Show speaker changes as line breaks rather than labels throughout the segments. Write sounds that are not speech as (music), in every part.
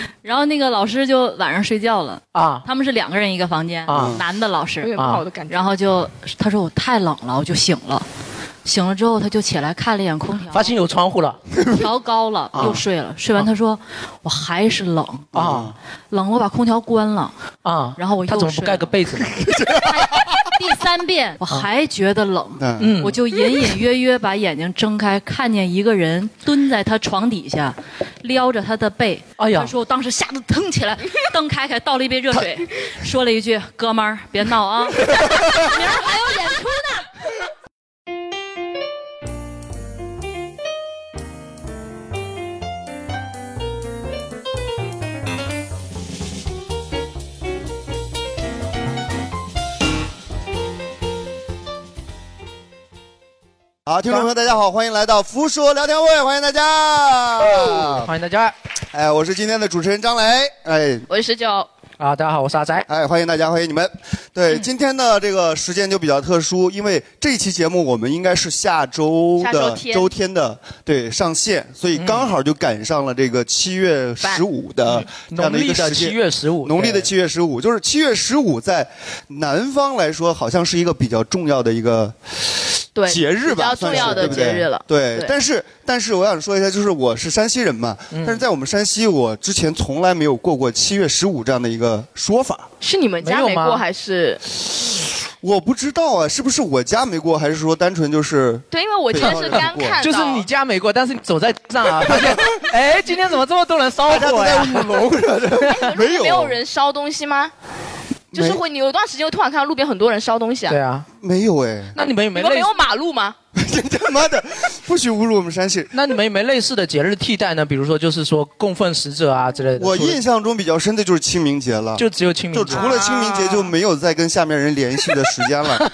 (laughs) 然后那个老师就晚上睡觉了
啊，
他们是两个人一个房间，
啊
男的老师
有点不好的感觉
然后就他说我太冷了，我就醒了，醒了之后他就起来看了一眼空调，
发现有窗户了，
(laughs) 调高了
啊
又睡了，睡完他说我还是冷
啊，
冷我把空调关了
啊，
然后我又
他怎么不
睡
盖个被子呢？ (laughs) 啊
第三遍我还觉得冷，
嗯
我就隐隐约约把眼睛睁开，看见一个人蹲在他床底下，撩着他的背。
哎呀
他说我当时吓得腾起来，灯开开，倒了一杯热水，说了一句：“哥们儿，别闹
(laughs)
啊，明儿还有演出呢。”
好，听众朋友，大家好，欢迎来到福说聊天会，欢迎大家，
哦欢迎大家。
哎，我是今天的主持人张雷，哎，
我是十九，
啊，大家好，我是阿宅，哎，欢迎大家，欢迎你们。对，
嗯
今天的这个时间就比较特殊，因为这期节目我们应该是下周
下周
的
天
天的对上线，
嗯
所以刚好就赶上了这个七月十五的这样的一个
嗯农历的
时间。
7月十五，
农历的七月十五，就是七月十五，在南方来说好像是一个比较重要的一个
对
节日吧，
比较重
算是
要的
对不对
节日了
对，
对嗯
但是但是我想说一下，就是我是山西人嘛，但是在我们山西，我之前从来没有过过七月十五这样的一个说法。
是你们家
没有
没
吗
过还是？
我不知道啊，是不是我家没过，还是说单纯就是
对，因为我今天是刚看到，
就是你家没过，但是你走在街上 (laughs) 啊，发现，哎，今天怎么这么多人烧火呀？
舞
(laughs)
龙，
没
(laughs)
没有人烧东西吗？就是会，你有一段时间会突然看到路边很多人烧东西啊。
对啊，没有哎？
那你们有没
你
有
们
类
没有马路吗？
他妈的，不许侮辱我们山西。
那你们有没有类似的节日替代呢？比如说，就是说供奉死者啊之类的。
我印象中比较深的就是清明节了，
就只有清明
就
节
除了清
啊
明节就没有再跟下面人联系的时
(laughs)
间了。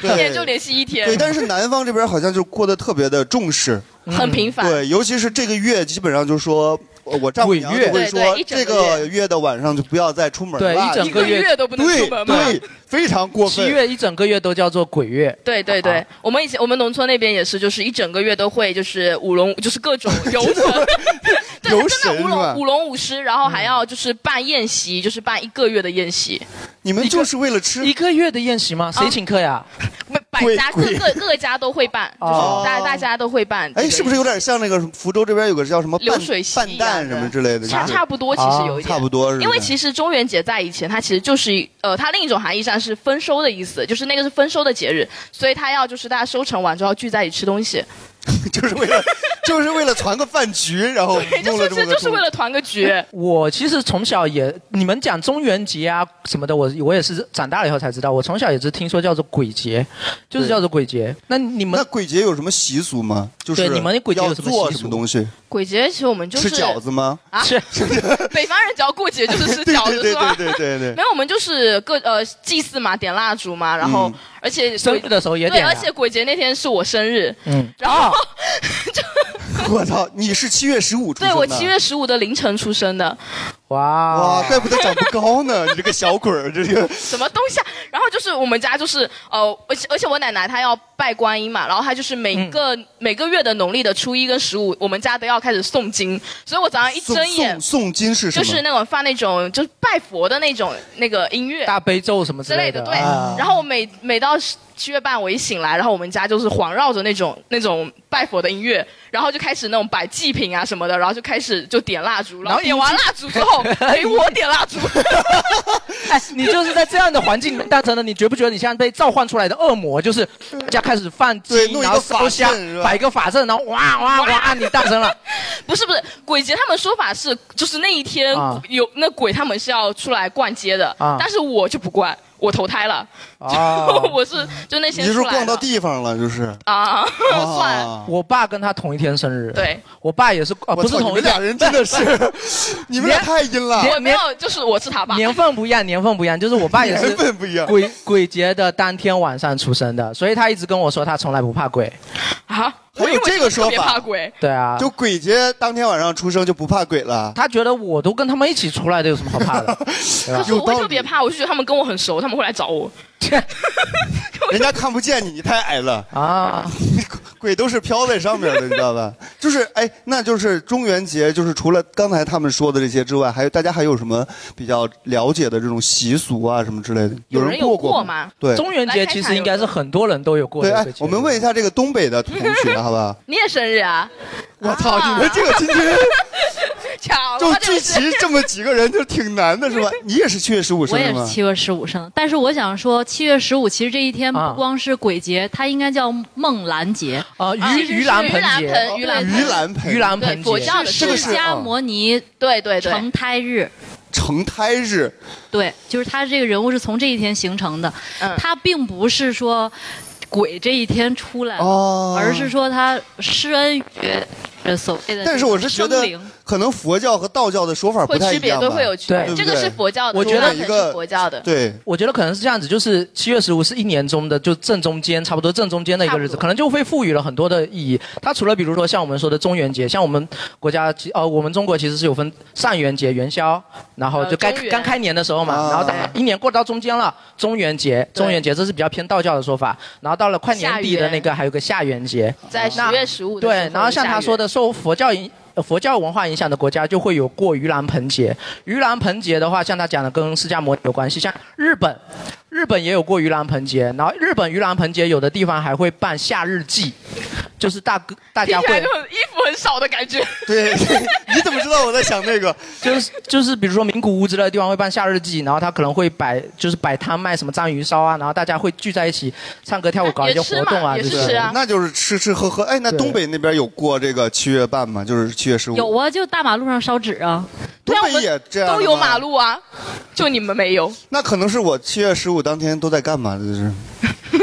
一
对
天就联系一天。
对，但是南方这边好像就过得特别的重视，
嗯很频繁
对，尤其是这个月，基本上就说。呃我丈母娘
鬼月
就会
对
说
对一，整
这
个
个月的晚上就不要再出门
对
了，
一整个月一个月
都不能出门吗
对，对非常过分。
七月一整个月都叫做鬼月。
对对对，我们以前我们农村那边也是，就是一整个月都会就是舞龙，就是各种游神，对，真的
游神
舞
是吧
龙舞龙舞狮，然后还要就是办宴席，就是办一个月的宴席，
你们就是为了吃
一个月的宴席吗？谁请客呀？
百家各各各家都会办，就是大大家都会办。
哎，是不是有点像那个福州这边有个叫什么
流
半
水席
半蛋什么之类的？
差
就是啊
差不多，其实有一点，
差不多是吧，
因为其实中元节在以前，它其实就是一呃，它另一种含义上是丰收的意思，就是那个是丰收的节日，所以它要就是大家收成完之后聚在一起吃东西，
就是为了 (laughs) 就是为了传个饭局，然后
就
弄了
是
这么个
就是
东
为
西
了团个局。
(laughs) 我其实从小也，你们讲中元节啊什么的，我我也是长大了以后才知道，我从小也是听说叫做鬼节，就是叫做鬼节。那你们
那鬼节有什么习俗吗？就是
对你们鬼节
要
有什么
做
习
什么
俗
东西？
鬼节其实我们就是
吃饺子吗？
啊， (laughs) 北方人只要过节就是吃
对
饺子
(laughs) 对
是吧？
对对对对
没有，我们就是各呃祭祀嘛，点蜡烛嘛，然后、
嗯
而且
生日的时候也
对，
点啊
而且鬼节那天是我生日，
嗯，
然后、
哦我操，你是七月十五出
对
生的？
我七月十五的凌晨出生的，
哇
哇，怪不得长不高呢，你这个小鬼儿，这个
(laughs) 什么东西啊？然后就是我们家就是呃，而且而且我奶奶她要拜观音嘛，然后她就是每个、每个月的农历的初一跟十五，我们家都要开始诵经，所以我早上一
诵
睁眼
诵。诵经是什
就
么？
是那种放那种就是拜佛的那种那个音乐，
大悲咒什么
之类
类
的，
的。
对。
啊
然后我每每到七月半，我一醒来，然后我们家就是环绕着那种那种拜佛的音乐，然后就开始那种摆祭品啊什么的，然后就开始就点蜡烛，然后点完蜡烛之
(laughs)
后哦给我点蜡烛，
哎，你就是在这样的环境里面诞生的，你觉不觉得你像被召唤出来的恶魔？就是大家开始放
对
鸡，
弄一个
然后烧
法
香
阵是，吧
摆一个法阵，然后哇哇哇，你诞生了。
不是不是，鬼节他们说法是就是那一天
啊
有那鬼他们是要出来逛街的
啊，
但是我就不逛，我投胎了，
哦
(laughs) 我是就那
(laughs) 你
些
就
出
是
来
逛到
的
地方了，就是。
(laughs) 啊，算了。
我爸跟他同一天生日，
对，
我爸也是，呃，
我
不是
操，你
同一
们
天
俩人真的是， (laughs) 你们俩太阴了。
我没有，就是我是他爸。
年份不一样，年份不一样，就是我爸也是
年份不一样
鬼鬼节的当天晚上出生的，所以他一直跟我说他从来不怕鬼。
啊，我
还有
因为
这
就
个
特
说
别
法
怕鬼
对啊，
就鬼节当天晚上出生就不怕鬼了。
他觉得我都跟他们一起出来的，有什么好
(laughs)
怕的？对
可
啊吧
是我会特别怕，我就觉得他们跟我很熟，他们会来找我。啊
人家看不见你，你太矮了
啊！
(laughs) 鬼都是飘在上面的，你知道吧？就是哎，那就是中元节，就是除了刚才他们说的这些之外，还有大家还有什么比较了解的这种习俗啊什么之类的？人过过对，
中元节其实应该是很多人都有过
对，
的一
哎
个，节
我
日。
们问一下这个东北的同学，好吧？
你也生日啊？
我操，你们这
(laughs)
个今天
巧
就
了，这
聚齐这么几个人，就挺难的，是吧？你也是七月十五生
我
的
也是
吗？
七月十五生的，但是我想说，七月十五其实这一天
啊
不光是鬼节，它应该叫梦兰节
啊
盂盂兰盆节盂兰盆盂兰
盆盂兰盆
对
节
佛教的
这个
释
是
迦
嗯
摩尼
对对
对成胎日。
成胎日，
对，就是他这个人物是从这一天形成的，
嗯
他并不是说鬼这一天出来了，
哦
而是说他施恩于呃所谓的这个生灵。
但是我是觉得，可能佛教和道教的说法不太一样吧，对不对
我觉得
教的
对，
我觉得可能是这样子，就是七月十五是一年中的就正中间，差不多正中间的一个日子，可能就会赋予了很多的意义。它除了比如说像我们说的中元节，像我们国家其呃我们中国其实是有分上元节元宵，然后就该
呃中元
刚开年的时候嘛，然后打一年过到中间了，中元节中元节这是比较偏道教的说法，然后到了快年底的那个还有个下元节，
哦
在十月十五
对，然后像他说的，受佛教影。呃佛教文化影响的国家就会有过盂兰盆节。盂兰盆节的话，像他讲的跟释迦摩尼有关系，像日本，日本也有过盂兰盆节。然后日本盂兰盆节有的地方还会办夏日祭，就是大哥大家
听起来
会
就很衣服很少的感觉。
(laughs)
(laughs)
对，你怎么知道我在想那个？
就是就是比如说名古屋之类的地方会办夏日祭，然后他可能会摆就是摆摊卖什么章鱼烧啊，然后大家会聚在一起唱歌跳舞搞一些活动啊，这些。
那就是吃吃喝喝。哎，那东北那边有过这个七月半吗？就是七月十五。
有啊，就大马路上烧纸啊。
东北也这样的吗
都有马路啊，就你们没 (laughs) 有。
那可能是我七月十五当天都在干嘛的，
(laughs)
就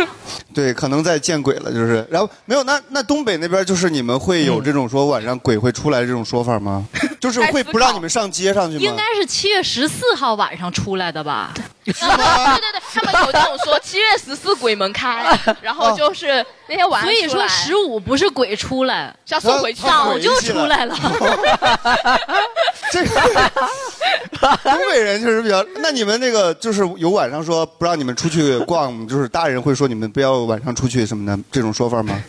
是，对，可能在见鬼了，就是。然后没有，那那东北那边就是你们会有这种说晚上鬼会出来这种说法吗？就是会不让你们上街上去吗？
嗯应该是七月十四号晚上出来的吧？
对对对，他们有这种 (laughs) 说，七月十四鬼门开， (laughs) 然后就是那天晚上
所以
出来
说十五不是鬼出来，
是要送回去他他
早
回去
就出来了。
这个东北人确实比较。那你们那个就是有晚上说不让你们出去逛，就是大人会说你们不要晚上出去什么的这种说法吗？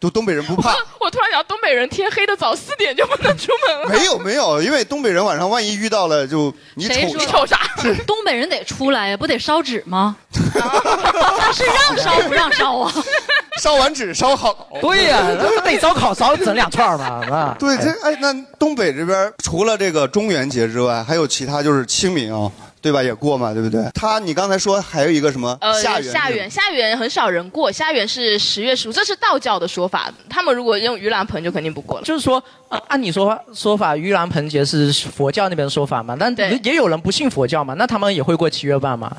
就东北人
(laughs)
不怕。
我突然想，东北人天黑的早，四点就不能出门了。
(laughs) 没有没有，因为东北人晚上万一遇到了就你
谁
瞅
说
啥？
(laughs) 东北人得出来呀，不得烧纸吗？他是让烧不让烧
(laughs)
啊？
烧完纸烧好。
对呀、那得烧烤烧整两串嘛，是吧？
(laughs) 对，这哎，那东北这边除了这个中元节之外，还有其他就是清明、对吧？也过嘛，对不对？他你刚才说还有一个什么
呃，
下
下
元？
元，下元很少人过，下元是十月十五，这是道教的说法。他们如果用盂兰盆，就肯定不过了。
就是说，呃按你说说法，盂兰盆节是佛教那边的说法嘛，但
对
也有人不信佛教嘛，那他们也会过七月半嘛？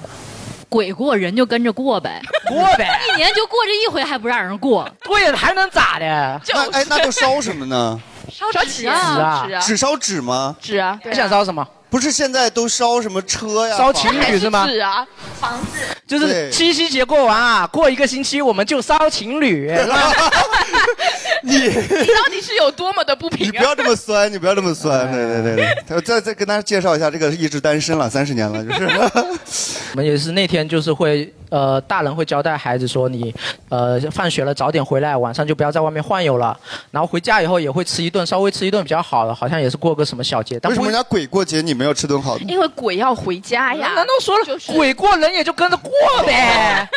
鬼过人就跟着过呗，
过呗，
一年就过这一回，还不让人过？
对呀，还能咋的？
那哎，那就烧什么呢？
烧
纸
啊纸啊
只烧纸吗？
纸啊，
你想烧什么？
不是现在都烧什么车呀？
烧情侣是吗？
纸啊，
房子。
就是七夕节过完啊，过一个星期我们就烧情侣。是吧
你
你到底是有多么的不平
你
啊？
不要这么酸，你不要这么酸。对对对对，再再跟大家介绍一下，这个一直单身了三十年了，
(laughs)
就是。
(laughs) 我们也是那天就是会，呃，大人会交代孩子说你，呃，放学了早点回来，晚上就不要在外面晃悠了。然后回家以后也会吃一顿，稍微吃一顿比较好的，好像也是过个什么小节。但
为什
不
么人家鬼过节你们要吃顿好的？
因为鬼要回家呀。
难道说了、鬼过人也就跟着过呗？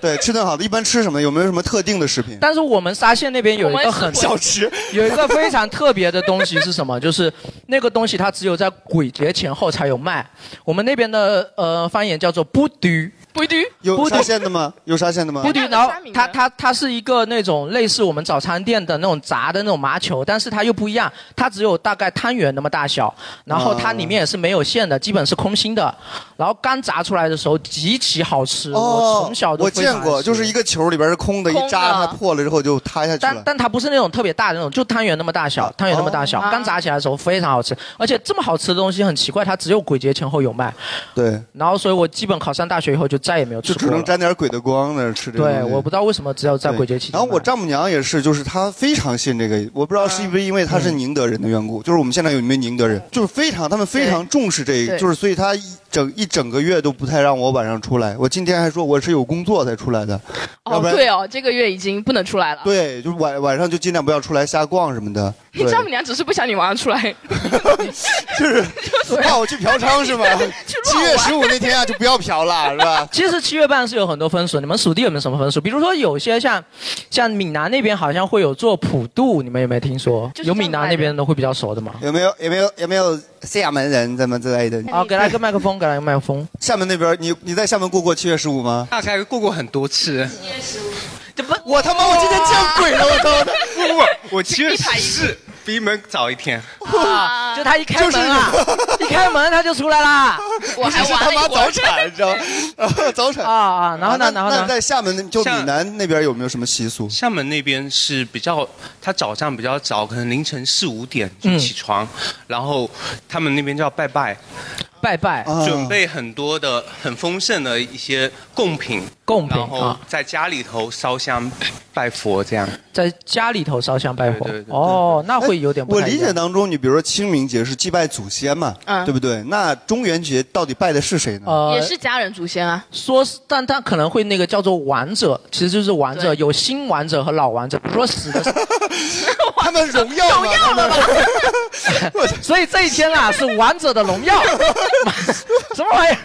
对，吃顿好的，一般吃什么？有没有什么特定的食品？
但是我们沙县那边有一个
我
很
们是小 (laughs) 吃
有一个非常特别的东西是什么？就是那个东西它只有在鬼节前后才有卖。我们那边的呃方言叫做不丢。
不丢
有
不
沙县的吗？有沙县的吗？
不丢，然后它它它是一个那种类似我们早餐店的那种炸的那种麻球，但是它又不一样，它只有大概汤圆那么大小，然后它里面也是没有馅的，基本是空心的，然后刚炸出来的时候极其好吃，我从小都
哦我
非常
见过，
爱吃
就是一个球里边是空的，
空的
一扎它破了之后就塌下去
但
了。
但它不是那种特别大的那种，就汤圆那么大小，汤圆那么大
啊
小，
哦
刚炸起来的时候非常好吃。而且这么好吃的东西很奇怪，它只有鬼节前后有卖。
对，
然后所以我基本考上大学以后就再也没有吃
就只
过了。
能沾点鬼的光在那吃这个东西。
对，我不知道为什么只有在
对
鬼节期间。
然后我丈母娘也是，就是她非常信这个，我不知道是不是因为她
嗯
是宁德人的缘故，就是我们现在有没有宁德人，就是非常他们非常重视这个，
对
就是所以她一整一整个月都不太让我晚上出来。我今天还说我是有工作才出来的，要
哦
不然
对哦，这个月已经不能出来了。
对，就是晚晚上就尽量不要出来瞎逛什么的。
你
对，
丈母娘只是不想你晚上出来，
(laughs) 就是怕哦我去嫖娼
(laughs)
是吗？七月十五那天啊，就不要嫖了，是吧？
其实七月半是有很多分数，你们属地有没有什么分数？比如说有些像像闽南那边好像会有做普渡，你们有没有听说？有闽南那边的会比较熟的吗？
有没有有没有有没有厦门人怎么之类的？
哦好，给他一个麦克风，给他一个麦克风。
厦门那边，你你在厦门过过七月十五吗？
大概啊过过很多次。
我 (laughs) 他妈，我今天见
(laughs)
鬼了！我操！
不不不，我其实是比你们早一天。
哇！就他一开门
(laughs)
啊，一开门他就出来啦。
我
还是他妈早产，你知道吗？ (laughs) 早产
啊啊！然后呢？
啊那
然后呢
那？在厦门那就
厦
闽南那边有没有什么习俗？
厦门那边是比较，他早上比较早，可能凌晨四五点就
嗯
起床，然后他们那边叫拜拜，
拜拜
啊
准备很多的很丰盛的一些贡品，
贡品
然后
啊
在家里头烧香拜佛这样。
在家里头烧香拜火
对对对。对
哦，那会有点不
我
太一
理
样
解当中，你比如说清明节是祭拜祖先嘛，
嗯
对不对？那中元节到底拜的是谁呢？
呃
也是家人祖先啊。
说是，但但可能会那个叫做王者，其实就是王者，有新王者和老王者。比如说
(laughs)
死的，
他们荣耀荣耀了吧？
(laughs)
所以这一天啊是王者的荣
(laughs)
耀，什么玩意儿？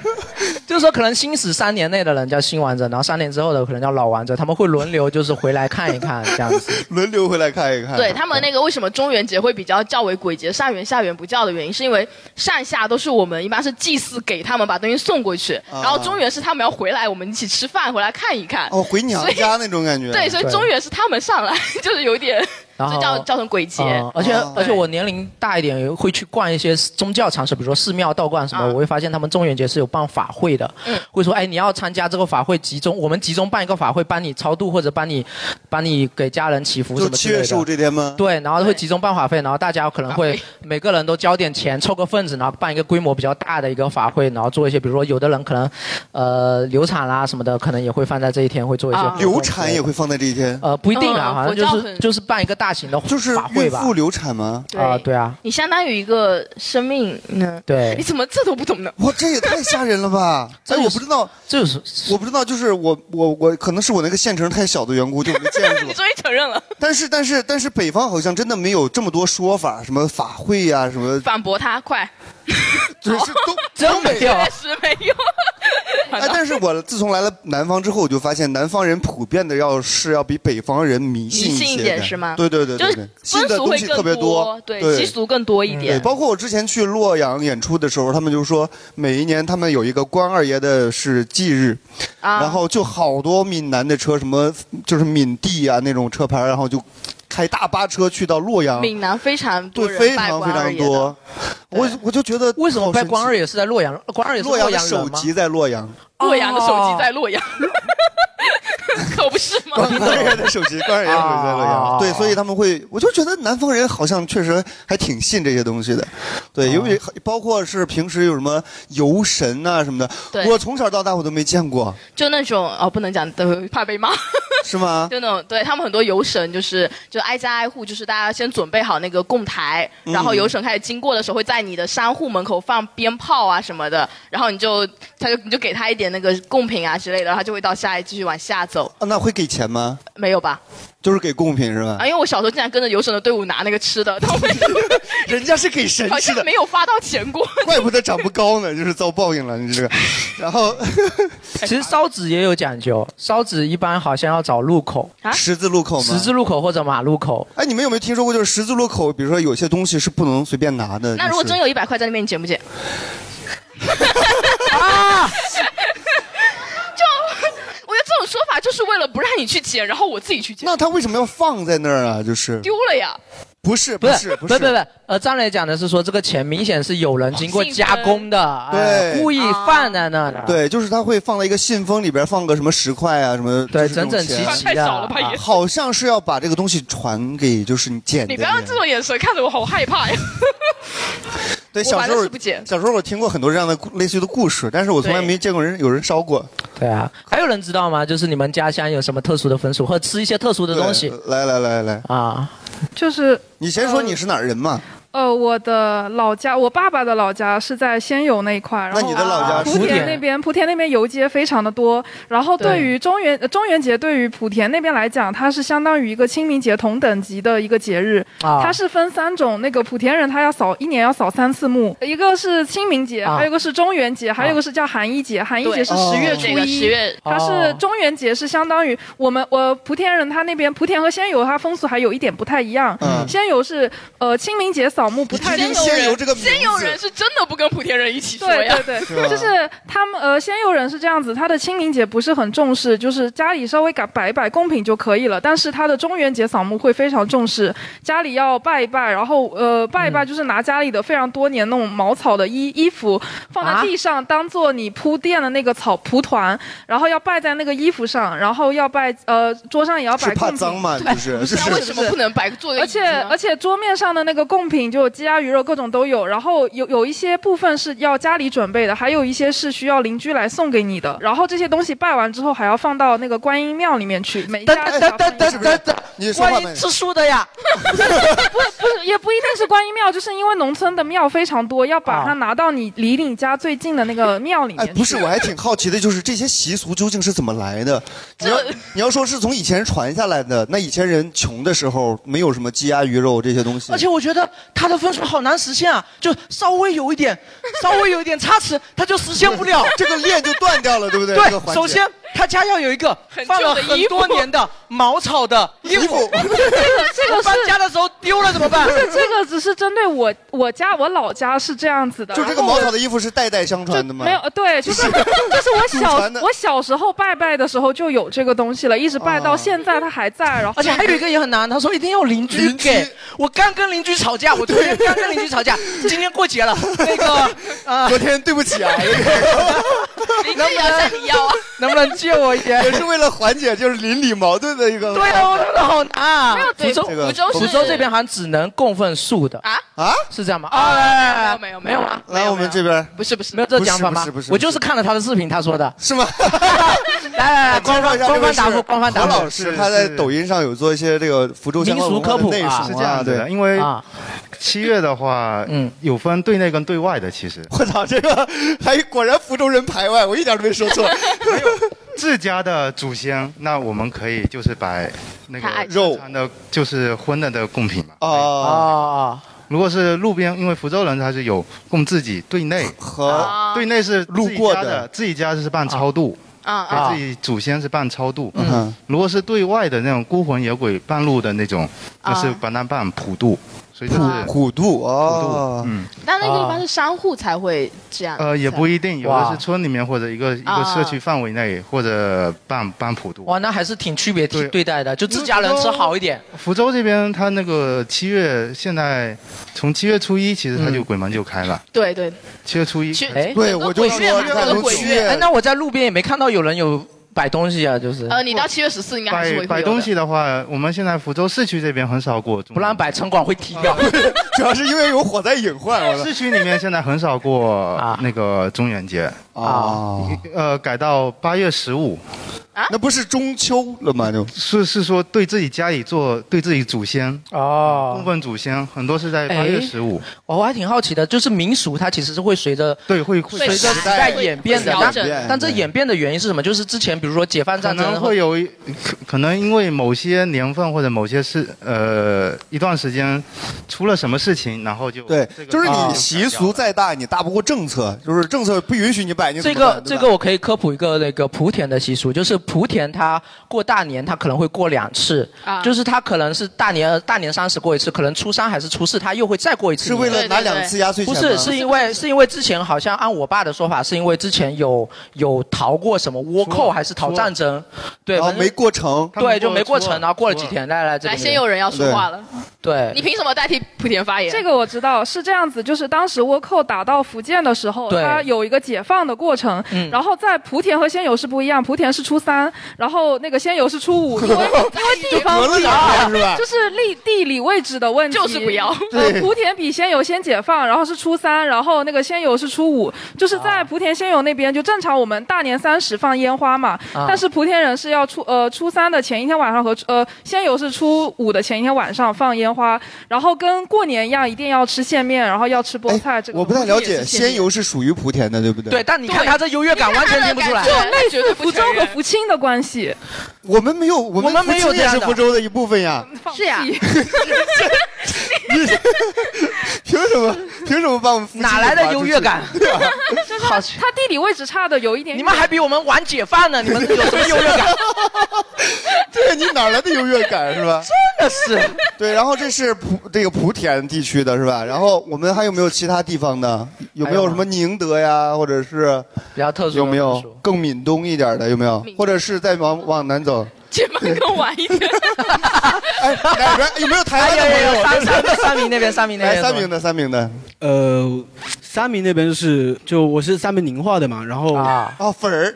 就是说可能新死三年内的人叫新王者，然后三年之后的可能叫老王者，他们会轮流就是回来看一看这样子。
(laughs) 轮流回来看一看
对他们那个为什么中元节会比较较为鬼节，上元下元不叫的原因，是因为上下都是我们一般是祭祀给他们把东西送过去，然
啊
后中元是他们要回来，我们一起吃饭回来看一看。
哦，回娘
所以
家那种感觉。
对，所以中元是他们上来， (laughs) 就是有点
然后
就
哦
叫叫成鬼节。
嗯而且
对
而且我年龄大一点，也会去逛一些宗教场所，比如说寺庙、道观
啊
什么，我会发现他们中元节是有办法会的，
嗯
会说哎，你要参加这个法会集中，我们集中办一个法会，帮你超度或者帮你帮你给家人祈福什
就
么
七
之类
月
的。
十五这天吗？
对，然后会集中办法会，然后大家可能会每个人都交点钱，凑个份子，然后办一个规模比较大的一个法会，然后做一些，比如说有的人可能，呃，流产啦什么的，可能也会放在这一天会做一些活动之类的。
啊流产也会放在这一天？
呃不一定啦，好像就
啊嗯佛教
是
很
就是办一个大型的
就是
法会
孕
吧。
妇流产吗？
对
啊，对啊，
你相当于一个生命呢？
对
你怎么这都不懂呢？
哇，这也太吓人
(laughs)
了吧！哎，我不知道，
这是
我不知道，就是我我我可能是我那个县城太小的缘故，就没见
(laughs) 你
过。
终于承认了，
但是但是但是北方好像真的没有这么多说法，什么法会呀、什么
反驳他，
(laughs)
快！哦
就是都
真没有
确实没有。啊
哎，但是我自从来了南方之后，我就发现南方人普遍的要是要比北方人迷信
迷
一
信一
些
点
的
是吗
对对对
就
对
是
对，信
风
的
俗
东
会
西
更
特别多，
对习俗更多一
对，
点。
包括我之前去洛阳演出的时候，他们就说每一年他们有一个关二爷的是忌日，
啊
然后就好多闽南的车，什么就是闽地啊那种车牌，然后就开大巴车去到洛
嗯
阳，
闽南非常多
对，
人
非
拜
常非
关二
常
爷的
多。我我就觉得为什么
拜关二爷是在洛阳？关二爷是
洛阳的
阳人
首
吗？
级在洛阳，
洛阳的手
哦
机在洛阳， (laughs) 可不是吗？
啊
关二爷的首级，
哦
关二爷的首级在洛阳。对，所以他们会，我就觉得南方人好像确实还挺信这些东西的，
哦
对，因为包括是平时有什么游神呐、什么的，
对
我从小到大我都没见过，
就那种哦，不能讲，都怕被骂。
是吗？
(laughs) 就那种，对他们很多游神就是就挨家挨户，就是大家先准备好那个供台，
嗯
然后游神开始经过的时候，会在你的商户门口放鞭炮啊什么的，然后你就他就你就给他一点那个贡品啊之类的，他就会到下一继续往下走，
啊，那会给钱吗？
没有吧？
就是给贡品是吧？
啊，因为我小时候竟然跟着游神的队伍拿那个吃的，但我没有
(laughs) 人家是给神
好
吃
像
的，
没有发到钱过。
怪不得长不高呢， (laughs) 就是遭报应了。你这个，然后
(laughs) 其实烧纸也有讲究，烧纸一般好像要找路口，
十字路口吗？
十字路口或者马路口。
哎，你们有没有听说过，就是十字路口，比如说有些东西是不能随便拿的。
那如果
呃就是
真有一百块在那边，你捡不
(laughs)
捡？
啊
就我觉得这种说法就是为了不让你去捡，然后我自己去捡，
那他为什么要放在那儿啊？就是
丢了呀。
不是
不
是
不
不是
不不，呃，张磊讲的是说这个钱明显是有人经过加工的，哎
对
故意放在那的，
对，就是他会放在一个信封里边，放个什么十块啊，什么对，
整整齐齐的啊太少了吧也
好像是要把这个东西传给就是你捡的
你不要用
人。
这种眼神看着我，好害怕呀！
对，
我
小
玩
时
的
候
是不捡。
小时候我听过很多这样的故类似于的故事，但是我从来
对
没见过人有人烧过。
对啊，还有人知道吗？就是你们家乡有什么特殊的风俗，或者吃一些特殊的东西？
来来来来
啊！
就是
你先说你是哪儿人嘛？
呃，我的老家，我爸爸的老家是在仙游那一块，然后啊
那你的老家是
莆
莆田
田那边，莆田那边游街非常的多。然后对于中元呃中元节，对于莆田那边来讲，它是相当于一个清明节同等级的一个节日。
啊
它是分三种，那个莆田人他要扫一年要扫三次墓，一个是清明节，
啊
还有一个是中元节，还有一个是叫寒衣节。寒衣节是
对
十月
哦
初
这个
一，
十月
它是
哦
中元节是相当于我们我莆田人他那边莆田和仙游它风俗还有一点不太一样，
嗯
仙游是呃清明节扫墓不太
先先游人是真的不跟莆田人一起说
(laughs) 对
呀，
对对，就是他们呃，仙游人是这样子，他的清明节不是很重视，就是家里稍微改摆一摆贡品就可以了。但是他的中元节扫墓会非常重视，家里要拜一拜，然后呃拜一拜就是拿家里的非常多年那种茅草的衣衣服放在地上，当做你铺垫的那个草蒲团，然后要拜在那个衣服上，然后要拜呃桌上也要摆
是怕
贡品。
脏吗？
对
就是是
啊那为什么不能摆坐个
而
椅子
且
呢？
而且桌面上的那个贡品就有鸡鸭鱼肉各种都有，然后有有一些部分是要家里准备的，还有一些是需要邻居来送给你的。然后这些东西拜完之后还要放到那个观音庙里面去，每一家
等等等等等等，
你
说话吃素的呀？
(laughs) 不不是也不一定是观音庙，就是因为农村的庙非常多，要把它
啊
拿到你离你家最近的那个庙里
哎
面，去。
不是，我还挺好奇的，就是这些习俗究竟是怎么来的？你要你要说是从以前传下来的，那以前人穷的时候没有什么鸡鸭鱼肉这些东西
哦
而，且我觉得他的分数好难实现啊，就稍微有一点，稍微有一点差池，他就实现不了
(laughs) 。这个链就断掉了，对不对这个环节
首先他家要有一个放了很多年的茅草的衣
(laughs)
服，
这个这个是
搬家的时候丢了怎么办？
不是这个只是针对我我家我老家是这样子的，
就这个
然后
茅
我
草的衣服是代代相传的吗？
没有，呃对，就是就是我
祖
小
传的
我小时候拜拜的时候就有这个东西了，一直拜
哦
到现在，它还在。然后
而且还有一个也很难，他说一定要邻居给。我刚跟邻居吵架，我昨天刚跟邻居
(laughs)
吵架，今天过节了，那个呃，
昨天对不起啊，
(laughs) 邻居也要向你要啊。
能不能借我一点？
也是为了缓解就是邻里矛盾的一个。
对啊，我觉得好难啊。
福州，
这个福州是
福州这边好像只能供奉素的
啊
啊，
是这样吗？
啊
啊，
来来
没有
没有啊，
来我们这边
不是不是
没有这个讲法吗？
不是不是不是
我就是看了他的视频，他说的
是吗？
来来来，官方
介绍一下这位
官方
是
答复，官方答
何
复。
老师他在抖音上有做一些这个福州相关文化的内容
啊是这样子的，
对。
因为七月的话，嗯，有分对内跟对外的，其实。
(laughs) 我操，这个还果然福州人排外，我一点都没说错。
自家的祖先，那我们可以就是摆那
他爱
个
吃肉
餐的，就是荤的的贡品嘛。
哦
啊
哦。如果是路边，因为福州人他是有供自己对内
和
对内是路
过的
的，自己家是办超度。
啊
给
啊
自己祖先是办超度，
嗯，
如果是对外的那种孤魂野鬼半路的那种，那是
啊
把它办普渡，所以就是
普
普渡
哦，普渡，嗯，
那那个一般是商户才会这样。
呃，也不一定，有
哇
的是村里面或者一个一
啊
个社区范围内，或者办办普渡。
哇，那还是挺区别对对待的，就自家人吃好一点。
福州这边，它那个七月现在从七月初一，其实它就鬼门就开了。
对对，
七月初一，
嗯哎，哎，
哎
那我在路边也没看到有人有摆东西啊，就是
呃，你到七月十四应该还是
摆
会
摆
有的 (laughs)
东。西的话，我们现在福州市区这边很少过中，啊
不然摆城管会踢掉。
(laughs) 主要是因为有火灾隐患。
市区里面现在很少过那个中元节
啊，
呃，改到八月十五。
啊
那不是中秋了吗？
就是是说对自己家里做，对自己祖先
啊
哦，
供奉祖先，很多是在八
哎
月十五。
我还挺好奇的，就是民俗它其实是会随着
对会
随着时代演变的，但但这演变的原因是什么？就是之前比如说解放
可
战争
能会有一可可能因为某些年份或者某些事，呃，一段时间出了什么事情，然后就
对
这，个
就是
啊
你习俗再大，你大不过政策，就是政策不允许你摆，你怎
这
么
个
办
这个我可以科普一个那个莆田的习俗，就是莆田它过大年，它可能会过两次，
啊
就是它可能是大年大年三十过一次，可能初三还是初四，它又会再过一次
是
年。
为了拿两次压岁钱
不
吗
是，是因为是因为之前好像按我爸的说法，是因为之前有有逃过什么倭寇还是
搞战争，对，
然后
反正
没过程，
对，就没过程，然后过了几天，来来这
来，
里，
先有人要说话了，
对，
你凭什么代替莆田发言？
这个我知道是这样子，就是当时倭寇打到福建的时候，
对
它有一个解放的过程。
嗯
然后在莆田和仙游是不一样，莆田是初三，然后那个仙游是
(laughs)
初五，因为因为地方
隔了
不一
两年
样，
是吧
就是地地理位置的问题，
就是不要
呃
对
莆田比仙游先解放，然后是初三，然后那个仙游是初五，就是
啊
在莆田仙游那边就正常我们大年三十放烟花嘛，
啊
但是莆田人是要初呃初三的前一天晚上和呃仙游是初五的前一天晚上放烟花，然后跟过年一样一定要吃线面，然后要吃菠菜。这个
哎我不太了解，
仙
仙游是属于莆田的，对不对？
对
但你看他这优越感完全听不出来
就类
绝对
似
不
福
承
州
认
和福清的关系。
我们没有，我
我们没有
福清也
这样
是
的
福州的一部分
(laughs)
呀。
(laughs)
是呀，
凭什么？凭什么把我们福清
哪来的优
(laughs)
越感
给划出去对啊，
好奇，
它地理位置差的有一点。
你们还比我们晚解放
(laughs)
呢，你们有什么优越感？
对你哪来的优越感是吧？
真的是。
(laughs) 对，然后这是莆这个莆田地区的是吧？然后我们还有没有其他地方的？有没有什么宁德呀，或者是
比较特殊？
有没有更闽东一点的？有没有？或者是再往往南走？
解放更晚一点。
哎，哪边有没有台湾的
哎有有有
朋友
三三三明那边三明那边
来三明的，三明的。
呃，三明那边是就我是三明宁化的嘛，然后
啊哦粉儿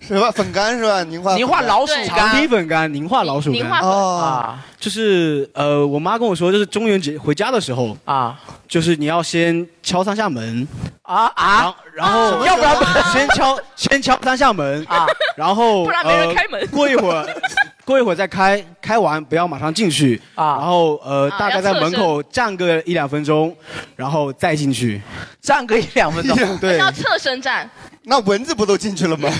是吧？粉干是吧？宁化
宁化老鼠干
长堤粉干，宁化老鼠干
宁化粉
啊，
就是呃，我妈跟我说，就是中元节回家的时候
啊，
就是你要先敲三下门，
啊啊，
然后
要不然
先敲 (laughs) 先敲三下门啊， (laughs) 然后
啊不然没人开门
呃过一
(laughs)
会儿。过一会儿再开，开完不要马上进去
啊，
然后呃，
啊
大概
要
在
侧
门口站个一两分钟，然后再进去，
(laughs) 站个一两分
对，
要侧身站，
那蚊子不都进去了吗？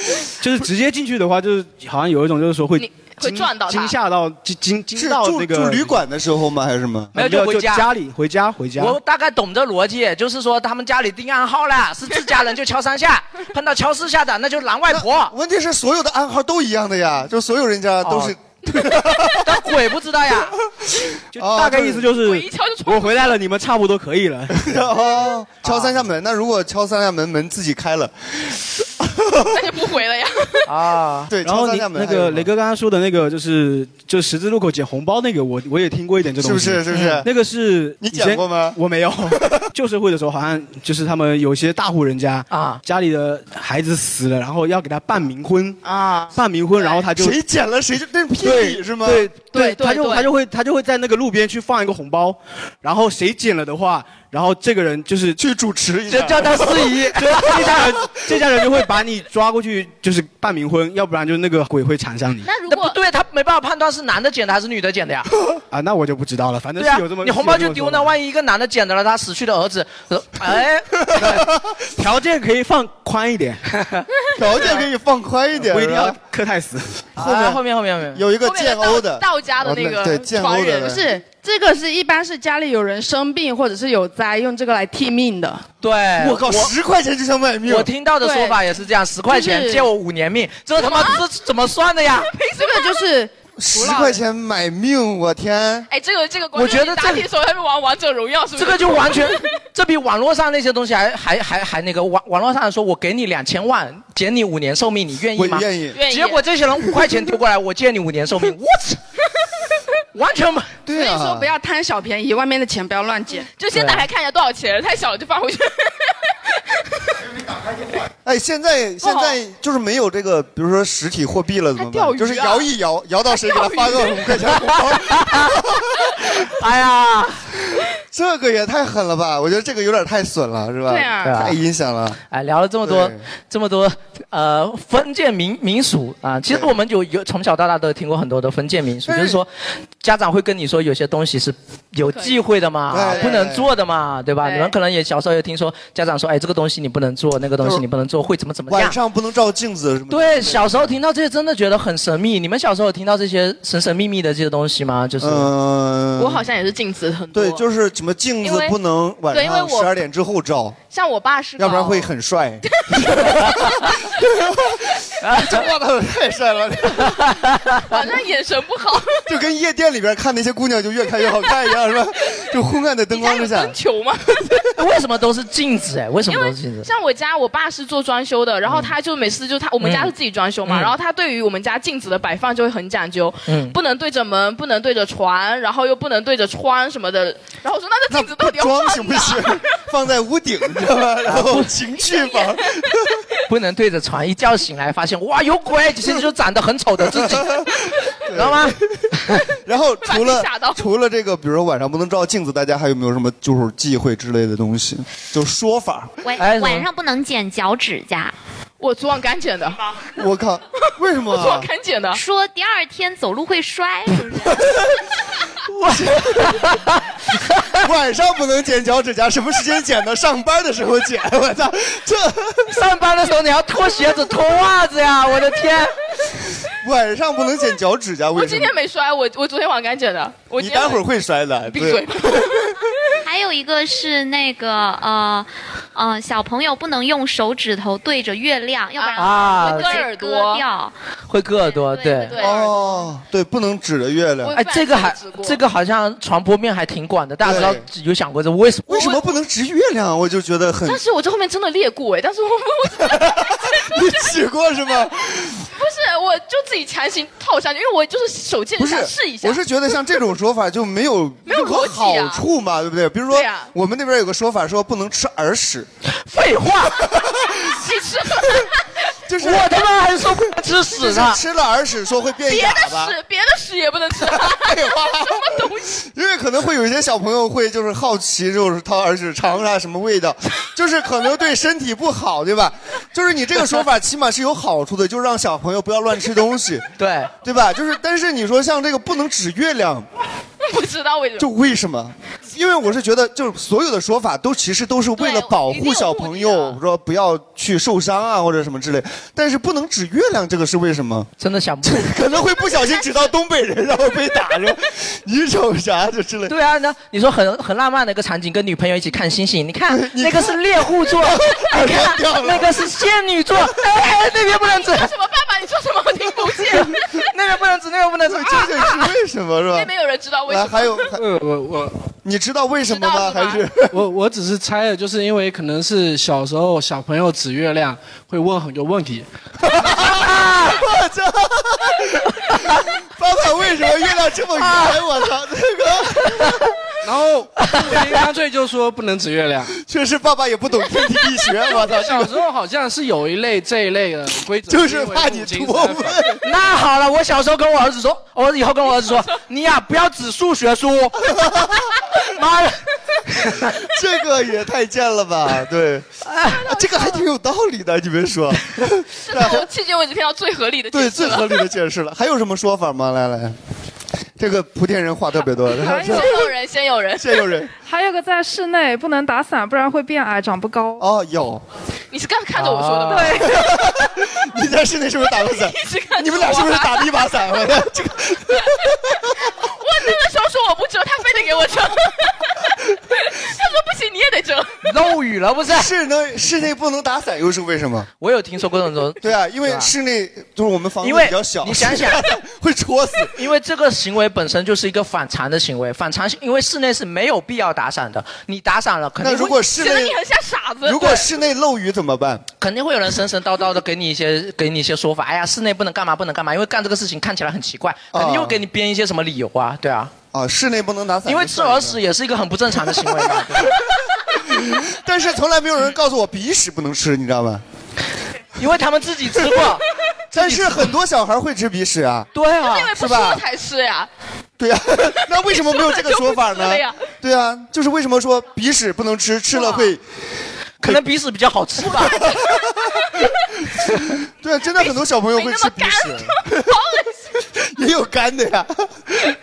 (laughs) 就是直接进去的话，就是好像有一种就是说会
你会撞到它
惊吓到惊惊惊
是
到
住
那个
住旅馆的时候吗？还是什么？
没有
就回
就
家
家里回家回家。
我大概懂这逻辑，就是说他们家里定暗号
(laughs)
了，是自家人就敲三下，碰到敲四下的那就狼外
(laughs)
婆。
问题是所有的暗号都一样的呀，就所有人家都是。
但鬼不知
(laughs)
道呀，
就哦大概意思就是
哦
我一敲就
我回来了，你们差不多可以了。
(laughs) 哦，敲三下门。那如果敲三下门，门自己开了，
那就不回
(laughs)
了呀。
啊，
对
然后
敲三
你
下门
那
还有
个
吗
雷哥刚刚说的那个，就是就十字路口捡红包那个，我我也听过一点这东西，
是不是是不是
嗯那个是
你捡过吗？
我没有， (laughs) 旧社会的时候好像就是他们有些大户人家
啊，
家里的孩子死了，然后要给他办冥婚
啊，
办冥婚，然后他就
谁捡了谁就那是聘礼
对
是吗？
对对，他就他就会他就会在那个路边去放一个红包，然后谁捡了的话，然后这个人就是
去主
(laughs)
持
就叫他司仪
这这家人这家人就会把你抓过去，就是办冥婚，要不然就那个鬼会缠上你
那不对，他没办法判断是男的捡的还是女的捡的呀。
啊。 (laughs) 那我就不知道了，反正
对
啊
呀、
是有这么
你红包就丢
呢
那，。万一一个男的捡的了他死去的儿子，呃
(laughs)
哎， (laughs)
条件可以放宽一点，
(laughs) 条件可以放宽一点，
不一定
是
要
吧
磕太死。
后面
啊后面后面后面
有一个建欧的
道家的那
哦
个
对建欧的
不是这个是一般是家里有人生病或者是有灾，用这个来替命的。
对，
我靠10
块钱就想买命
我听到的说法也是这样，十块钱
就是
借我五年命，这他妈这怎么算的呀？
这个就是
十块钱买命，我天！
哎，这个这个
我
观众，
觉得
你打
这
铁的时候他们玩王者荣耀是不是？
这个就完全，这比网络上那些东西还还还还那个网网络上说我给你两千万，减你五年寿命，你愿意吗？
我愿意愿意
结果这些人五块钱丢过来，我借你五年寿命，我操，完全不
(laughs) 对啊
所以说不要贪小便宜，外面的钱不要乱捡。
就先打开看一下多少钱，太小了就放回去。
哎，现在现在就是没有这个，比如说实体货币了，怎么办？
钓鱼啊
就是摇一摇，摇到谁给他发个五块钱红包。
哎呀，
这个也太狠了吧！我觉得这个有点太损了，是吧？
对啊对啊
太阴险了。
哎，聊了这么多
对
这么多呃封建民民俗啊，其实我们有有从小到大都听过很多的封建民俗，就是说家长会跟你说有些东西是有忌讳的嘛，啊
对
不能做的嘛，对吧？你们可能也小时候也听说家长说，哎，这个东西你不能做，那个东西你不能做，会怎么怎么样
晚。上不能照镜子什么的。
对，小时候听到这些真的觉得很神秘。你们小时候有听到这些神神秘秘的这些东西吗？就是，
嗯
我好像也是镜子很多。
对，就是什么镜
因
子
为
不能晚
对因为
上
我
十二点之后照，
像我爸是搞，
要不然
(laughs)
会很帅。这话筒太
(laughs)
帅了，
反正眼神不好。
(laughs) 就跟夜店里边看那些姑娘就越看越好看一样，是
(laughs)
吧？就昏暗的灯光之下，
球吗？
(laughs) 为什么都是镜子？哎，为什么都是镜子？
像我家，我爸是做装修的，然
嗯
后他就每次就他我们家是自己装修嘛，
嗯
然后他对于我们家镜子的摆放就会很讲究，
嗯
不能对着门，不能对着床，然后又不能对着窗什么的。然后我说那这镜子到底要
装
放
行不行？ (laughs) 放在屋顶，你知道吗？然后情趣房，
啊 (laughs) 不能对着床，一觉醒来发现哇有鬼，其实就长得很丑的自己，知道吗？
(laughs) 然后除
把
了
你吓
除了这个，比如说晚上不能照镜子，大家还有没有什么就是忌讳之类的东西？就说法。
(laughs) 晚晚上不能剪脚趾甲。
我昨晚刚剪的。
(laughs) 我靠， (laughs) 为什么
(laughs)
啊
我昨晚刚剪的。
说第二天走路会
(laughs)
摔，是不是？
(laughs) 晚上不能剪脚趾甲，什么时间剪呢？上班的时候剪。 (laughs) 我操，这
(laughs) 上班的时候你要脱鞋子、脱袜
(laughs)
子呀！我的天，
晚上不能剪脚趾甲，
我
为什
(laughs) 今
么
天？没摔，我我昨天晚上刚剪的。我
你
今天
待会儿会摔的。
哎闭
对
嘴。
(laughs)
还有一个是那个呃呃，小朋友不能用手指头对着月亮，要不然
啊
会割耳朵
啊
掉。
会割耳朵，对
对
哦，对，不能指着月亮。
哎，这个还这个好像传播面还挺广的，大家知道有想过这为什么？
为什么不能指月亮？啊我就觉得很
但是我这后面真的裂过哎，但是我我
(laughs) 你指过是吗？
不是，我就自己强行套下去，因为我就是手贱
不是
想试一下。
我是觉得像这种说法就没有
(laughs) 没有
任何
逻辑啊
好处嘛，对不对？比如说
对啊
我们那边有个说法说不能吃耳屎，
废话，
其实
(laughs) 就是
我他妈还说不能吃
就
屎
是
呢，
吃了耳屎说会变
别
哑
的
巴。
屎，别的屎也不能吃，什么东西？
因为可能会有一些小朋友会就是好奇，就是掏耳屎尝尝什么味
(laughs)
道，就是可能对身体不好，对吧？就是你这个说法起码是有好处的，就是让小朋友不要乱吃东西，
对
对吧？就是但是你说像这个不能指月亮，
不知道为什么。
就为什么？因为我是觉得，就是所有的说法都其实都是为了保护小朋友，
啊
说不要去受伤啊或者什么之类。但是不能指月亮，这个是为什么？
真的想不
可能会不小心指到东北人，然后被打着。你瞅啥这之类？
对啊，那你说很很浪漫的一个场景，跟女朋友一起看星星，
(laughs)
你看那个是猎户座，哎你看啊那个是仙女座，哎，那边不能指
你，说什么？爸爸，你说什么？我听不见。
(laughs)
啊
那边不能指，那边不能指，
这就是为什么是
那
吧？
边有人知道为什
来，
么？ (laughs)
还有，
(laughs)
呃，
嗯
我我
你知道为什么吗？还是
我我只是猜了，就是因为可能是小时候小朋友指月亮会问很多问
(laughs)
题，
(laughs) 我操！ (laughs) 爸爸为什么月亮这么
啊
圆？我操！这个
(laughs)
然后干脆就说不能指月亮。
确实，爸爸也不懂天体力学。我操！这
小时
个
候好像是有一类这一类的规则，
就是怕你多问。
(laughs) 那好了，我小时候跟我儿子说，我以后跟我儿子说，你呀、不要指数
(laughs)
学书。 (laughs) 妈的，
这个也太贱了吧？
(laughs)
对，啊这个还 (laughs) 挺有道理的，你别说，
真的，我迄今为止听到最合理的
对，
解释
最
了
合理的解
(laughs)
释了。还有什么说法吗？来来，这个莆田人话特别多，
(laughs) 先有人，先有人，
先有人。
(laughs) 还有个在室内不能打伞，不然会变矮，长不高。
哦，有， (laughs)
你是刚看着我说的吗？
对，
你在室内是不是打过
(laughs)
(laughs)
伞？
啊
你们俩是不是打了一把伞？我的这个
我那个时候说我不折，他非得给我
(laughs)
折。他说不行，你也得折。
(laughs) 漏雨了不是？
室内室内不能打伞，又是为什么？
我有听说过那种，
对啊，因
对
为
吧
室内就是我们房子
因为
比较小，
你
(laughs)
想想
会戳死。
因为这个行为本身就是一个反常的行为，反常，因为室内是没有必要打伞的，你打伞了，肯定
那
会
如果室
显得
内
你很像傻子。
如果室内漏雨怎么办？
肯定会有人神神叨叨的给你一些给你一些说法，哎呀，室内不能干嘛不能干嘛，因为干这个事情看起来很奇怪，肯定又给你编一些什么理由啊，对啊，
啊，室内不能打伞，
因为吃耳屎也是一个很不正常的行为
(laughs)
嘛。对吧
但是从来没有人告诉我鼻屎不能吃，你知道吗？
因为他们自己吃过，
(laughs) 但是很多小孩会吃鼻屎啊，
对啊
因为不
是吧
说才是呀，
对呀、 (laughs) 那为什么没有这个说
(laughs)
法呢
对呀？
对啊，就是为什么说鼻屎不能吃，吃了会，
可能鼻屎比较好吃吧。
(laughs) 对啊，真的很多小朋友会吃鼻屎， (laughs) 也有干的呀，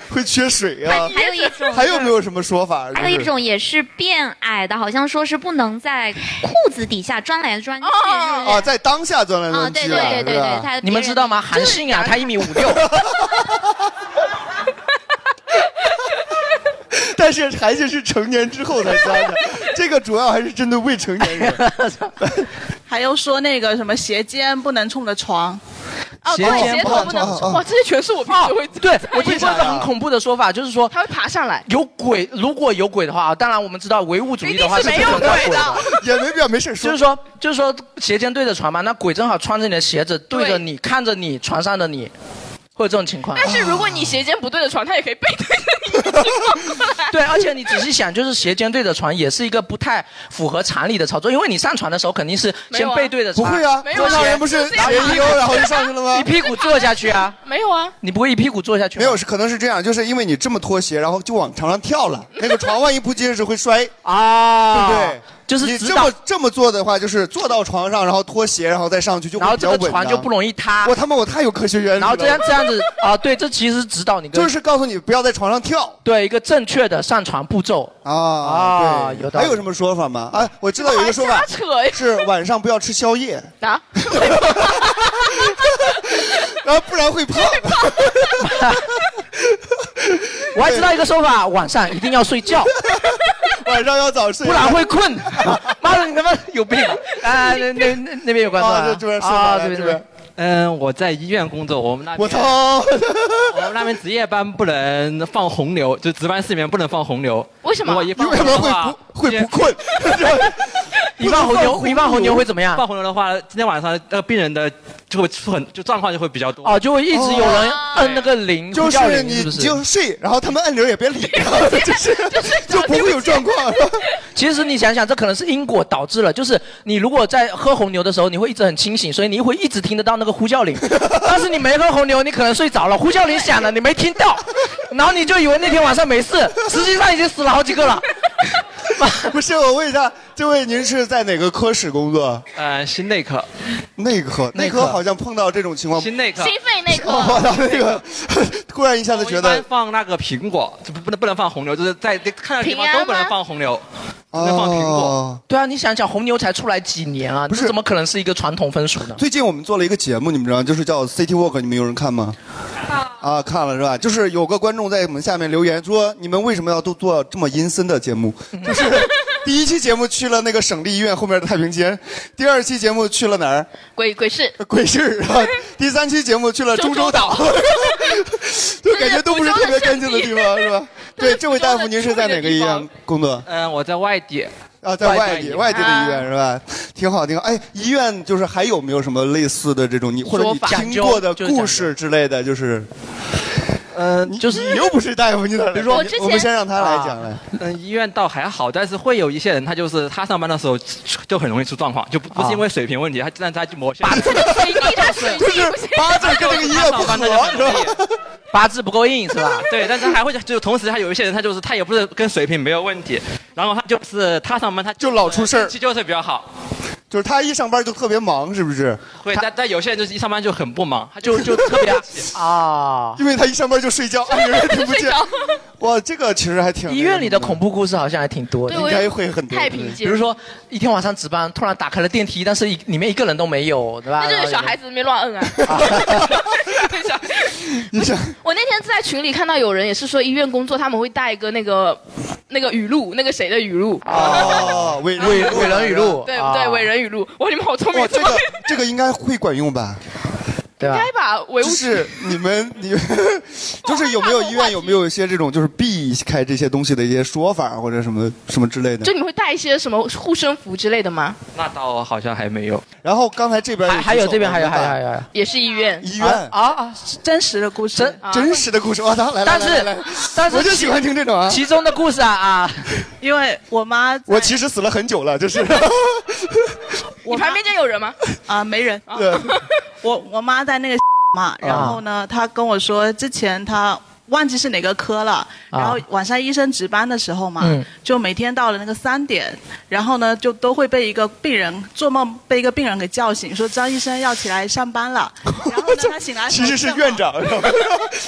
会缺水呀。
还有一种
啊 (laughs) 还有没有什么说法？
还有
就
一
是
种也是变矮的，好像说是不能在裤子底下钻来
哦
钻去，是不
啊，
是？
在当下钻来
啊，
钻
对
去
对
啊，
对对
是
对，
吧？
他
你们知道吗？韩
(laughs)
信啊，他一米五六，
但但是还是是成年之后才加
(laughs)
的，这个主要还是针对未成年人。
还有说那个什么斜肩不能冲着床，
哦
斜
对
肩
斜
不
头
能
不能
冲
冲，
着床
哇，这些全是我平时会
对，我听
啊
说一个很恐怖的说法，就是说
他会爬上来。
有鬼，如果有鬼的话，当然我们知道唯物主义的话
一定是
不存在
没有鬼的
的，
鬼
也没必要没事
说。就是说，就是说斜肩对着床嘛，那鬼正好穿着你的鞋子对着你，看着你床上的你，会有这种情况。
但是如果你斜肩不对着床，他也可以背对
啊对，而且你仔细想，就是斜肩对着床也是一个不太符合常理的操作，因为你上床的时候肯定是
(laughs) 没有
先
啊
背对着床，
不会啊没有啊
坐下
人不是
然
直接爬
后一屁股
上去然后就上
去了吗
一屁股坐下去啊，
没有啊，
你不会一屁股坐下去？
没有，是可能是这样，就是因为你这么脱鞋，然后就往床上跳
(laughs)
了，那个床万一不结实会摔
啊
对不对？
就是
你
直
这
到
么这么做的话，就是坐到床上，然后脱鞋，然后再上去就会
然后
比
这
较
个
稳
床
当
就不容易塌。
我他妈我太有科学原理了。
然后这样这样子啊，对，这其实指导你跟
就是告诉你不要在床上跳，
对一个正确的上床步骤
啊
啊，
对
有道
还
理
有什么说法吗？啊，我知道有一个说
(laughs)
法
瞎扯呀
是晚上不要吃宵夜，
着
(laughs)
啊，
然啊后不然会胖。
(laughs) (laughs) 我还知
(laughs)
道一个说法，晚上一定要睡觉，
晚上要早睡，
不然会
(laughs)
困。妈的，你他妈有病！啊，那那那那边有观众啊，啊，这边这边。
嗯，我在医院工作，我们那边
我操，
(laughs) 我们那边值夜班不能放红牛，就值班室里面不能放红牛。
为什么
我一放红牛的话，
啊
会不困？
一放红牛，
你放红牛会怎么样
放红牛的话，今天晚上那个病人的就会出很就状况就会比较多。哦
哦，就会一直有人摁那个铃，
就
呼
是
叫铃
你
是不是
就是
睡，然后他们 (laughs) 按铃也别理，
(laughs)
就是就不会有状况。
其实你想想，这可能是因果导致了，就是你如果在喝红牛的时候，你会一直很清醒，所以你会一直听得到那个呼
(laughs)
叫铃。但是你没喝红牛，你可能睡着了，呼叫铃响了，你没听到，然后你就以为那天晚上没事，实际上已经死了好几个了。
不是，我问一下，这位您是在哪个科室工作？
呃，心内科。
内科，内科好像碰到这种情况。心
内科
心肺 (laughs) 内科。
我操， (laughs) 那个突然一下子
我一
觉
般
得
放那个苹果，就不不能不能放红牛，就是在看到地方
平安
都不能
吗
放红牛，不能放苹果。
哦
对啊，你想想，红牛才出来几年啊，这怎么可能是一个传统风俗呢？
最近我们做了一个节目，你们知道，就是叫《City Walk》，你们有人看吗？啊，看了是吧？就是有个观众在我们下面留言说，你们为什么要都做这么阴森的节 (laughs) 目？就是第一期节目去了那个省立医院后面的太平间，第二期节目去了哪儿？
鬼鬼市，
鬼市啊！第三期节目去了中州岛， (laughs) 就感觉都不是特别干净的地方，是吧？
(laughs)
对，这位大夫，您是在哪个医院工作？
嗯，我在外地。
啊，在外地外
外
地
地
的医院是吧？挺好，挺好。哎，医院就是还有没有什么类似的这种你或者你
说法
听过的故事之类的？就是，
呃，
就是你又不是大夫，你咋来？
比如说
你我们先让他来讲
啊
来。
嗯，医院倒还好，但是会有一些人，他就是他上班的时候就很容易出状况，就
啊
不不是因为水平问题，他但他就某些
水滴的水
(laughs) 就是八字跟这个医院不
(laughs)
(laughs)
合，
是吧？
八字不够硬是吧？
(laughs) 对，但是还会就同时还有一些人，他就是他也不是跟水平没有问题，然后他就是他上班他就
老出事儿，
就是比较好。
就是他一上班就特别忙，是不是？
会，但但有些人就是一上班就很不忙，他
(laughs)
就就特别
(laughs)
啊，
因为他一上班就睡觉，哎有
(laughs)
人听不见
睡着。
哇，这个其实还挺
医院里的恐怖故事好像还挺多的，
对我有应该会很多太平
比
间
如说一天晚上值班，突然打开了电梯，但是一里面一个人都没有，
啊
对吧？
那就是小孩
子。
子没乱摁啊。 (laughs)
(laughs) 你想，
我那天在群里看到有人也是说医院工作，他们会带一个那个那个语录，那个谁的语录？
哦，伟
伟伟人语录
(laughs) 对对，伟人语录。哇，你们好聪明
啊哇，，
(laughs)
这个这个应该会管用吧？
对
应该
啊
吧？唯物
就是
(laughs)
你们你们 (laughs) 就是有没有医院有没有一些这种就是避开这些东西的一些说法或者什么什么之类的？
就你会带一些什么护身符之类的吗？
那倒好像还没有。
然后刚才这边
还还有这边还有还有还有还有
也是医院，
医院
啊啊，
真实的故事，
真
真实的故事，哇，他来来
但
来
是
来来来
但是
我就喜欢听这种啊。
其中的故事啊啊，
因为我妈，
我其实死了很久了， (laughs) 就是
我
旁边就有人吗？
(laughs) 啊，没人。
对
(laughs) 我我妈在那个 (laughs) 嘛，
啊
然后呢，她跟我说之前她。忘记是哪个科了，
啊
然后晚上医生值班的时候嘛，
嗯
就每天到了那个三点，然后呢就都会被一个病人做梦被一个病人给叫醒，说张医生要起来上班了。然
(laughs)
后呢他醒来的时
其
候
实是院长，是吧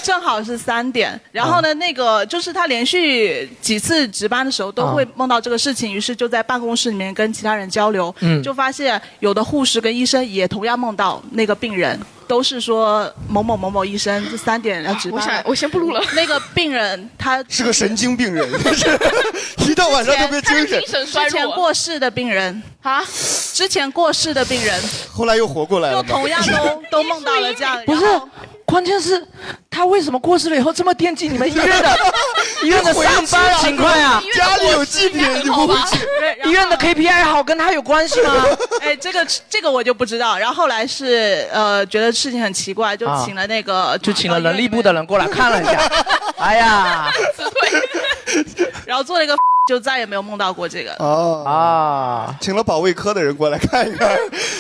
正好是三点。然后
嗯
呢，那个就是他连续几次值班的时候都会
嗯
梦到这个事情，于是就在办公室里面跟其他人交流，
嗯
就发现有的护士跟医生也同样梦到那个病人。都是说某某某某医生这三点要值班。
我想我先不录了。
那个病人他
(laughs) 是个神经病人，就是一到晚上特别精神。
之前过世的病人
啊，
之前过世的病人，
后来又活过来了。
就同样
(laughs)
都都梦到了这样。
不是，关键是他为什么过世了以后这么惦记你们医院
(laughs)
的医院的上
啊
班情况呀？
家里有祭品，你不去？
医院的 KPI 好跟他有关
(laughs)
系吗？
哎，这个这个我就不知道。然后后来是呃，觉得事情很奇怪，就
啊
请了那个
就请了人力部的人过来看了
(laughs)
一下。哎呀，
然后做了一个， (laughs) 就再也没有梦到过这个。
哦
啊，
请了保卫科的人过来看一看，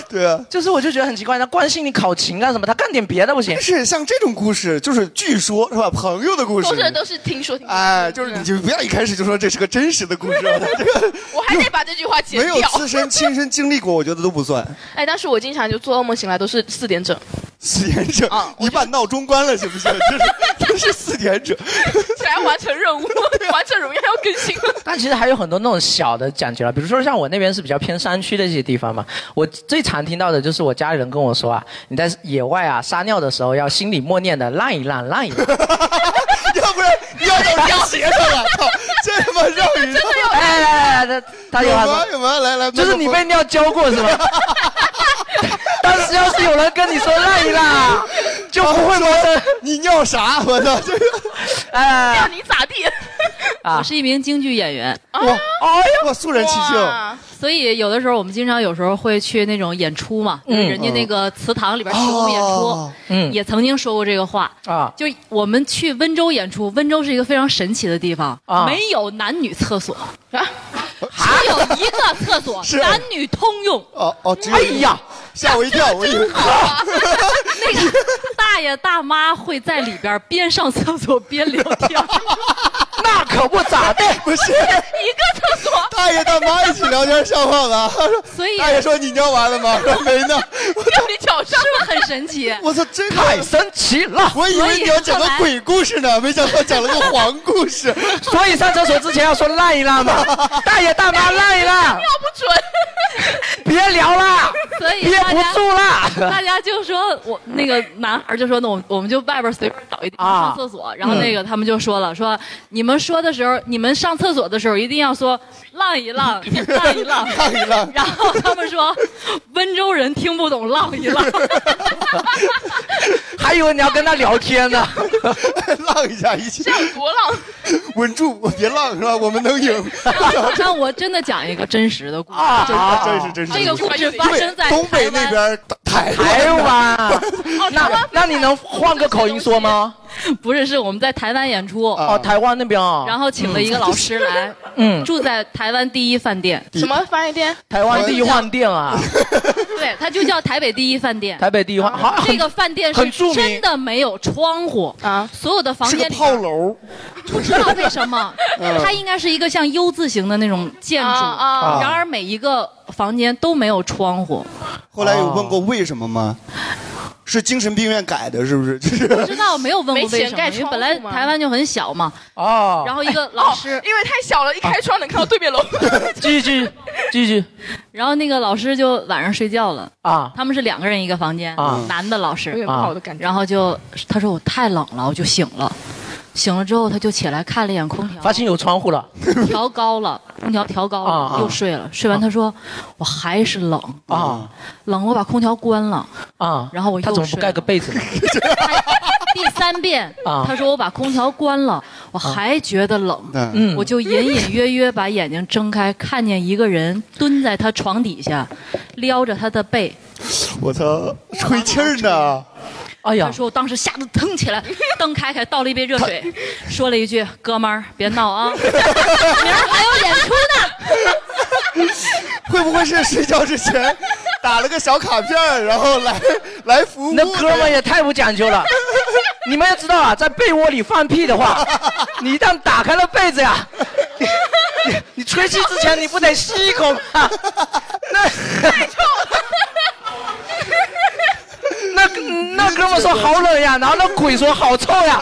对啊。
就是我就觉得很奇怪，他关心你考勤干什么？他干点别的不行？
是像这种故事，就是据说
(laughs)
是吧？朋友的故事，
都是都是听说听说。
哎，就是你就不要一开始就说这是个真实的故事，这个
(laughs) 我还得把这句话 (laughs) 剪
没有
掉。
自身亲身经历过，我觉得都不算。
(laughs) 哎，但是我经常就做噩梦，醒来都是四点整，啊
四点整，你把闹钟关了行不行？ (laughs) 这是这是四点整，啊
起来完成任务，完成荣耀要更新了。
但其实还有很多那种小的讲究啊，比如说像我那边是比较偏山区的一些地方嘛，我最常听到的就是我家里人跟我说啊，你在野外啊撒尿的时候要心里默念的浪一浪，浪一浪。
要不然要有人鞋上了，操，这他妈让人
真的有哎来来来，他有话
吗
说？
有吗？来来，
就是你被尿浇过
(laughs)
是吗？当时要是有人跟你说浪一
(laughs)
浪啊，就不
哦
会萌生。
你尿啥？我操！这个，
哎，
要你咋地？
我是一名京剧演员，
哇，哎呀，哇，肃然起敬。
所以有的时候我们经常有时候会去那种演出嘛，就是
嗯
人家那个祠堂里边提供演出
哦，嗯
也曾经说过这个话
啊
就我们去温州演出，温州是一个非常神奇的地方，
啊
没有男女厕所，啊，只有一个厕所，
是
男女通用。啊
哦哦，只有
哎呀，
吓我一
(laughs)
跳，我以为
那个大爷大妈会在里边边上厕所边聊
(laughs)
天，
那可不咋的，
不是
一个厕所。
大爷大妈一起聊天笑话了。啊他说
所以
大爷说你尿完了吗？说没呢。
让你脚上
是不是很神奇？
我操，真
太神奇了！
我以为你要讲个鬼故事呢，没想到讲了个黄故事。
所以上厕所之前要说浪一浪
(laughs)
嘛，大爷大妈浪一浪，
不准。
(laughs) 别聊啦，
所以
憋
大
不
家
住啦。
大家就说我那个男孩就说那我们我们就外边随便找一地方
啊
上厕所，然后那
嗯
个他们就说了说你们说的时候，你们上厕所的时候一定要说浪一
(laughs)
浪，浪一浪，
浪一浪
(laughs) 然后他们说温州人听不懂浪一
(laughs)
浪，
(laughs) 还以为你要跟他聊天呢。
(laughs) 浪一下，一起
多浪。
稳住，我别浪是吧？我们能赢。
(laughs) 那我真的讲一个真实的故事。
真
啊
真是真是。
这个故事发生在
东北那
台湾
边台
台湾，
哦台
那那你能换个口音说吗？
(laughs) 不是，是我们在台湾演出，
哦，台湾那边啊。
然后请了一个老师来，
嗯
住在台湾第一饭店，
什么翻译店？
台湾第一饭店啊，
对，它就叫台北第一饭店。
台北第一饭，好，
这个饭店
很
是
著名
真的没有窗户啊，所有的房
是个
间里
炮楼，
不知道为
(laughs)
什么
嗯，
它应该是一个像 U 字形的那种建筑，
啊
啊
然而每一个房间都没有窗户，
后来有问过为什么
(laughs)
吗？是精神病院改的，是不是？就是 (laughs)
不知道没有问过为
没
什
钱
么，
盖
因为
窗户
本来
吗
台湾就很小嘛。
哦，
然后一个老师，
因为太小了，一开
啊
窗能看到对面楼。
(laughs) 继续继续
然后那个老师就晚上睡觉了，
啊
他们是两个人一个房间，
啊
男的老师，
有点不好的感觉。
然后就他说我太冷了，我就醒了。醒了之后，他就起来看了一眼空
发
调，
现有窗户了
调高了，空调调高
啊
了，
啊
又睡了。睡完他说：“我还是冷，
啊
冷，我把空调关了。
啊”，
然后我
他怎
又
么不
睡
盖
了。
个被子呢？ (laughs)
(laughs) 第三遍，
啊
他说我把空调关
啊
了，我还觉得冷，
嗯
我就隐隐约约把眼睛睁开，看见一个人蹲在他床底下，撩着他的背。
我操，吹气儿呢！
哎
他
呀，
说我当时吓得腾起来，蹬开开倒了一杯热水，说了一句：“哥们儿，别闹啊，明儿还有演出呢。
会不会是睡觉之前打了个小卡片儿，然后来来服务？
那哥们也太不讲究了。你们要知道啊，在被窝里放屁的话，你一旦打开了被子呀，你你你吹气之前你不得吸一口啊吗？那
(laughs)
那那
(laughs)
哥们说好冷呀，然后那鬼说好臭呀。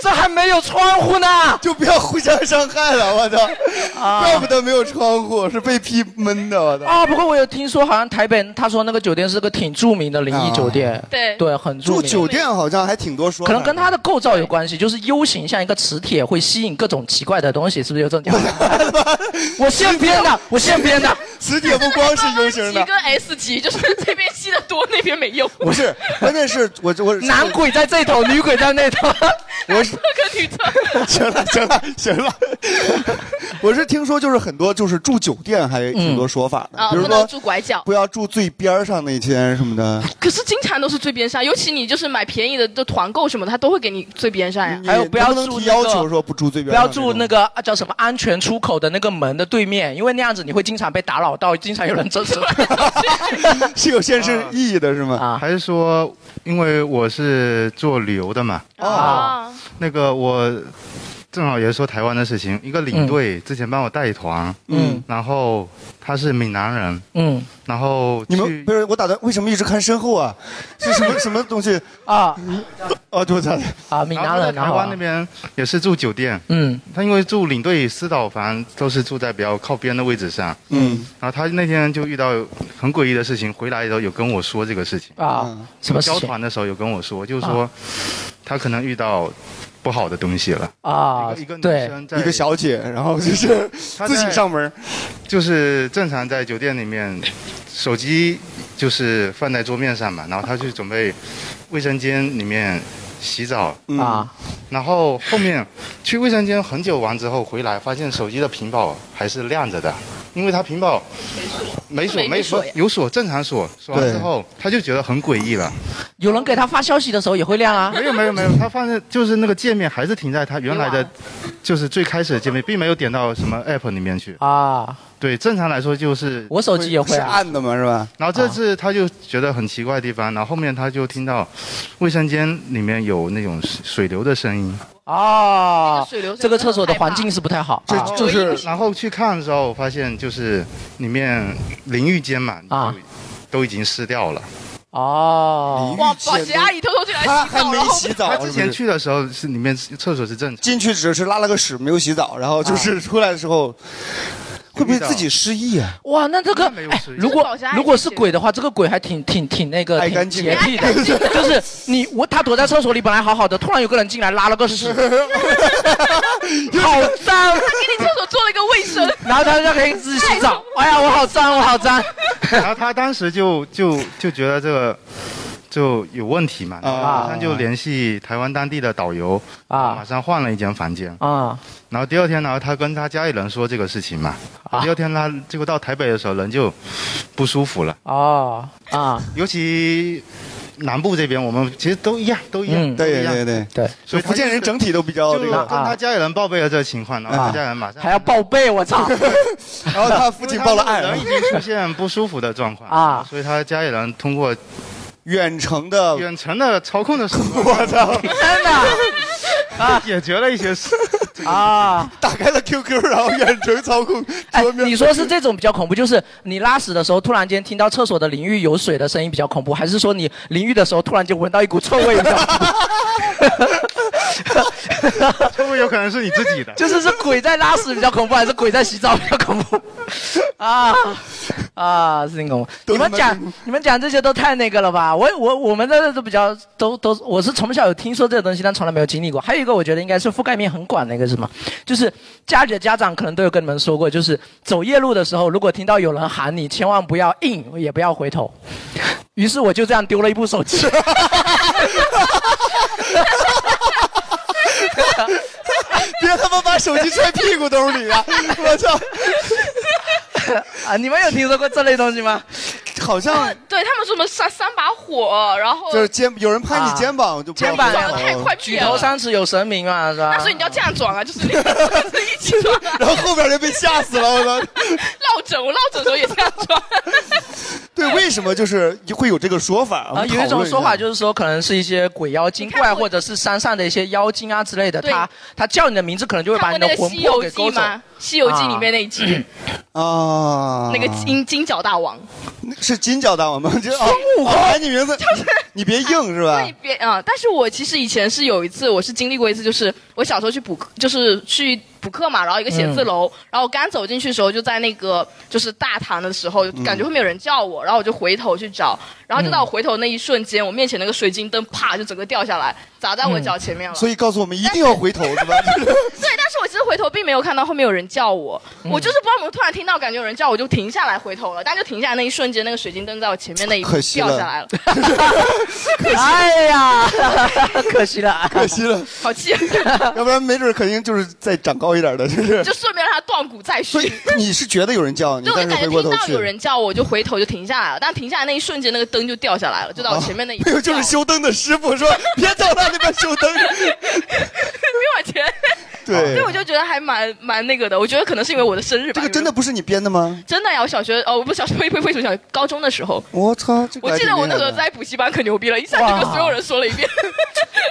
这还没有窗户呢，
就不要互相伤害了，我操！怪不得没有窗户，是被劈闷的，我操！
啊，不过我有听说，好像台北他说那个酒店是个挺著名的灵异酒店，
对
对，很著
啊住
名。
酒店好像还挺多说法
可
的，
能跟它的构造有关系，就是 U 型像一个磁铁，会吸引各种奇怪的东西，是不是有这种
(laughs)
讲法？我现编的，我现编的。
磁铁不光是
(laughs)
U 型
一个 S 级，就是这边吸的多，那边没用。
不
(laughs)
是，关键是我我
男鬼在这头，女鬼在那头。
(laughs) 我是
个女的。
行了行了行了，我是听说就是很多就是住酒店还有挺多说法的，
啊，
比如
不
说
能住拐角。
不要住最边儿上那间什么的。
可是经常都是最边上，尤其你就是买便宜的，就团购什么的，他都会给你最边上呀。
还有不要住、那个、
要求说不住最
不
边上
要住那个啊叫什么安全出口的那个门的对面，因为那样子你会经常被打扰到，经常有人争执。
(laughs)
是有现实意义的是吗？
啊
啊
还是说，因为我是做旅游的嘛？
啊
哦，
那个我正好也是说台湾的事情，一个
嗯
领队之前帮我带团，嗯，然后他是闽南人，
嗯，
然后
你们不是我打断，为什么一直看身后啊？是什么什么东西
啊？
(laughs) 哦，对不对？
啊，
闽南人，台湾那边也是住酒店，
嗯，
他因为住领队私导房，都是住在比较靠边的位置上，
嗯，
然后他那天就遇到很诡异的事情，回来的时候有跟我说这个事情
啊
嗯
什么事
交
情
团的时候有跟我说，就是说
啊
他可能遇到不好的东西了。
啊，
一个女
对，
生在
一个小姐，然后就是
她
自己
在
上门，
就是正常在酒店里面，手机就是放在桌面上嘛，然后她去准备卫生间里面洗澡
嗯啊，
然后后面去卫生间很久完之后回来，发现手机的屏保还是亮着的，因为她屏保没锁
没
没
锁
锁
呀
有锁正常锁，锁完之后她就觉得很诡异了。
有人给他发消息的时候也会亮啊。
没有没有没有，他放在就是那个界面还是停在他原来
啊
的，就是最开始的界面，并没有点到什么 app 里面去
啊。
对，正常来说就是
我手机也会啊
是暗的嘛，是吧？啊
然后这次他就觉得很奇怪的地方，然后后面他就听到卫生间里面有那种水流的声音，
啊，这个厕所的环境是不太好，啊
就是然后去看的时候发现就是里面淋浴间嘛啊，都已经湿掉了。
哦
哇，保洁阿姨偷偷进来洗澡，然后
他之前去的啊时候是里面厕所是正常。
进去只是拉了个屎，没有洗澡，然后哦就是出来的时候，会不会自己失忆啊？
哇，那这个哎，如果如果是鬼的话，这个鬼还挺挺挺那个
爱
挺
干净
洁
(laughs)
癖的，就是你我他躲在厕所里本来好好的，突然有个人进来拉了
(laughs)
个屎，好脏，
他给你厕所做了一个卫生，
(laughs) 然后他就可以自己洗澡，哎呀，我好脏，我好脏。
然后 (laughs) 他当时就就就觉得这个就有问题嘛，然后
啊
马上就联系台湾当地的导游啊，马上换了一间房间
啊。
然后第二天，然后他跟他家里人说这个事情嘛。
啊
第二天他结果到台北的时候，人就不舒服了。
哦啊，
尤其南部这边，我们其实都一样，都一样，
嗯
都一样
对对对
对。
所以
福建人整体都比较
就
这
跟
个啊
他家里人报备了这个情况，然后
啊
他家人马上。
还要报备，我操！
(laughs) 然后他父亲报了
因
案
为他人已经出现不舒服的状况
啊，
所以他家里人通过
远程的
远程的操控的手段，
我操，
真的
啊，解决了一些事
啊，
打开了 QQ，然后远程操控桌面。
哎你说是这种比较恐怖，就是你拉屎的时候突然间听到厕所的淋浴有水的声音比较恐怖，还是说你淋浴的时候突然间闻到一股臭味比较恐怖？
(laughs) 会不会有可能是你自己的？
就是是鬼在拉屎比较恐怖，还是鬼在洗澡比较恐怖？啊啊，是挺恐怖。你们讲你们讲这些都太那个了吧？我我我们这都比较都都，我是从小有听说这个东西，但从来没有经历过。还有一个我觉得应该是覆盖面很广的一个是什么，就是家里的家长可能都有跟你们说过，就是走夜路的时候，如果听到有人喊你，千万不要应，也不要回头。于是我就这样丢了一部手机。
(laughs) 别他妈把手机揣屁股兜里
(laughs)
啊！我操！
啊，你们有听说过这类东西吗？
好像
对他们说什么三三把火，然后
就是肩，有人拍你肩膀，我就不知道
肩膀
为什么
太快
举头三尺有神明啊嘛，是吧
那？所以你要这样装啊，就是你就是一起装啊。
然 (laughs) 后后边人被吓死了，我
(laughs)
操！
落枕，我落枕的时候也这样装。
对，为什
(laughs)
么就是会有这个说法？我
啊，
们
有一
讨
种
论下
说法就是说，可能是一些鬼妖精怪，或者是山上的一些妖精啊之类的，他他叫你的名字，可能就会把
看
你
过那个《
的魂
西
魄
游
给
记
勾》走。
吗？《西游记》里面那一集，
啊
那个金金角大王，
是金角大王吗？ (laughs) 这哦
孙悟空
哦哎，你名字就是你别硬是吧？
别啊、但是我其实以前是有一次，我是经历过一次，就是我小时候去补课，就是去补课嘛，然后一个写
嗯
字楼，然后我刚走进去的时候，就在那个就是大堂的时候，感
嗯
觉后面有人叫我，然后我就回头去找，然后就到我回头那一瞬间，我面前那个水晶灯啪就整个掉下来，砸在我脚前面了。
嗯所以告诉我们一定要回头是吧？ (laughs)
对，但是我其实回头并没有看到后面有人叫我，
嗯
我就是不知道怎么突然听到，感觉有人叫我，就停下来回头了。但就停下来那一瞬间，那个水晶灯在我前面那一步
可惜
掉
了
下来
(laughs)
了，
哎呀，可惜了，
可惜了，
好气！
(laughs) 要不然没准肯定就是再长高一点的，就是
就。顺便让它断骨再续。
你是觉得有人叫你，
对，我
但
就是感觉
回过
听
头
到
去，
有人叫我，我就回头就停下来了。但停下来那一瞬间，那个灯就掉下来了，就到我前面那一步。
哦 (laughs) 没有，
(laughs)
就是修灯的师傅说别走了，那边修
(laughs)
灯。
比我前。
(laughs) 对
所以我就觉得还蛮蛮那个的。我觉得可能是因为我的生日吧。
这个真的不是你编的吗？
真的呀！我小学哦，我不小学，不不不，小学高中的时候，
我操！这个
我
还
记得
挺
我
厉
那
害
时候
的
在补习班可牛逼了，一下就跟所有人说了一遍。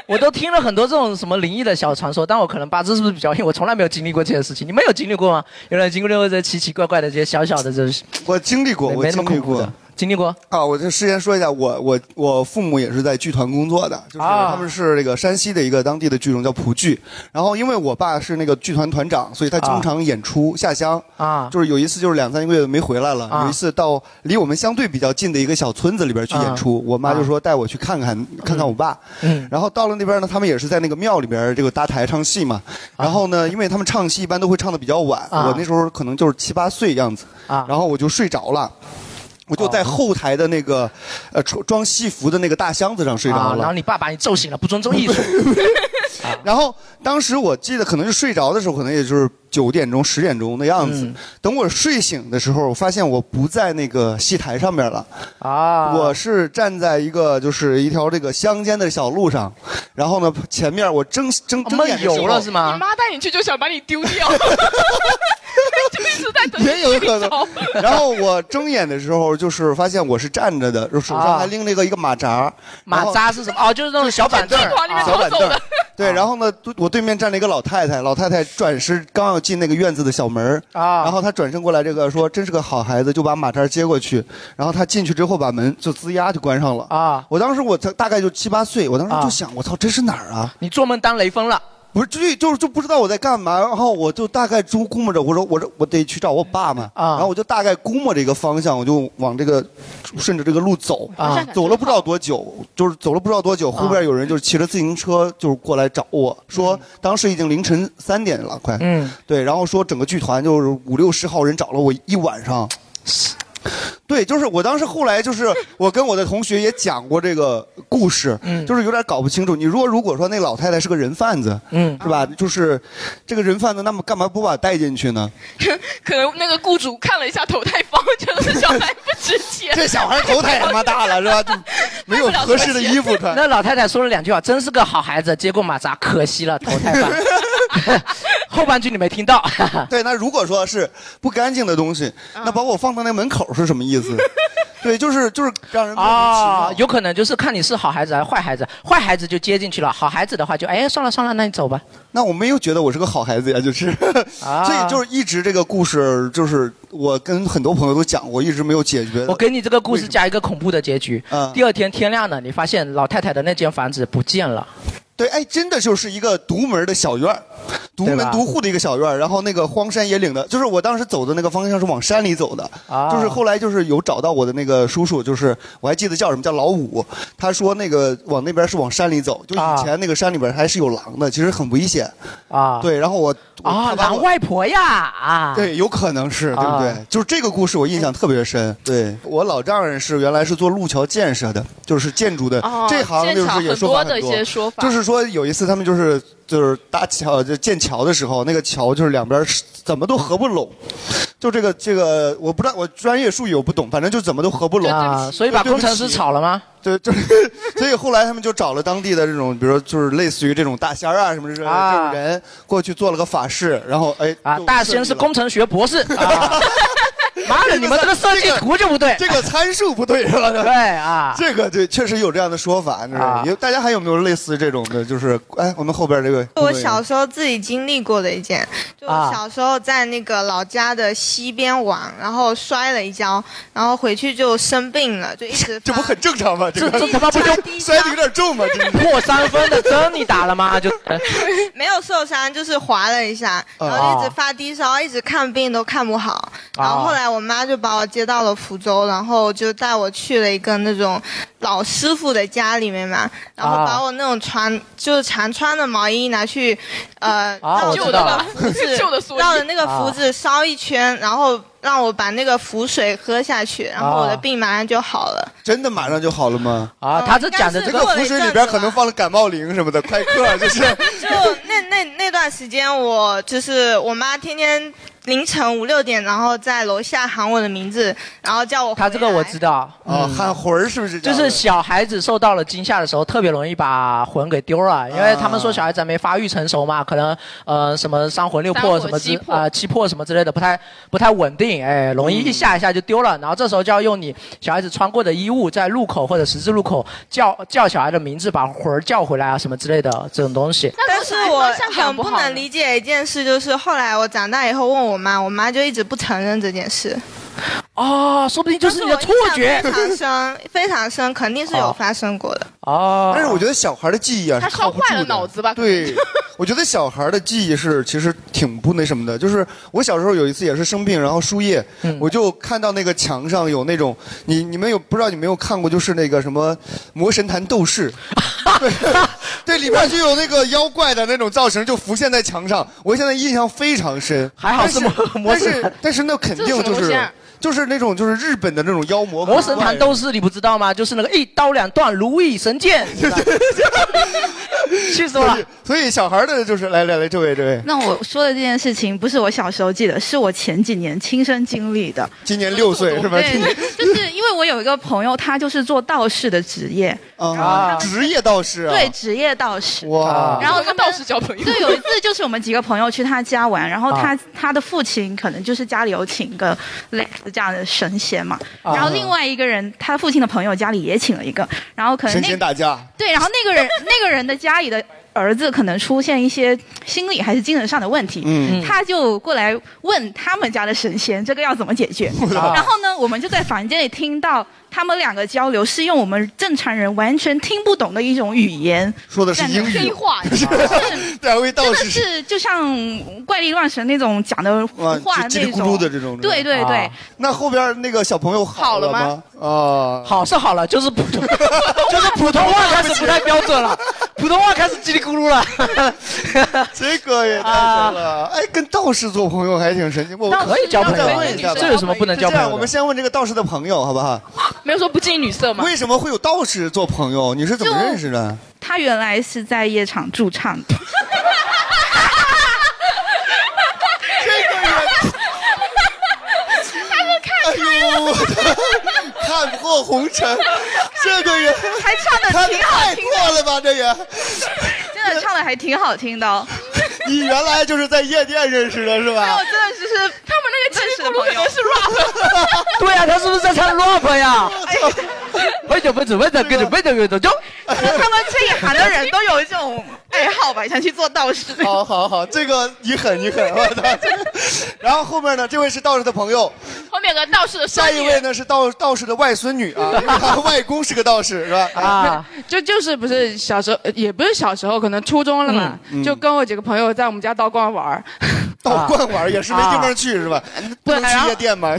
我都听了很多这种什么灵异的小传说，但我可能八字是不是比较硬，我从来没有经历过这些事情。你们有经历过吗？有人经历过这奇奇怪怪的这些小小的这些？
我经历过，
没
我
没那么
经历
恐怖
过
的，，经历过。
啊，我就事先说一下，我我我父母也是在剧团工作的，就是
啊
他们是这个山西的一个当地的剧种叫蒲剧，然后因为我爸是那个剧团团长，所以他经常演出下乡
啊，
就是有一次就是两三个月没回来了，
啊
有一次到离我们相对比较近的一个小村子里边去演出，
啊
我妈就说带我去看看、看看我爸，
嗯
然后到了那边呢，他们也是在那个庙里边这个搭台唱戏嘛，然后呢，因为他们唱戏一般都会唱的比较晚，
啊
我那时候可能就是七八岁样子，
啊
然后我就睡着了。我就
哦
在后台的那个，呃，装装戏服的那个大箱子上睡
啊
着，了。
然后你爸把你揍醒了，不尊重艺
(laughs)
术。
然后当时我记得可能是睡着的时候，可能也就是九点钟、十点钟的样子。
嗯
等我睡醒的时候，我发现我不在那个戏台上面了，
啊，
我是站在一个就是一条这个乡间的小路上，然后呢，前面我睁睁睁眼的时
哦
候
你妈带你去就想把你丢
(laughs)
掉， (laughs) 就一直在等你
也有可
睡
能 (laughs)
着。
然后我睁眼的时候，就是发现我是站着的，手上还拎了一个一个马扎。
啊马扎是什么？哦，就是那种小板凳
(laughs)
儿，啊
小板凳儿。 (laughs) 对，然后呢，对我对面站了一个老太太，老太太转身刚要进那个院子的小门儿
啊
然后她转身过来，这个说真是个好孩子，就把马扎接过去。然后她进去之后，把门就吱呀就关上了
啊。
我当时我才大概就七八岁，我当时就想，我操，这是哪儿啊？
你做梦当雷锋了。
不是，就就是就不知道我在干嘛，然后我就大概估估摸着，我说我这我得去找我爸嘛，
啊
然后我就大概估摸着一个方向，我就往这个顺着这个路走，
啊
走了不知道多久，就是走了不知道多久，后边有人就是骑着自行车就是过来找我说，当时已经凌晨三点了，快，
嗯，
对，然后说整个剧团就是五六十号人找了我一晚上。对，就是我当时后来就是我跟我的同学也讲过这个故事，
嗯
就是有点搞不清楚。你如果如果说那老太太是个人贩子，
嗯，
是吧？就是这个人贩子，那么干嘛不把她带进去呢？
(laughs) 可能那个雇主看了一下投胎方，觉得这小孩不值钱。
这小孩头太他妈大了是
(laughs)
吧？就没有合适的衣服穿。
那老太太说了两句话，真是个好孩子，接过马扎，可惜了投胎吧。后半句你没听到。
(laughs) 对，那如果说是不干净的东西，那把我放到那门口是什么意思？ (laughs) 对，就是就是让人莫名其妙。
啊、有可能就是看你是好孩子还是坏孩子，坏孩子就接进去了，好孩子的话就哎算了算了，那你走吧。
那我没有觉得我是个好孩子呀，就是，
啊
所以就是一直这个故事，就是我跟很多朋友都讲过，一直没有解决。
我给你这个故事加一个恐怖的结局。
嗯
第二天天亮了，你发现老太太的那间房子不见了。
对，哎，真的就是一个独门的小院儿独
对
门
吧
独户的一个小院儿然后那个荒山野岭的，就是我当时走的那个方向是往山里走的，
啊
就是后来就是有找到我的那个叔叔，就是我还记得叫什么叫老五，他说那个往那边是往山里走，就以前那个山里边还是有狼的，其实很危险
啊
对，然后我
啊，
把
狼外婆呀啊！
对，有可能是，对不对？
啊
就是这个故事我印象特别
哎
深。对我老丈人是原来是做路桥建设的，就是建筑的、
哦
这行，就是也说
建桥
法很
很多的一些说法
就是说有一次他们就是就是搭桥就建桥的时候，那个桥就是两边是怎么都合不拢，就这个这个我不知道我专业术语我不懂，反正就怎么都合不拢
啊，所以把工程师炒了吗？
(laughs) 对，就是所以后来他们就找了当地的这种，比如说就是类似于这种大仙儿啊什么之类的、
啊
这种人过去做了个法事，然后哎 (laughs)
啊，大仙是工程学博士，啊、
妈的，你们这个设计图就不对，
这个参数不对是吧？
(laughs) 对啊，
这个对，确实有这样的说法，就是、
啊
有大家还有没有类似这种的？就是哎，我们后边这个，
我小时候自己经历过的一件，就
啊
我小时候在那个老家的溪边玩，然后摔了一跤，然后回去就生病了，就一直
这不很正常吗？
这
个
这他妈不就
(laughs) 摔的有点重吗？这
破三分的针你打了
啊
吗？就
呃
(laughs) 没有受伤，就是划了一下，
哦
然后就一直发低烧，一直看病都看不好。然后后来我妈就把我接到了福州，然后就带我去了一个那种老师傅的家里面嘛，然后把我那种穿就是常穿的毛衣拿去，呃，让
啊我
我
知
那
道
个
了
符纸
(laughs) 旧的蓑衣
让我那个符纸烧一圈，然后让我把那个符水喝下去，然后我的病马上就好了。
真的马上就好了吗？
啊，
他这讲的
这
这
个
个
浮水里边可能放了感冒灵什么的，快克
(laughs)
就是。
就那那那段时间，我就是我妈天天凌晨五六点，然后在楼下喊我的名字，然后叫我
他这个我知道，
哦
嗯
喊魂儿是不是这
就
样的
是小孩子受到了惊吓的时候，特别容易把魂给丢
啊
了，啊因为他们说小孩子还没发育成熟嘛，可能呃什么三魂六
(laughs)
三
魄
魂
什么之
七魄
啊、七魄什么之类的不太不太稳定，哎，容易一下一下就丢了。然后这时候就要用你小孩子穿过的衣物，在路口或者十字路口叫叫小孩的名字，把魂儿叫回来啊什么之类的这种东西。
但是我很不能理解一件事，就是后来我长大以后问我妈，我妈就一直不承认这件事。
哦，说不定就是你的错觉
非常深，非常深，肯定是有发生过的。
哦，
但是我觉得小孩的记忆啊，
他
是靠
烧
不住
坏了
的
脑子吧
对，我觉得小孩的记忆是其实挺不那什么的。就是我小时候有一次也是生病，然后输液，
嗯
我就看到那个墙上有那种你你们有不知道你们有没有看过，就是那个什么《魔神坛斗
(laughs)
士》。对，对，里面就有那个妖怪的那种造型，就浮现在墙上。我现在印象非常深，
还好是魔魔
但
神
是
坛
但是那肯定
这是什
就
么东
是
西啊
就是那种就是日本的那种妖魔鬼
魔神
怪
坛斗士你不知道吗？就是那个一刀两断如意神
(laughs)
剑，气死我了！
所以小孩的就是来来来，这位这位，
那我说的这件事情不是我小时候记得，是我前几年亲身经历的。
今年六岁是吧？今年
对，就是因为我有一个朋友，他就是做道士的职业，
啊，职业道士啊，
对，职业道士。
哇
然后
跟道士交朋友，
对，有一次就是我们几个朋友去他家玩，然后
啊
他、他的父亲可能就是家里有请一个类似这样的神仙嘛，
啊
然后另外一个人他父亲的朋友家里也请了一个，然后可能
神
那
仙打架，
对，然后那个人那个人的家里的儿子可能出现一些心理还是精神上的问题，
嗯
他就过来问他们家的神仙这个要怎么解决。
啊
然后呢，我们就在房间里听到他们两个交流，是用我们正常人完全听不懂的一种语言，
说的是英语
废话，
(laughs) 两位
真
道
的
士
是就像怪力乱神那种讲的胡
啊，
话
就叽
那
里咕噜
种，
的这种。
对对对
啊。那后边那个小朋友 (laughs) 好了
好
吗
了？
啊，
好是好了，就是普通，
(laughs) 就是普通话开始不太标准了，普通话开始叽里咕噜了。 (laughs) 啊
这个也太神了！哎，跟道士做朋友还挺神奇。我
啊道士可以交朋友
我想问一下吧，
这有什么不能交朋友的
是这样我们先问这个道士的朋友，好不好？
没有说不近女色吗？
为什么会有道士做朋友？你是怎么认识的？
他原来是在夜场驻唱的。
哎呦， (laughs) 我的看破红尘，这个人
还唱得挺好
太
听的
破了吧？这人，
(laughs) 真的唱的还挺好听的哦。
(laughs) 你原来就是在夜店认识的是吧
我？真的就是他们那个真实的朋友是
哎
rap 对
啊
呀、他是不是在唱 rap 呀？ (laughs) 喂着喂着喂着跟着喂着喂着就，
他们这一行的人都有一种爱好吧，想去做道士。
好好好，这个你狠你狠，我操！然后后面呢，这位是道士的朋友，
后面有个道士的
下一位呢是道道士的外孙女啊，因为他外公是个道士是吧？啊，
(laughs) 就就是不是小时候，呃也不是小时候，可能初中了嘛，
嗯嗯
就跟我几个朋友在我们家道观玩儿，
道观玩儿也是没地方去是吧？不能去夜店吗？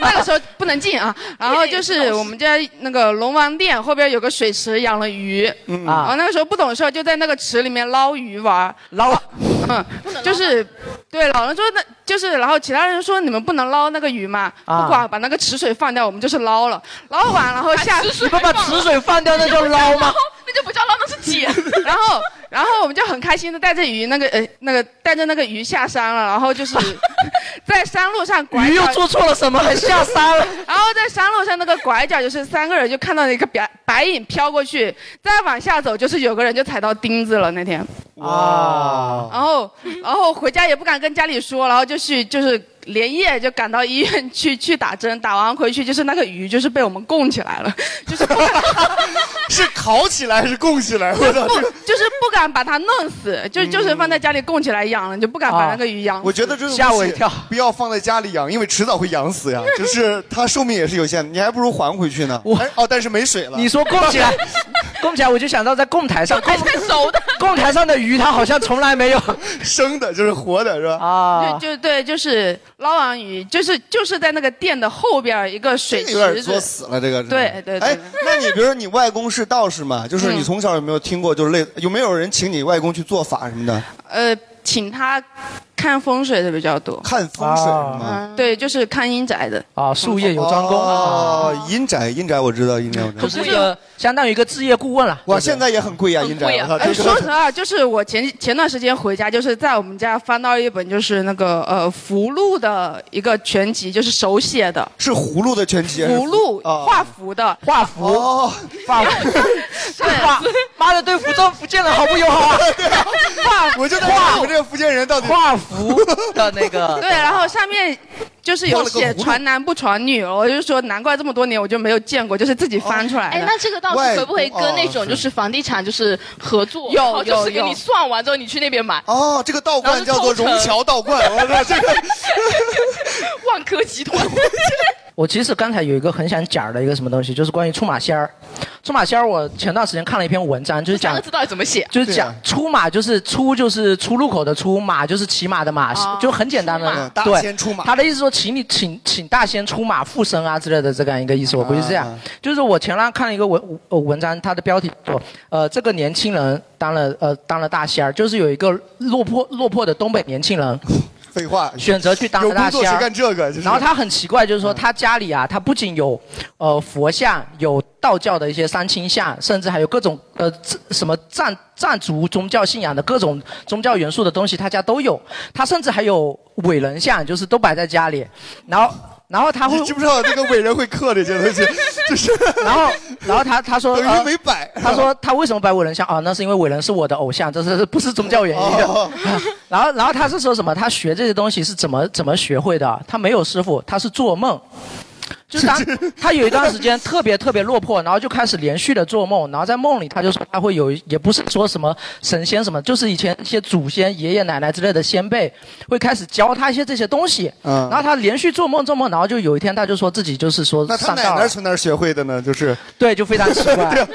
那个时候不能进啊。然后就是我们家那个龙王殿后边有个水池，养了鱼。
嗯
然后那个时候不懂事儿，就在那个池里面捞鱼玩儿。
捞。
(laughs) 嗯，就是，对，老人说那就是，然后其他人说你们不能捞那个鱼嘛，
啊
不管把那个池水放掉，我们就是捞了，捞完然后下，
你不把池水放掉那叫捞吗？
(laughs) 那就不叫捞，那是捡。 (laughs) 然后，然后我们就很开心的带着鱼，那个呃，那个带着那个鱼下山了，然后就是在山路上拐角。
鱼又做错了
(laughs)
什么还下山了？
然后在山路上那个拐角，就是三个人就看到一个白白影飘过去，再往下走就是有个人就踩到钉子了那天。
啊，
然后，然后回家也不敢跟家里说，然后就去就是连夜就赶到医院去去打针，打完回去就是那个鱼就是被我们供起来了，
是烤起来还是供起来？我操！
不
(laughs)
这个
就是不敢把它弄死，就就是放在家里供起来养了，就不敢把那个鱼养死。
我觉得这种
吓我
一跳，不要放在家里养，因为迟早会养死呀。就是它寿命也是有限的，你还不如还回去呢。哎哦，但是没水了。
你说供起来， (laughs) 供起来我就想到在供台上，供
熟的，
供台上的鱼它好像从来没有
(laughs) 生的，就是活的是吧？
啊，
(laughs) 就对，就是捞完鱼，就是就是在那个店的后边儿一个水池
这
子，
有点作死了，这个是
对对对
哎，那你比如说你外公是道士嘛，就是你从小有没有听过，就是类有没有人请你外公去做法什么的？
呃，请他看风水的比较多，嗯
看风水是吗？
对，就是看阴宅的。
啊，术业有专攻
哦，阴宅，阴宅我知道，阴宅我知道。
就是一个相当于一个
(laughs)
置业顾问了。
哇，现在也很贵呀，啊阴宅。我
哎，
操，
说实话，就是我前前段时间回家，就是在我们家翻到一本，就是那个呃福禄的一个全集，就是手写的。
(laughs) 是葫芦的全集。
福禄画符的，
画符
哦，
画
符，
画，妈的，对福州福建人好不友好
(laughs)
啊！
画，
我就在想我们这个福建人到底
画符的那个
对，然后上面就是有
画了
写
个葫芦
传男不传女，我就说难怪这么多年我就没有见过，就是自己翻出来的。
哎，那这个到底会不会跟那种就是房地产就是合作，然后就是给你算完之后你去那边买？
哦，这个道观叫做
然后就
融
抽成
桥道观，我操，这个
万科集团。
我其实刚才有一个很想讲的一个什么东西，就是关于出马仙儿。出马仙儿，我前段时间看了一篇文章，就是讲
这到底怎么写？
啊
就是讲出马就是出就是出入口的出，马就是骑马的马，
哦
就很简单
出马
的。
大
对，
仙出马
他的意思说，请你请请大仙出马附身啊之类的这样一个意思，我估计是
啊
这样。就是我前浪看了一个文呃文章，它的标题说，呃，这个年轻人当了呃当了大仙儿，就是有一个落魄落魄的东北年轻人。
废话，
选择去当了大
有
仙
工作
儿
谁干这个就是嗯
然后他很奇怪，就是说他家里啊，他不仅有呃佛像，有道教的一些三清像，甚至还有各种呃这什么藏藏族宗教信仰的各种宗教元素的东西，他家都有。他甚至还有伟人像，就是都摆在家里。然后然后他会
你知不知道这个伟人会刻这些东西？就是，
(laughs) 然后然后他他说
等于
呃
没摆
他说他为什么摆伟人像啊？那是因为伟人是我的偶像，这是不是宗教原因？
哦
(laughs) 然后然后他是说什么？他学这些东西是怎么怎么学会的？啊他没有师傅，他是做梦。就
(laughs)
是当他有一段时间特别特别落魄，然后就开始连续的做梦，然后在梦里他就说他会有，也不是说什么神仙什么，就是以前一些祖先、爷爷奶奶之类的先辈会开始教他一些这些东西。
嗯
然后他连续做梦做梦，然后就有一天他就说自己就是说
那他
上
奶
道
奶
了，
从哪儿学会的呢？就是
对，就非常奇
(laughs)
怪。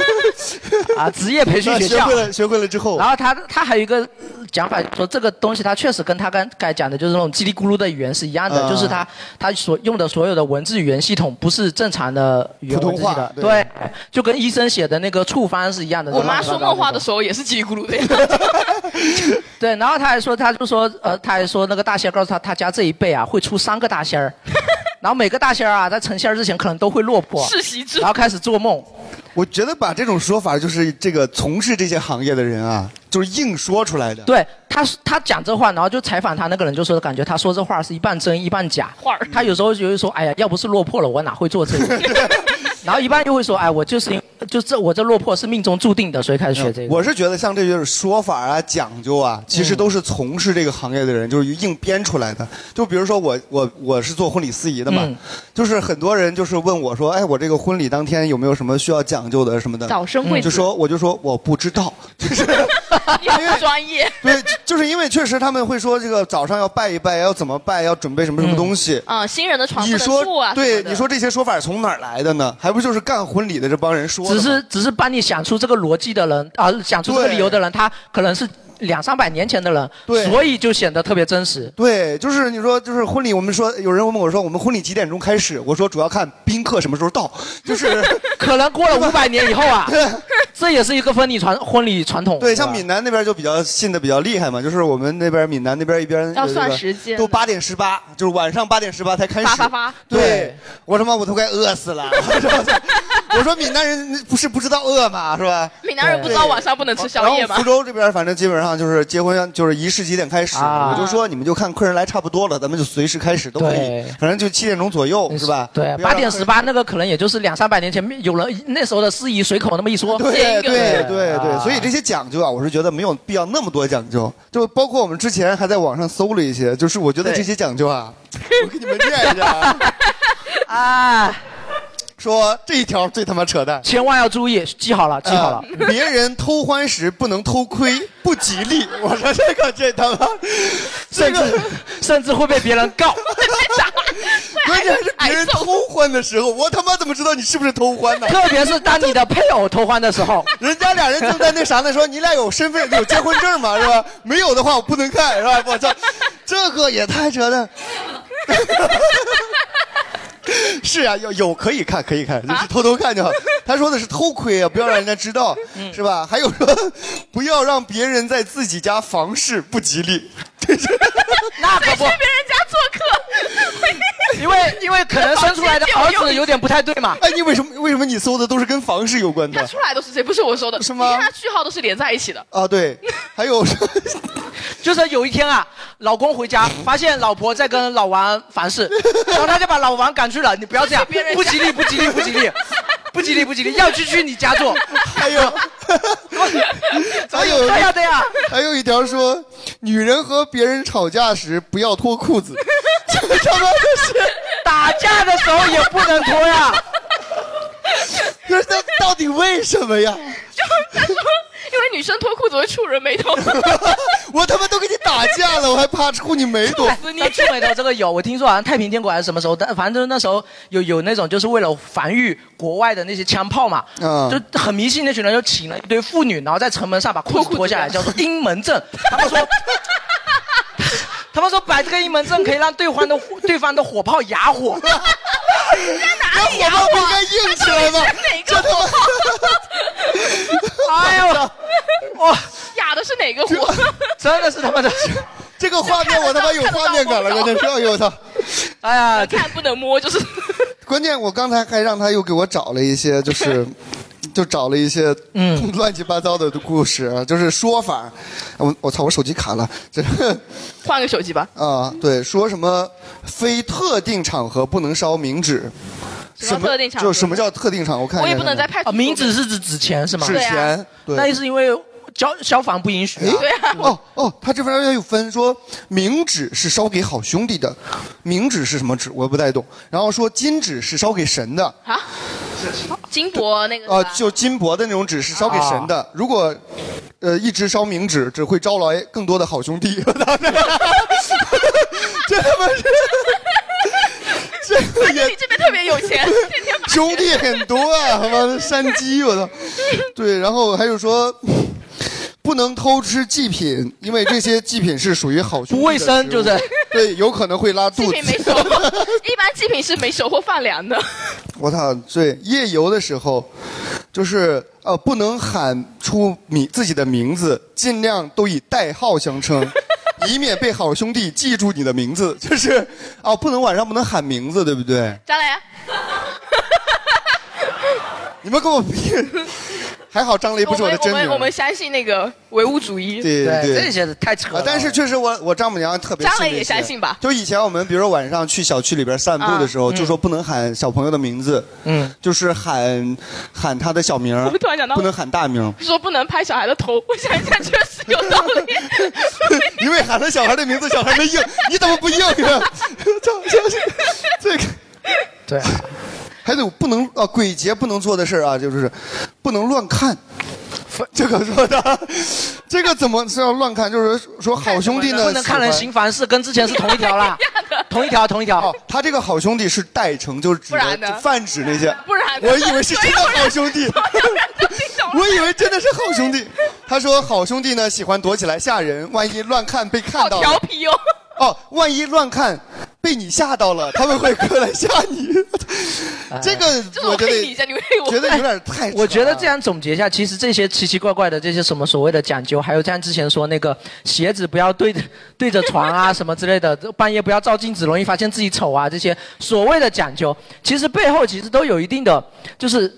(laughs) 啊， (laughs) 职业培训学校
学会了，学会了之后，
然后他他还有一个讲法，说这个东西它确实跟他刚才讲的就是那种叽里咕噜的语言是一样
嗯
的，就是他他所用的所有的文字语言系统不是正常的语言
普通
文字系
话
的，
对
对，就跟医生写的那个处方是一样的。
我妈说梦话的
候。
时候也是叽里咕噜的呀。
对，然后他还说，他就说，呃，他还说那个大仙儿告诉他，他家这一辈啊会出三个大
(laughs)
仙儿，然后每个大仙儿啊在成仙儿之前可能都会落魄，
世袭制
然后开始做梦。
我觉得把这种说法，就是这个从事这些行业的人啊，就是硬说出来的。
对他，他讲这话，然后就采访他那个人，就说感觉他说这话是一半真一半假。
话
他有时候就会说，哎呀，要不是落魄了，我哪会做这个？ (laughs) 然后一般就会说，哎，我就是因就这我这落魄是命中注定的，所以开始学这个。
我是觉得像这些说法啊、讲究啊，其
嗯
实都是从事这个行业的人就是硬编出来的。就比如说我我我是做婚礼司仪的嘛，
嗯
就是很多人就是问我说，哎，我这个婚礼当天有没有什么需要讲究的什么的？
早生贵子
就说我就说我不知道， (laughs)
你很不专 (laughs) 业。
对，就是因为确实他们会说这个早上要拜一拜，要怎么拜，要准备什么什么东西。
啊，新人的床
你
不能住
说
啊。
对，你说这些说法从哪儿来的呢？还不就是干婚礼的这帮人说的
只
吗？
是只是帮你想出这个逻辑的人啊，想出这个理由的人，他可能是两三百年前的人，所以就显得特别真实。
对，就是你说，就是婚礼，我们说有人问我说，我们婚礼几点钟开始？我说主要看宾客什么时候到，就是
(laughs) 可能过了五百年以
(laughs)
后啊
对，
这也是一个婚礼传婚礼传统。
对，
是吧
像闽南那边就比较信的比较厉害嘛，就是我们那边闽南那边一边
要
有这
算
个
时间
都八点十八，就是晚上八点十八才开始。
发发发
对，我他妈我都快饿死了， (laughs) 我说闽南人不是不知道饿吗？是吧？
闽南人不知道晚上不
(laughs)
能吃宵夜
然后
吗 (laughs)
福？州这边反正基本上就是结婚就是仪式几点开始，
啊
我就说你们就看客人来差不多了，咱们就随时开始都可以
对，呃
反正就七点钟左右是吧？
对，
不要
八点
让
十八那个可能也就是两三百年前有人那时候的司仪随口那么一说，
对对对对，所以这些讲究啊，我是觉得没有必要那么多讲究。就包括我们之前还在网上搜了一些，就是我觉得
对
这些讲究啊，我给你们念一下
(laughs)
啊
啊，
说这一条最他妈扯淡，
千万要注意，记好了，记好了。
呃别人偷欢时不能偷窥，不吉利。我说这个这他妈，甚至
甚至会被别人告。
(laughs) 关键是别人偷欢的时候，我他妈怎么知道你是不是偷欢呢？
特别是当你的配偶偷欢的时候，
人家俩人正在那啥呢，说你俩有身份有结婚证吗？是吧？没有的话我不能看，是吧？我操，这个也太扯淡。 (laughs) 是啊，有有可以看，可以看，就
啊
是 (laughs) 偷偷看就好。他说的是偷窥啊，不要让人家知道，是吧？还有说， (laughs) 不要让别人在自己家房事不吉利。
那
可不，别人家做客，
因为因为可能生出来的儿子
(laughs)
有点不太对嘛。
哎，你为什么为什么你搜的都是跟房事有关的？
出来都是这，不是我说的，是吗？你看他句号都是连在一起的，
啊，对，还 (laughs) 有
就是有一天啊，老公回家发现老婆在跟老王房
(laughs)
事，然后他就把老王赶去了。你不要这样
别人，家
不吉利，不吉利，不吉
(laughs)
利，不吉利，不吉利，要去去你家做。哎
还
(laughs)
有，还有
对呀啊对呀，
还有一条说，女人和别人吵架时不要脱裤
(laughs)
子，这他妈就是
打架的时候也不能脱呀。
(laughs) 不是， (laughs) 那到底为什么呀？
(laughs) 就他说，因为女生脱裤子会触人眉头。
(laughs) 我他妈都跟你打架了，
(laughs)
我还怕触你眉
(laughs)
头？
但触眉头这个有，我听说好像太平天国还是什么时候，但反正就是那时候有有那种就是为了防御国外的那些枪炮嘛，
嗯
就很迷信那群人就请了一堆妇女，然后在城门上把裤子脱下来，叫做阴门
(laughs)
阵。他们说， (laughs) 他们说摆这个阴门阵可以让对方的对方的火炮哑火。
那火炮不应该硬起来吗？这他 (laughs) 妈
哎呦，
(laughs)
哇，
哑的是哪个火？
真的是他妈的，
(laughs) 这个画面我他妈有画面感了，关键是，哎呦我操！
哎呀，
看 (laughs) 不能摸，就是
关键我刚才还让他又给我找了一些，就是
(laughs)
就找了一些嗯 (laughs) 乱七八糟的故事，啊就是说法。我我操，我手机卡了， (laughs) 这
换个手机吧。
啊，对，说什么非特定场合不能烧冥纸。
什么特定场合
就什么叫特定场合？我看一下
我也不能在派出所
啊，冥纸是指纸钱是吗？
纸钱对啊
那是因为消消防不允许、啊。
对啊。哦哦，他这边有分说，冥纸是烧给好兄弟的，冥纸是什么纸我不太懂。然后说金纸是烧给神的，
啊，金箔那个
啊，就金箔的那种纸是烧给神的。如果呃一直烧冥纸，只会招来更多的好兄弟。 (laughs) 这他妈是。这个也
你这边特别有钱天天买
兄弟很多啊！他妈的山鸡，我操！对，然后还有说， (laughs) 不能偷吃祭品，因为这些祭品是属于好兄弟的
不卫生
食物
就是
对，有可能会拉肚
祭品
子。
没熟， (laughs) 一般祭品是没熟或放凉
(laughs)
的。
我操，对，夜游的时候，就是呃，不能喊出你自己的名字，尽量都以代号相
(laughs)
称，以免被好兄弟记住你的名字。就是啊、不能晚上不能喊名字，对不对？
张磊，
你们给我闭！还好张雷哎不
我
是我的
们我
真
们
名。
我们相信那个唯物主义。啊
对对，
些太扯
了。呃但是确实我，我丈母娘特别信
张磊
这
也
些
相信吧
就以前我们比如说晚上去小区里边散步的时候，
啊
就说不能喊小朋友的名字，嗯，就是喊喊他的小名儿，
我们突然想到，
不能喊大名
说不能拍小孩的头， (laughs) 我想一想，确实有道理。
(laughs) 因为喊了小孩的名字，小孩没应，你怎么不应呢？这这个
对。
(laughs) 还有不能啊，鬼节不能做的事儿啊，就是不能乱看。这个说的，这个怎么是要乱看？就是说好兄弟呢，
不能看人
喜欢哦
行凡事，跟之前是同一条
(laughs)
啦，同一条，同一条。
他这个好兄弟是代称，就是指
不然呢
的泛指那些。
不然呢
我以为是真的好兄弟， (laughs) 我以为真的是好兄弟。他说好兄弟呢喜欢躲起来吓人，万一乱看被看到。
调皮哦。
哦，万一乱看被你吓到了，他们会过来吓你。哎这个
就是
我
我
觉
黑你
得
一下，你黑我，
觉得有点太
我觉得这样总结一下，其实这些奇奇怪怪的这些什么所谓的讲究，还有像之前说那个鞋子不要对着对着床啊什么之类的， (laughs) 半夜不要照镜子，容易发现自己丑啊，这些所谓的讲究，其实背后其实都有一定的就是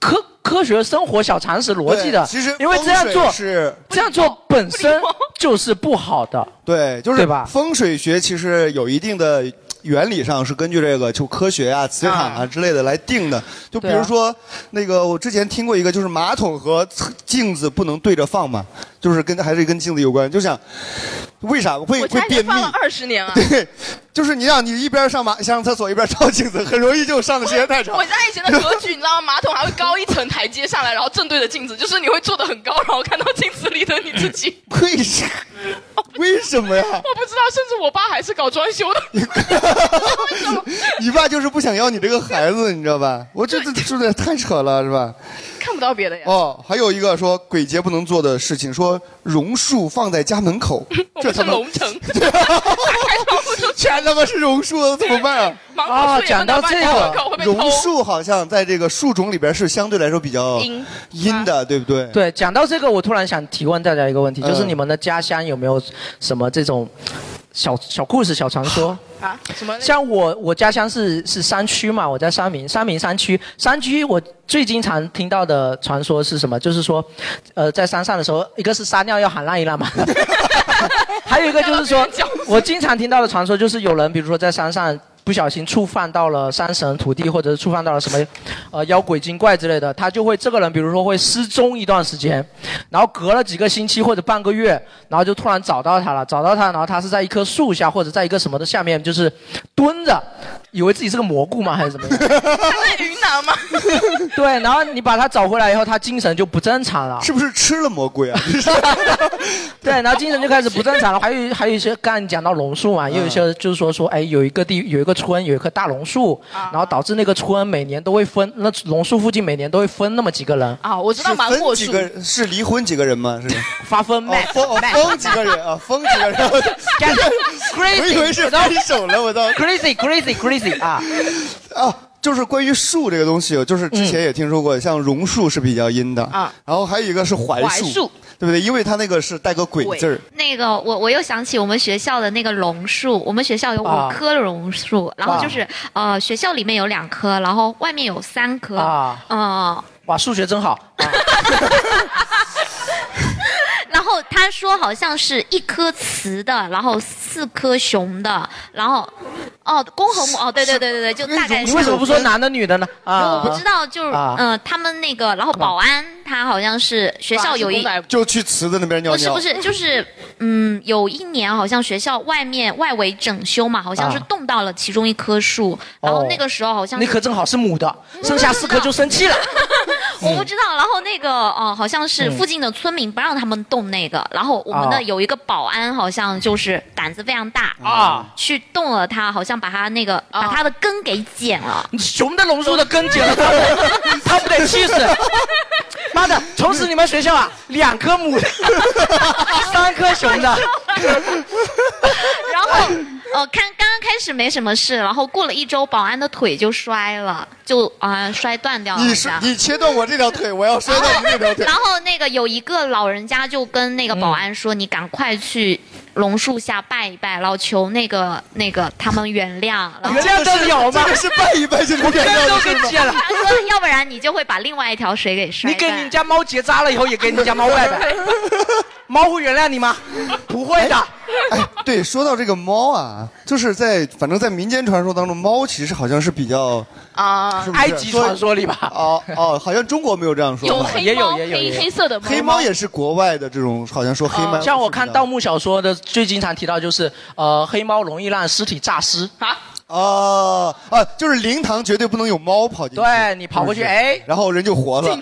科科学生活小常识逻辑的。
对其实
因为这样
风水
做
是
这样做本身就是不好的。
对，就是
对吧
风水学其实有一定的原理上是根据这个就科学啊、磁场啊之类的来定的。就比
对
如
啊
说、那个，我之前听过一个，就是马桶和镜子不能对着放嘛，就是跟还是跟镜子有关，就想为啥会
我
会
家已
便
经
秘
放？了
(laughs)
二十年啊了。
对，就是你让你一边上马上厕所一边照镜子，很容易就上的时间太长。
(laughs) 我家以前的格局，你知道吗？马桶还会高一层台阶上来，然后正对着镜子，就是你会坐得很高，然后看到镜子里的你自
(laughs)
己。
为啥？为什么呀？
我不知道，甚至我爸还是搞装修
(laughs)
的，
(laughs) 你爸就是不想要你这个孩子，你知道吧？我这这这这太扯了，是吧？
看不到别的呀。，
哦，还有一个说鬼节不能做的事情，说榕树放在家门
(laughs)
口 (laughs)
我
这
们是
他妈
龙城，
(laughs)
打开窗户就
全他妈是榕树，怎么办啊？
(laughs)
芒果树也不能放在门口会被偷
榕树好像在这个树种里边是相对来说比较
阴
阴的，对不对？
对，讲到这个，我突然想提问大家一个问题，就是你们的家乡有没有什么这种小小故事、小传说？
啊什么？
像我，我家乡是是山区嘛，我在三明，三明山区，山区我最经常听到的传说是什么？就是说，呃，在山上的时候，一个是撒尿要喊烂一烂嘛， (laughs) 还有一个就是说，我经常听到的传说就是有人，比如说在山上。不小心触犯到了山神、土地，或者是触犯到了什么，呃，妖鬼、精怪之类的，他就会这个人，比如说会失踪一段时间，然后隔了几个星期或者半个月，然后就突然找到他了，找到他，然后他是在一棵树下或者在一个什么的下面，就是蹲着，以为自己是个蘑菇吗，还是怎
(laughs)
么样？
在云南吗？
(laughs) 对，然后你把他找回来以后，他精神就不正常了。
是不是吃了
(laughs)
魔鬼啊？
(laughs) 对，然后精神就开始不正常了。还有还有一些，刚才你讲到榕树
嗯
嘛，也有一些就是说说，哎，有一个地有一个村有一棵大榕树，
啊
然后导致那个村每年都会分，那榕树附近每年都会分那么几个人
啊，我知道芒果
是分几
树
个。人是离婚几个人吗？是
发疯
哦
卖，
疯哦疯几个人啊？疯几个人？我以为是分手了，我操
crazy crazy crazy 啊！
啊，就是关于树这个东西，哦就是之前也听说过，
嗯
像榕树是比较阴的
啊，
然后还有一个是槐
槐树
对不对？因为它那个是带个鬼字儿。
那个我我又想起我们学校的那个榕树，我们学校有
啊
五棵榕树，然
啊
后就是呃学校里面有两棵，然后外面有三棵，
啊
嗯。
哇，数学真好。
然后他说好像是一棵雌的，然后四棵雄的，然后哦公和母哦对对对对对，就大概
你
是
为什么不说男的女的呢？
嗯
啊，
我不知道，就是
啊
嗯、呃他们那个，然后保安他好像是学校有一。
就去池子那边尿
不是
尿。
不是，就是嗯，有一年好像学校外面外围整修嘛，好像是
啊
动到了其中一棵树，然后那个时候好像
哦那
是
棵正好是母的，剩下四棵就生气了。
(laughs) 我不知道。然后那个哦、好像是
嗯
附近的村民不让他们动那个，然后我们
哦
的有一个保安好像就是胆子非常大
啊
去动了它，好像把它那个、把它的根给剪了。
熊的榕树的根剪了
(laughs)
他们，他不得气死！妈的，从此你们学校啊，两颗母的，三颗熊的。
然后呃，看刚刚开始没什么事，然后过了一周，保安的腿就摔了，就啊、摔断掉了。
你
好
是
像
你切断我这条腿，我要摔断你那条腿
然。后那个有一个老人家就跟那个保安
嗯
说：“你赶快去榕树下拜一拜，然后求那个那个他们原谅。”然后
这样的有吗？
这个是拜一拜就能
根
原谅
都
的事
给
吗
剪了。
他说：“要不然你就会把另外一条水给摔
你
断。”
给你家猫结扎了以后，也给你家猫拜 (laughs) 拜，猫会原谅你吗？不会
哎
的。
(laughs) 对，说到这个猫啊，就是在反正在民间传说当中，猫其实好像是比较
(laughs) 啊
是不是
说里吧。
哦哦，好像中国没有这样说
有
吧
黑猫，黑黑色的猫，
黑猫也是国外的这种，好像说黑猫。
像我看盗墓小说的，最经常提到就是呃，黑猫容易让尸体诈尸。
啊
哦啊，就是灵堂绝对不能有猫跑进去。
对你跑过去
是不是
哎
然后人就活了。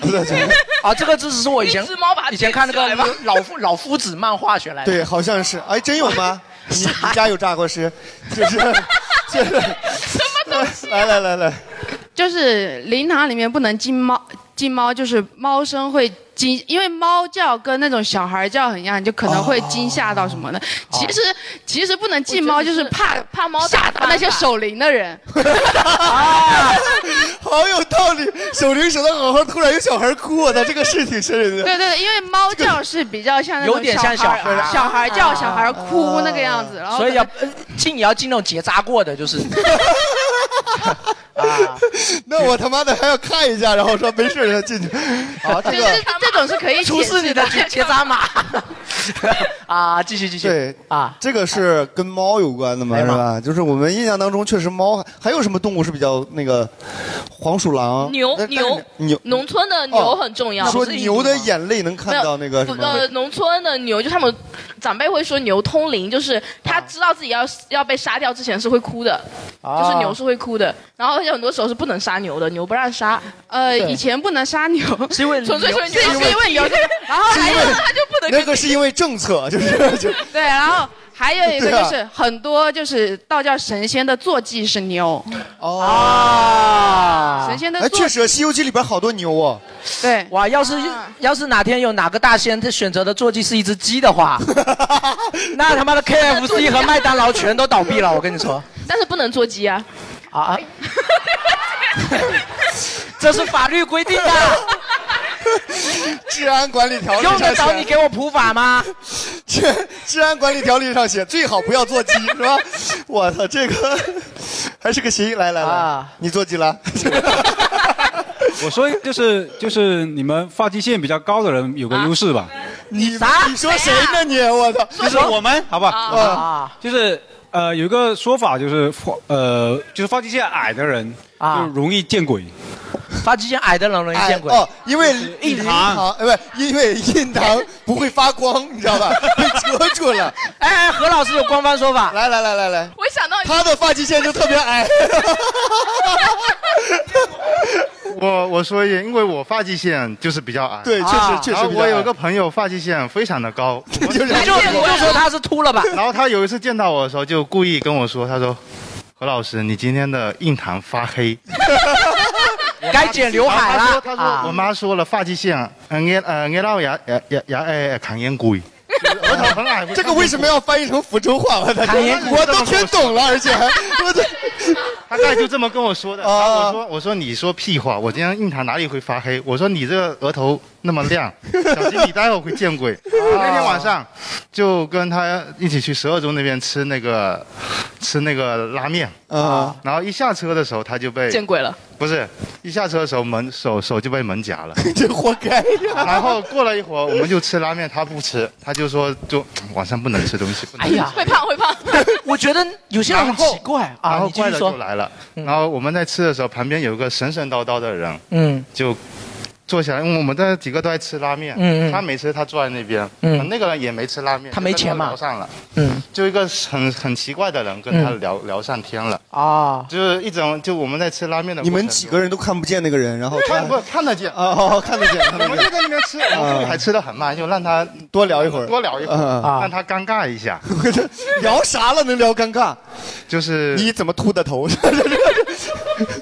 啊，这个知识是我以前 (laughs)
一只猫把它
以前看那
捡起来吧
个老夫老夫子漫画学来
(laughs)
的。
对，好像是。哎，真有吗？你你家有炸过尸？就是 (laughs) 就是。什么东西？来来来来，
就是灵堂里面不能进猫金猫就是猫声会惊，因为猫叫跟那种小孩叫很像，就可能
哦
会惊吓到什么的。其实其实不能禁猫，就是怕怕猫吓到那些守灵的人。
好有道理，守灵守的好好，突然有小孩哭，我操，这个是挺瘆人
(laughs)
的。
对对对，因为猫叫是比较像那种
有点像
小
小孩儿啊
小孩叫小孩哭那个样子，然后
所以要呃进也要进那种结扎过
(laughs)
的，就是。啊，
那我他妈的还要看一下，然后说没事儿就进去。啊，这
就
个
是这种是可以
出示你的结结扎码。啊，继续继续。
对
啊，
这个是跟猫有关的嘛，是吧？就是我们印象当中确实猫，还有什么动物是比较那个黄鼠狼、
牛
那
牛
牛
农村的牛很重要。
说牛的眼泪能看到那个
不
什么？
呃，农村的牛就他们长辈会说牛通灵，就是他知道自己要要被杀掉之前是会哭的，
啊
就是牛是会哭的。然后而且很多时候是不能杀牛的，牛不让杀。
呃，以前不能杀牛，
是因为
纯粹
是因为牛
牛
这个 (laughs) 然后还有他
就不
能
那个是因为政策，就是
(laughs)
就
对，然后还有一个
对
就
啊
是很多就是道教神仙的坐骑是牛， (laughs)
啊
哦
啊神仙的
哎，
坐
确实，《西游记》里边好多牛哦。
对，
哇，要是
啊
要是哪天有哪个大仙他选择的坐骑是一只鸡
(laughs)
的话，那他妈的 KFC 和麦当劳全都倒闭了，我跟你说。
啊但是不能做鸡啊。 (laughs)
啊，这是法律规定的。
治安管理条例上
用
写
得着你给我普法吗？
(laughs) 治治安管理条例上写最好不要做鸡，是吧？我操，这个 (laughs) 还是个谐音。来来来，你做鸡了？
我说就是就是你们发际线比较高的人有个
啊
优势吧，
你你说谁呢你？我操！
就是我们，好不好？
啊
就是呃，有一个说法就是发呃，就是发际线矮的人
啊
就容易见鬼。
发际线矮的人容易见鬼。
哦，因为印
堂
哎，不是，因为印堂不会发光，你知
(laughs)
道吧？被遮住了。
哎，何老师有官方说法。
来来来来来，
我想到
他的发际线就特别矮。
我我说一，因为我发际线就是比较矮，
对确实啊确实比较矮
然后我有个朋友发际线非常的高，你
就你就你就
(laughs)
说他是秃了吧？
然后他有一次见到我的时候，就故意跟我说，他说：“何老师，你今天的印堂发黑。”
该剪刘海啊
然后
了。
他说：“他说我妈说了，发际线，呃，眼呃眼到牙牙牙牙哎扛烟鬼。”
这个为什么要翻译成福州话？ (laughs) 我操
卡颜
我都听懂了，而且 (laughs) 还哦我这
他大概就这么跟我说
(laughs)
的。然后我说我说你说屁话，我今天印堂哪里会发黑？我说你这个额头那么
(laughs)
亮，小心你待会儿会见鬼。那
啊
天晚上就跟他一起去十二中那边吃那个吃那个拉面
啊，
然后一下车的时候他就被
见鬼了。
不是，一下车的时候门手手就被门夹
(laughs)
了。
这活该。
(laughs) 然后过了一会儿，我们就吃拉面，他不吃，他就说就晚上不能吃东西。不能
哎
吃
呀，
会胖会胖。
我觉得有些人很奇怪
然
啊，
后
你继
怪
续
的就
说。
来了。然后我们在吃的时候，旁边有一个神神叨叨的人，
嗯，
就坐下来，因为我们这几个都在吃拉面，
嗯嗯
他没吃，他坐在那边，
嗯
那个人也没吃拉面，
他没钱
就
嘛
跟他聊上了，
嗯
就一个很很奇怪的人跟他
嗯
聊、聊上天了，
啊，
就是一种就我们在吃拉面的
(laughs) 你
过程中，
们几个人都看不见那个人，然后他
看不看得见
啊哦看得见看得见嗯
我们就在那边吃，然后还吃的很慢，就让他
多聊一会
(laughs)
儿
多聊一会儿，
啊
让他尴尬一下。
(laughs) 聊啥了？能聊尴尬？
就是
你怎么秃的头？
(laughs)
(laughs)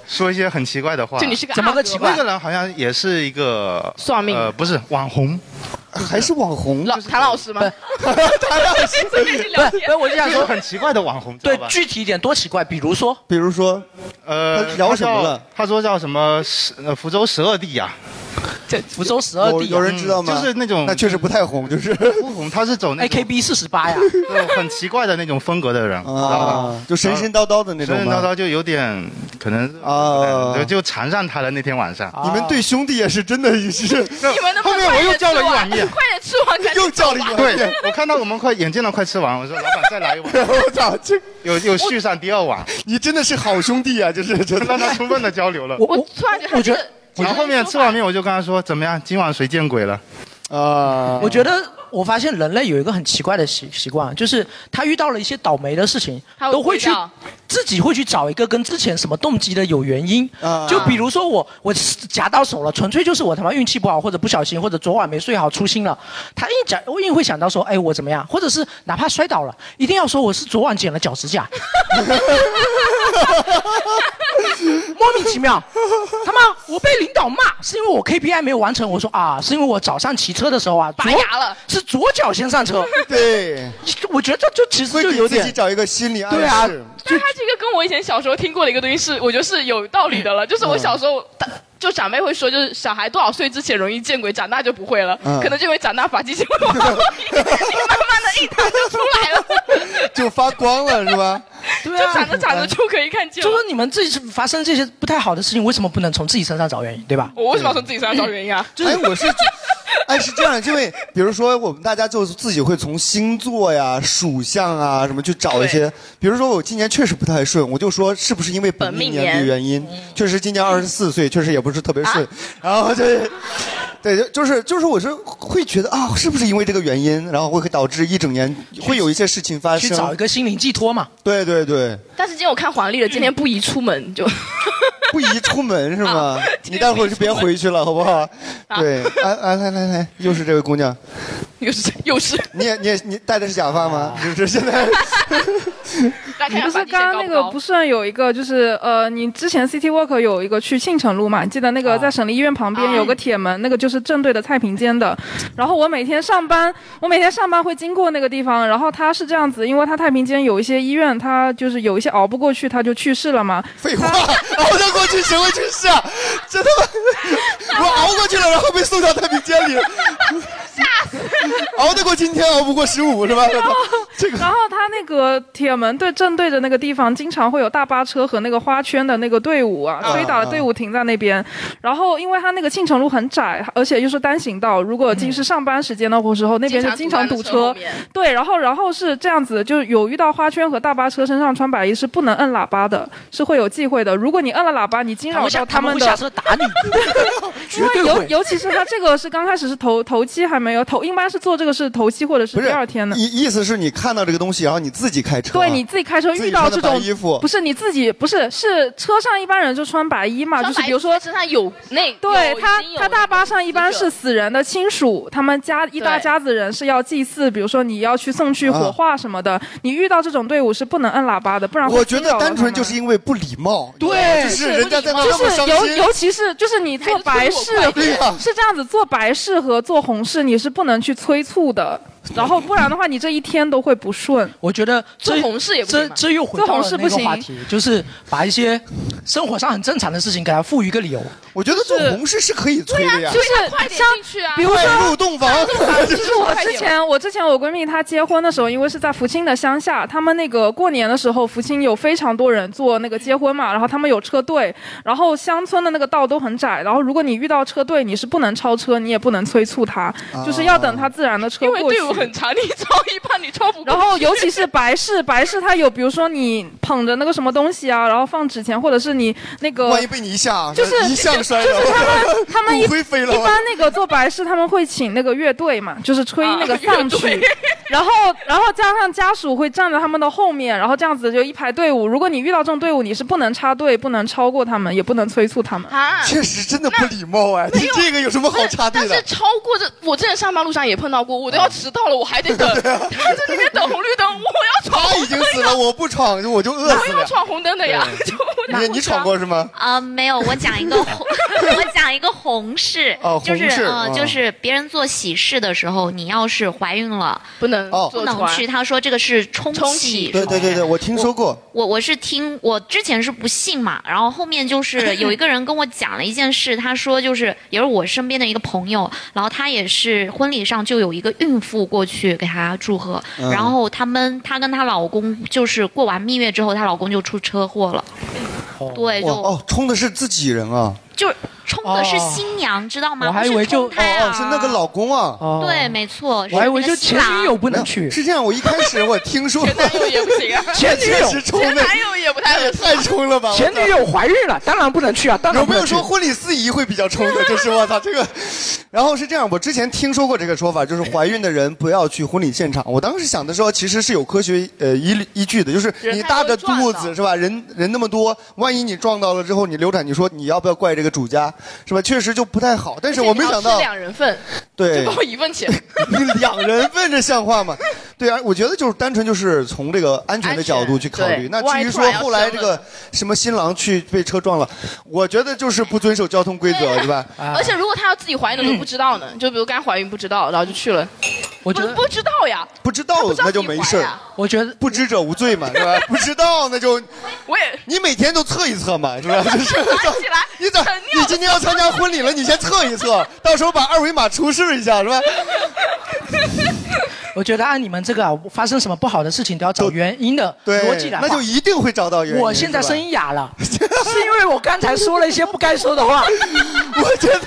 说一些很奇怪的话。
就你是个怎么个阿哥啊奇怪
那个人好像也是一个
算命
呃，不是网红，
还是网红？
(laughs)
老谭老师 (laughs) 吗？
谭老师
随便去聊天。
我就想
说很奇怪的网红，
对，具体一点，多奇怪？比如说，
比如说，
呃，
他聊什么了
他叫？他说叫什么十呃福州十二弟呀、
这福州十二弟啊
有有人知道吗
嗯就是那种，
那确实不太红，就是
不红，他是走那
AKB 四十八呀，
就很奇怪的那种风格的人，
啊，就神神叨叨的那种
神
吗
神叨叨就有点可能啊，就就缠上他了那天晚上。
你们对兄弟也是真的也 (laughs) 是，
你们能不
后
能
面我又叫了啊一碗
快点吃
面
完，快点吃完，赶紧
又叫了一碗面
对，我看到我们快眼见到快吃完，我说老板再来一碗。
(laughs) 我操，这
有有续上第二碗，
你真的是好兄弟啊，就是真的
让他充分的交流了。
我我
突然觉得
我觉得
然后后面吃完面我就跟他说怎么样，今晚谁见鬼了？呃
啊
我觉得我发现人类有一个很奇怪的习习惯，就是他遇到了一些倒霉的事情，
他会
都会去
回到
自己会去找一个跟之前什么动机的有原因。
啊
就比如说我我夹到手了，纯粹就是我他妈运气不好，或者不小心，或者昨晚没睡好粗心了。他硬讲，我硬会想到说，哎，我怎么样？或者是哪
(laughs)
怕摔倒了，一定要说我是昨晚剪了脚趾甲。
莫名其妙。
他妈，我被领导骂是因为我 KPI 没有完成。我说啊，是因为我早上骑车的时候啊，拔牙
了，
是左脚先上车。
对，
(laughs) 我觉得这就其实就有
自
点
己找一个心理暗示。
对啊，
但他这个跟我以前小时候听过的一个东西是，我觉得是有道理的了。就是
嗯
我小时候，大就长辈会说，就是小孩多少岁之前容易见鬼，长大就不会了。
嗯
可能就会长大发际线会往后移，你慢慢的一弹就出来
(laughs)
了，
就发光了是吧？
对啊，
就长着长
(laughs)
着就可以看见了
就说你们自己发生这些不太好的事情，为什么不能从自己身上找原因，对吧？
我为什么要从自己身上找原因啊？
哎，我是觉，哎，是这样的，因为比如说我们大家就自己会从星座呀、属相啊什么去找一些，比如说我今年确实不太顺，我就说是不是因为本命年的原因？
嗯
确实今年二十四岁，确实也不是特别
啊
顺，然后就是，对，就就是就是我是会觉得啊，是不是因为这个原因，然后会导致一整年会有一些事情发生，
去找一个心灵寄托嘛。
对对对，
但是今天我看黄历了，今天不宜出门就。
(laughs) 不宜出门是吗？你待会儿就别回去了，好不好？对，啊啊，来来来，又是这位姑娘。
又是又是，
(laughs) 你也你也你戴的是假发吗？就是
(laughs)
现在，
大
你不是刚刚那个不是有一个就是呃，你之前 City Walk 有一个去庆城路嘛？你记得那个在省立医院旁边有个铁门，那个就是正对的太平间的。然后我每天上班，我每天上班会经过那个地方。然后它是这样子，因为它太平间有一些医院，它就是有一些熬不过去，它就去世了嘛。
废话， (laughs) 熬得过去谁会去世啊？真的吗？ (laughs) 我熬过去了，然后被送到太平间里，
吓死！
(laughs)
熬得过今天，熬不过十五是吧？
然后，然后他那个铁门对正对着那个地方，经常会有大巴车和那个花圈的那个队伍啊，
啊
追打的队伍停在那
啊
边。然后，因为他那个庆城路很窄，而且又是单行道，如果今是上班时间的时候，那边就经常堵
经常堵在那车后
车
面。
对，然后然后是这样子，就是有遇到花圈和大巴车身上穿白衣是不能摁喇叭的，是会有忌讳的。如果你摁了喇叭，你惊
他
扰
们下
到们
会
的
下车打你，
因
绝
为
对
尤
会。
尤其是他这个是刚开始是头头七还没有头，一般是做这个是头七或者是第二天的。
意意思是你看到这个东西，然后你自己开车，啊
对，你自己开车
自
遇
己
到
穿的
这种
白衣服
不是你自己不是是车上一般人就穿白衣嘛，就是比如说
身上有那
对他他大巴上一般是死人的亲属，他们家一大家子人是要祭祀，比如说你要去送去
啊
火化什么的，你遇到这种队伍是不能摁喇叭的，不然会
我觉
惊扰
得
了
单
他们
纯就是因为不礼貌，
对，
就是人家在那
就
么
是
伤
尤
心，
尤其是就是你做 (laughs) 白事
还是对呀
(laughs) 是这样子，做白事和做红事你是不能去催促的，然后不然的话你这一天都会不顺。
我觉得这
做红事也不行
这
吗
这又回到
做红
了
事
那
不
个
行
话题，就是把一些生活上很正常的事情给它赋予一个理由。
我觉得做红事是可以催的呀，
啊就是
快点
像
进去啊
比如说
入
(laughs)
洞房，
就是我之
(laughs)
前，我之前我闺蜜她结婚的时候，因为是在福清的乡下，他们那个过年的时候，福清有非常多人做那个结婚嘛，然后他们有车队，然后乡村的那个道都很窄，然后如果你遇到车队，你是不能超车，你也不能催促他，就是要等他自然的车
因
过去。
为队伍很长，你超一半你超不过去。
(laughs) 然后尤
(laughs)
其是白事，白事它有，比如说你捧着那个什么东西啊，然后放纸钱，或者是你那个，
万一被你一下
就是
一下摔了
就是他
(laughs)
们他们一
骨灰飞了
一般那个做白事他们会请那个乐队嘛，就是吹那
(laughs)
个
啊
丧曲。
乐队
然后，然后加上家属会站在他们的后面，然后这样子就一排队伍。如果你遇到这种队伍，你是不能插队，不能超过他们，也不能催促他们。
啊，
确实真的不礼貌哎，你这个有什么好插队
但
的啊
是？超过这，我之前上班路上也碰到过，我都要迟到了，我还得
(laughs)
等，他在那边等红绿灯，我要闯
他
红
已经
灯
死了，我不闯我就 (laughs) 饿
我
死
要
了。
闯红灯的呀。就我
你你闯过是吗？
啊，没有，我讲一个红， (laughs) 我讲一个红事，
哦
就是
红事
呃，
哦
就是别人做喜事的时候，你要是怀孕了，
不能
不能去，他说这个是冲喜，
对对对对，我听说过。
我我是听我之前是不信嘛，然后后面就是有一个人跟我讲了一件事，他说就是也是我身边的一个朋友，然后他也是婚礼上就有一个孕妇过去给他祝贺，
嗯
然后他们她跟她老公就是过完蜜月之后，她老公就出车祸了，对，
哇
就
哦，冲的是自己人啊！
就冲的是新娘，知道吗？
哦我还
不是
以为就
冲胎啊
哦是那个老公啊。
对，没错，
我还以为
是那个
就前女友不能去。是这样，我一开始我听说前男
友也不行啊
(laughs) 前女友是冲的，
前男友也不太合适
太冲了吧？
前女友怀孕了，当然不能去啊，当然
有
不
没
能
有
去
说婚礼司仪会比较冲的？就是我操这个， (laughs) 然后是这样，我之前听说过这个说法，就是怀孕的人不要去婚礼现场。我当时想的时候，其实是有科学呃依依据的，就是你大着肚子是吧？人人那么多，万一你撞到了之后你流产，你说你要不要怪这个主家是吧？确实就不太好。但是我没想
而且你要
到 (laughs)
吃，两人份，
对
就包一份钱。
两人份这像话吗？对啊，我觉得就是单纯就是从这个安全的角度去考
对
虑。那至于说后来这个什么新郎去被车撞了，我觉得就是不遵守交通规则，
(laughs)
对吧？
啊
而
啊
且如果她要自己怀孕了都不知道呢，就比如刚怀孕不知道，然后就去了，
我
觉得不知道呀，
不知道那就没事儿。
啊
我觉得
不知者无罪嘛，
(laughs)
是吧？不知道那就
我也
你每天都测一测嘛，是
(laughs)
吧？ (laughs) 就是
拿起来，
你咋你今天要参加婚礼了，你先测一测，到时候把二维码出示一下，是吧？
(laughs)
(laughs)
我觉得按你们这个啊，发生什么不好的事情都要找原因的
对
逻辑来画，
那就一定会找到原因
我现在
是吧
声音 (laughs) 哑了，是因为我刚才说了一些不该说的话。
我觉得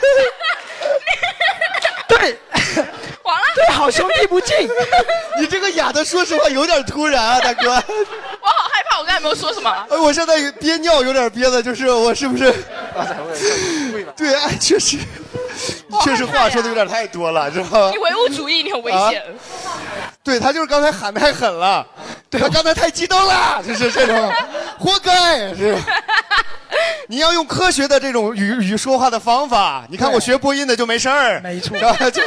对，
(laughs) 完了，
对好兄弟不敬。
(laughs) 你这个哑的，说实话有点突然啊，大哥。
我好害怕，我刚才没有说什
(laughs)
么。
哎，我现在憋尿有点憋的，就是我是不
(laughs)
是？对啊，确实，确实话说的有点太多了，知道吗？
(laughs) 你唯物主义，你很危
啊
险。
对他就是刚才喊太狠了，对他刚才太激动
(laughs)
了，就是这种， (laughs) 活该啊是。你要用科学的这种语语说话的方法，你看我学播音的就没事儿，没错， (laughs) 就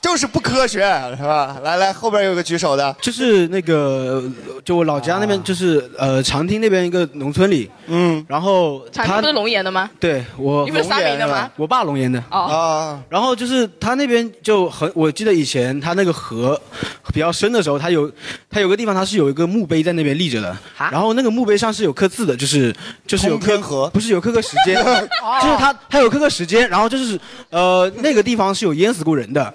就是不科学，是吧？来来，后边有个举手
啊
的，
就是那个，就我老家那边，就是、呃长汀那边一个农村里，
嗯，
然后
产妇
他
不是龙岩的吗？
对我，
你不是龙岩的吗
我爸龙岩的
哦
啊。
然后就是他那边就很，我记得以前他那个河比较深的时候，他有他有个地方，他是有一个墓碑在那边立着的。然后那个墓碑上是有刻字的，就是就是有
通天
刻
河，
不是有刻个时
(laughs)
间，
哦
就是他他有刻个时间，然后就是呃那个地方是有淹死过人的，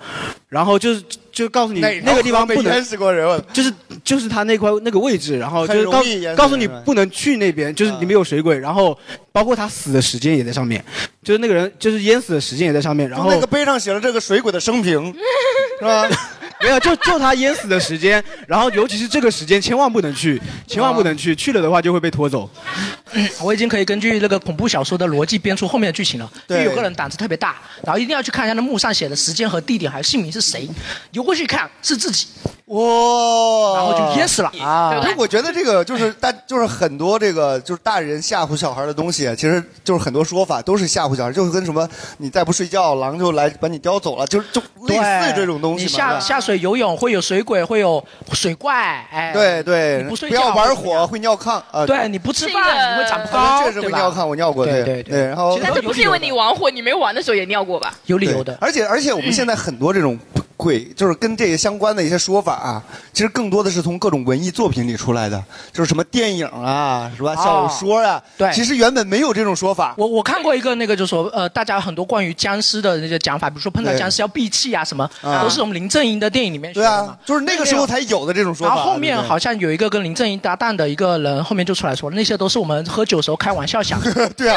然后就是。就告诉你
哪条
那个地方
河被
不能
淹死过人，
就是就是他那块那个位置，然后就是告
很容易淹死人
告诉你不能去那边，
啊
就是里面有水鬼，然后包括他死的时间也在上面，就是那个人就是淹死的时间也在上面，然后
那个碑上写了这个水鬼的生
(laughs)
平，是吧？
没有，就就他淹死的时间，然后尤其是这个时间，千万不能去，千万不能去，去了的话就会被拖走。
我已经可以根据那个恐怖小说的逻辑编出后面的剧情了。就
对
有个人胆子特别大，然后一定要去看一下那墓上写的时间和地点还有姓名是谁，游过去看是自己。
哇、
然后就淹死了啊！
就我觉得这个就是大，就是很多这个就是大人吓唬小孩的东西，其实就是很多说法都是吓唬小孩，就是跟什么你再不睡觉，狼就来把你叼走了，就是就类似这种东西
你
嘛。
下下水游泳会有水鬼，会有水怪，哎，
对对，
你不睡觉
要玩火会尿炕啊！
对你不吃
饭你会长不
高
确实会
对吧
尿炕，我尿过，
对
对对，然后
但这不是因为你玩火，你没玩的时候也尿过吧？
有理
由的。而且而且我们现在很多这种
(laughs)
鬼，就是跟这个相关的一些说法啊，其实更多的是从各种文艺作品里出来的，就是什么电影啊，是吧？
哦
小说啊，
对
其实原本没有这种说法。
我我看过一个那个，就说呃，大家很多关于僵尸的那些讲法，比如说碰到
对
僵尸要闭气啊什么，
啊
都是从林正英的电影里面学
对
的嘛。
啊，就是那个时候才有的这种说
然
法。
后后
对
面
不对
好像有一个跟林正英搭档的一个人，后面就出来说，那些都是我们喝酒时候开玩笑
(laughs)
想的。
对
(laughs)
啊，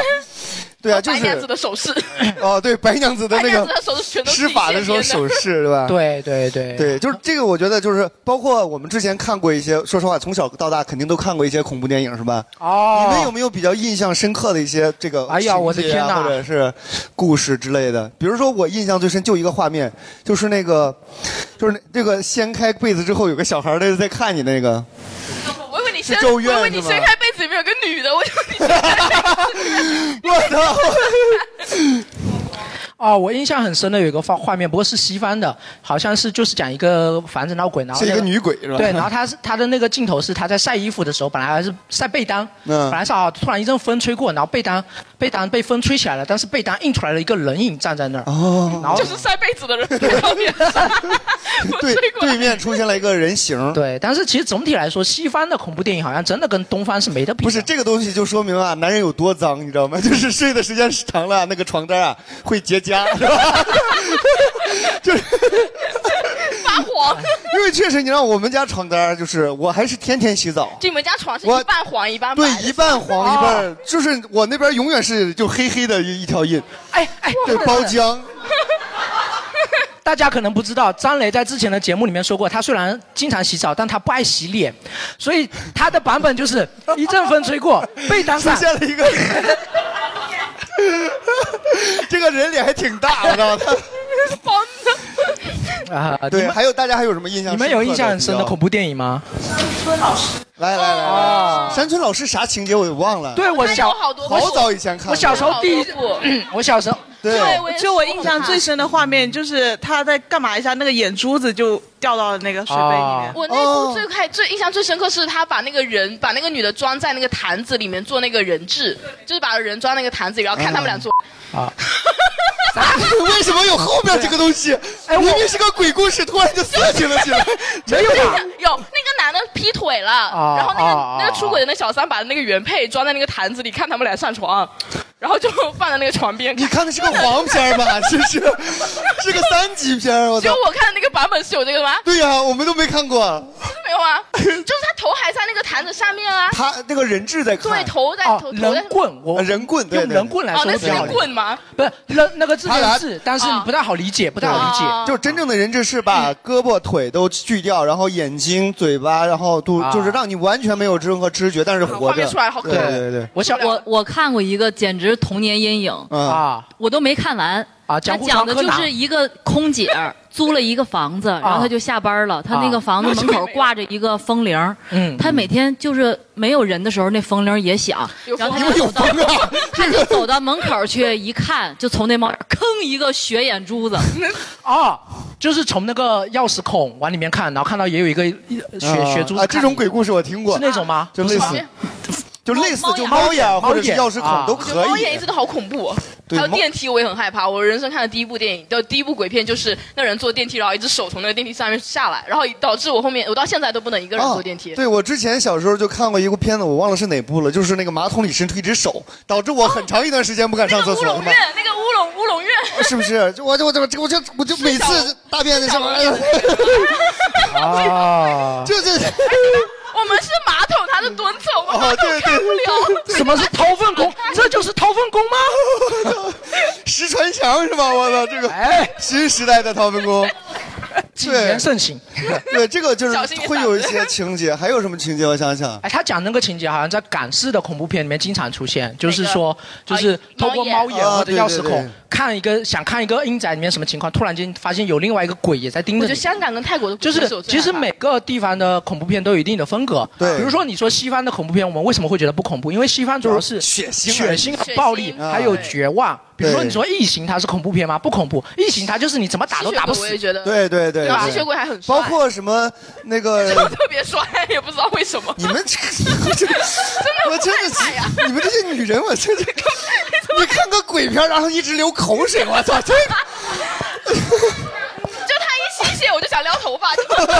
对啊，就
白娘子
是
的手势，
哦，对 (laughs) 白娘子的那
白娘子
个
的手势全都是
施法的时候
自己现
手
编的
势，对吧？
对对对
对，就是这个，我觉得就是包括我们之前看过一些，说实话，从小到大肯定都看过一些恐怖电影，是吧？
哦，
你们有没有比较印象深刻的一些这个、哎
呀我的天哪
或者是故事之类的？比如说我印象最深就一个画面，就是那个，就是那这个掀开被子之后有个小孩儿在在看你那个，
我以为你掀，
是咒
我以
怨
为你
是吧
掀开被子里面有个女的，我以为你掀开被子。
(laughs) 我
(laughs)
操！
(laughs) 哦，我印象很深的有一个画画面，不过是西方的，好像是就是讲一个房子闹鬼，然后、
是一
那
个女鬼是吧
对，然后她是她的那个镜头是她在晒衣服的时候，本来还是晒被单，
嗯
本来是啊，突然一阵风吹过，然后被单被单被风吹起来了，但是被单映出来了一个人影站在那儿，
哦
然后
就是晒被子的人
(laughs)
在上面，
(laughs)
对对面出现了一个人形，
对，但是其实总体来说，西方的恐怖电影好像真的跟东方是没得比。
不是这个东西就说明啊，男人有多脏，你知道吗？就是睡的时间长了，那个床单啊会结痂，是吧？
(laughs) 发黄。
(laughs) 因为确实，你让我们家床单儿就是，我还是天天洗澡，
就你们家床是
我
一半黄一半白
对
的，
一半黄一
哦。
半，就是我那边永远是就黑黑的一一条印，
哎哎，
哦对包浆，
(laughs) 大家可能不知道，张雷在之前的节目里面说过，他虽然经常洗澡，但他不爱洗脸，所以他的版本
(laughs)
就是一阵风吹过，被单
出
上
现了一个，
(laughs)
(laughs) 这个人脸还挺大，我知道吗？
啊，
对，还有大家还有什么印象深
你
刻的？
啊们有印象很深的恐
怖
怖电影吗？
村老师，
来来来来，山村老师啥情节我也忘了。
哦对我小
好早以前看的，
我小时候第一， (clears throat) 我小时候
对，
就我印象最深的画面就是他在干嘛一下，那个眼珠子就掉到了那个水杯里面。
我那
哦
部最快、最印象最深刻是他把那个人把那个女的装在那个坛子里面做那个人质，就是把人装那个坛子里，然后看他们俩做。
啊，
(laughs) 为什么有后面这个东西？
哎我
明明是个鬼故事，突然就色情了起
(laughs)
来。
没有吧？ (laughs) 有那个男的劈腿了，
啊
然后那个、
啊啊
那个出轨的那小三把那个原配装在那个坛子里，看他们俩上床， (laughs) 然后就放在那个床边。
你看的是个黄片
(laughs)
吧？这是是个三级片儿，我操
就！我看的那个版本是有这个的吗？
对呀、我们都没看过。
没有
(laughs)
啊，就是他头还在那个坛子上面啊。
他那个人质在看，啊
对头在头头在
人棍，我
人棍，
用人棍来
哦，
说
那
比
是
较好
个
理解
棍吗？
不是那那个字
他俩
认字，但是你不太好理解，不太好理解。
就真正的人质是把胳膊、腿都锯掉，然后眼睛、嘴巴，然后都
啊
就是让你完全没有任何知觉，但是活着。对对对，
我
想我我看过一个，简直童年阴影
嗯啊，
我都没看完
啊
他
讲
讲的
胡
就
长柯
是
南啊
一个空姐儿租了一个房子，然后她就下班了。她那个房子门口挂着一个风铃，
嗯
她每天就是没有人的时候，那风铃也响，然后她就走到，
啊
(laughs) 她就走到门口去一看，就从那猫眼吭一个血眼珠子。
(laughs) 啊，就是从那个钥匙孔往里面看，然后看到也有一个呃血
啊
血珠子
啊，
看
这种鬼故事我听过，
是那种吗？
就类
不是
似
吗，
就类似
猫
就
眼
猫眼
猫
或者是
眼
钥匙孔
啊
都
我觉
哦可
得猫
以
眼一。直都好恐怖、哦，
对
还有
猫
电梯我也很害怕。我人生看的第一部电影，就第一部鬼片就是那人坐电梯，然后一只手从那个电梯上面下来，然后导致我后面我到现在都不能一个人坐电梯。
哦啊对，我之前小时候就看过一部片子，我忘了是哪部了，就是那个马桶里伸出一只手，导致我很长一段时间不敢上厕所。
乌
哦
龙院那个乌龙乌龙院，
(laughs) 是不是？就我就我就我就我就我就每次大便的时候，哎呀，
(laughs) 啊，
(laughs) 就这。
我们是马桶，他是蹲厕，我马
哦，
桶
对
看不了。哎
对，
(laughs) 什么是掏粪
(laughs)
工？这就是掏粪工
吗？ (laughs) 石传祥是吧？我操，这个
哎，
新时代的掏粪
(laughs)
工，
谨言慎行。
对， (laughs) 这个就是
小心你
会
嗓
有一
子
些情节，还有什么情节？我想想，
哎，他讲那个情节好像在港式的恐怖片里面经常出现，就是说，就是通过
猫
猫
眼
眼
啊
或者钥匙
对对
孔
对
看一个，想看一个阴宅里面什么情况，突然间发现有另外一个鬼也在盯
我
着
觉得
你。
香港跟泰国的
就
故事
是
我最
其实
害怕
每个地方的恐怖片都有一定的风格，
对
比如说你说西方的恐怖片，我们为什么会觉得不恐怖？因为西方主要是
血腥啊
血
血
腥
腥、
暴力，
啊
还有绝望。比如说
对
你说《异形》，它是恐怖片吗？不恐怖，《异形》它就是你怎么打都打不
吸血鬼
死。
我也觉得
对对对，
然后
对
吸血鬼还很帅
包括什么那个，
(laughs) 就特别帅，也不知道为什么。
你们这个真的，我真的，你们这些女人，我真的，你看个鬼片儿，然后一直流口水，我操，这
(laughs)
个。
就他一吸血，我就想撩头发，就 (laughs)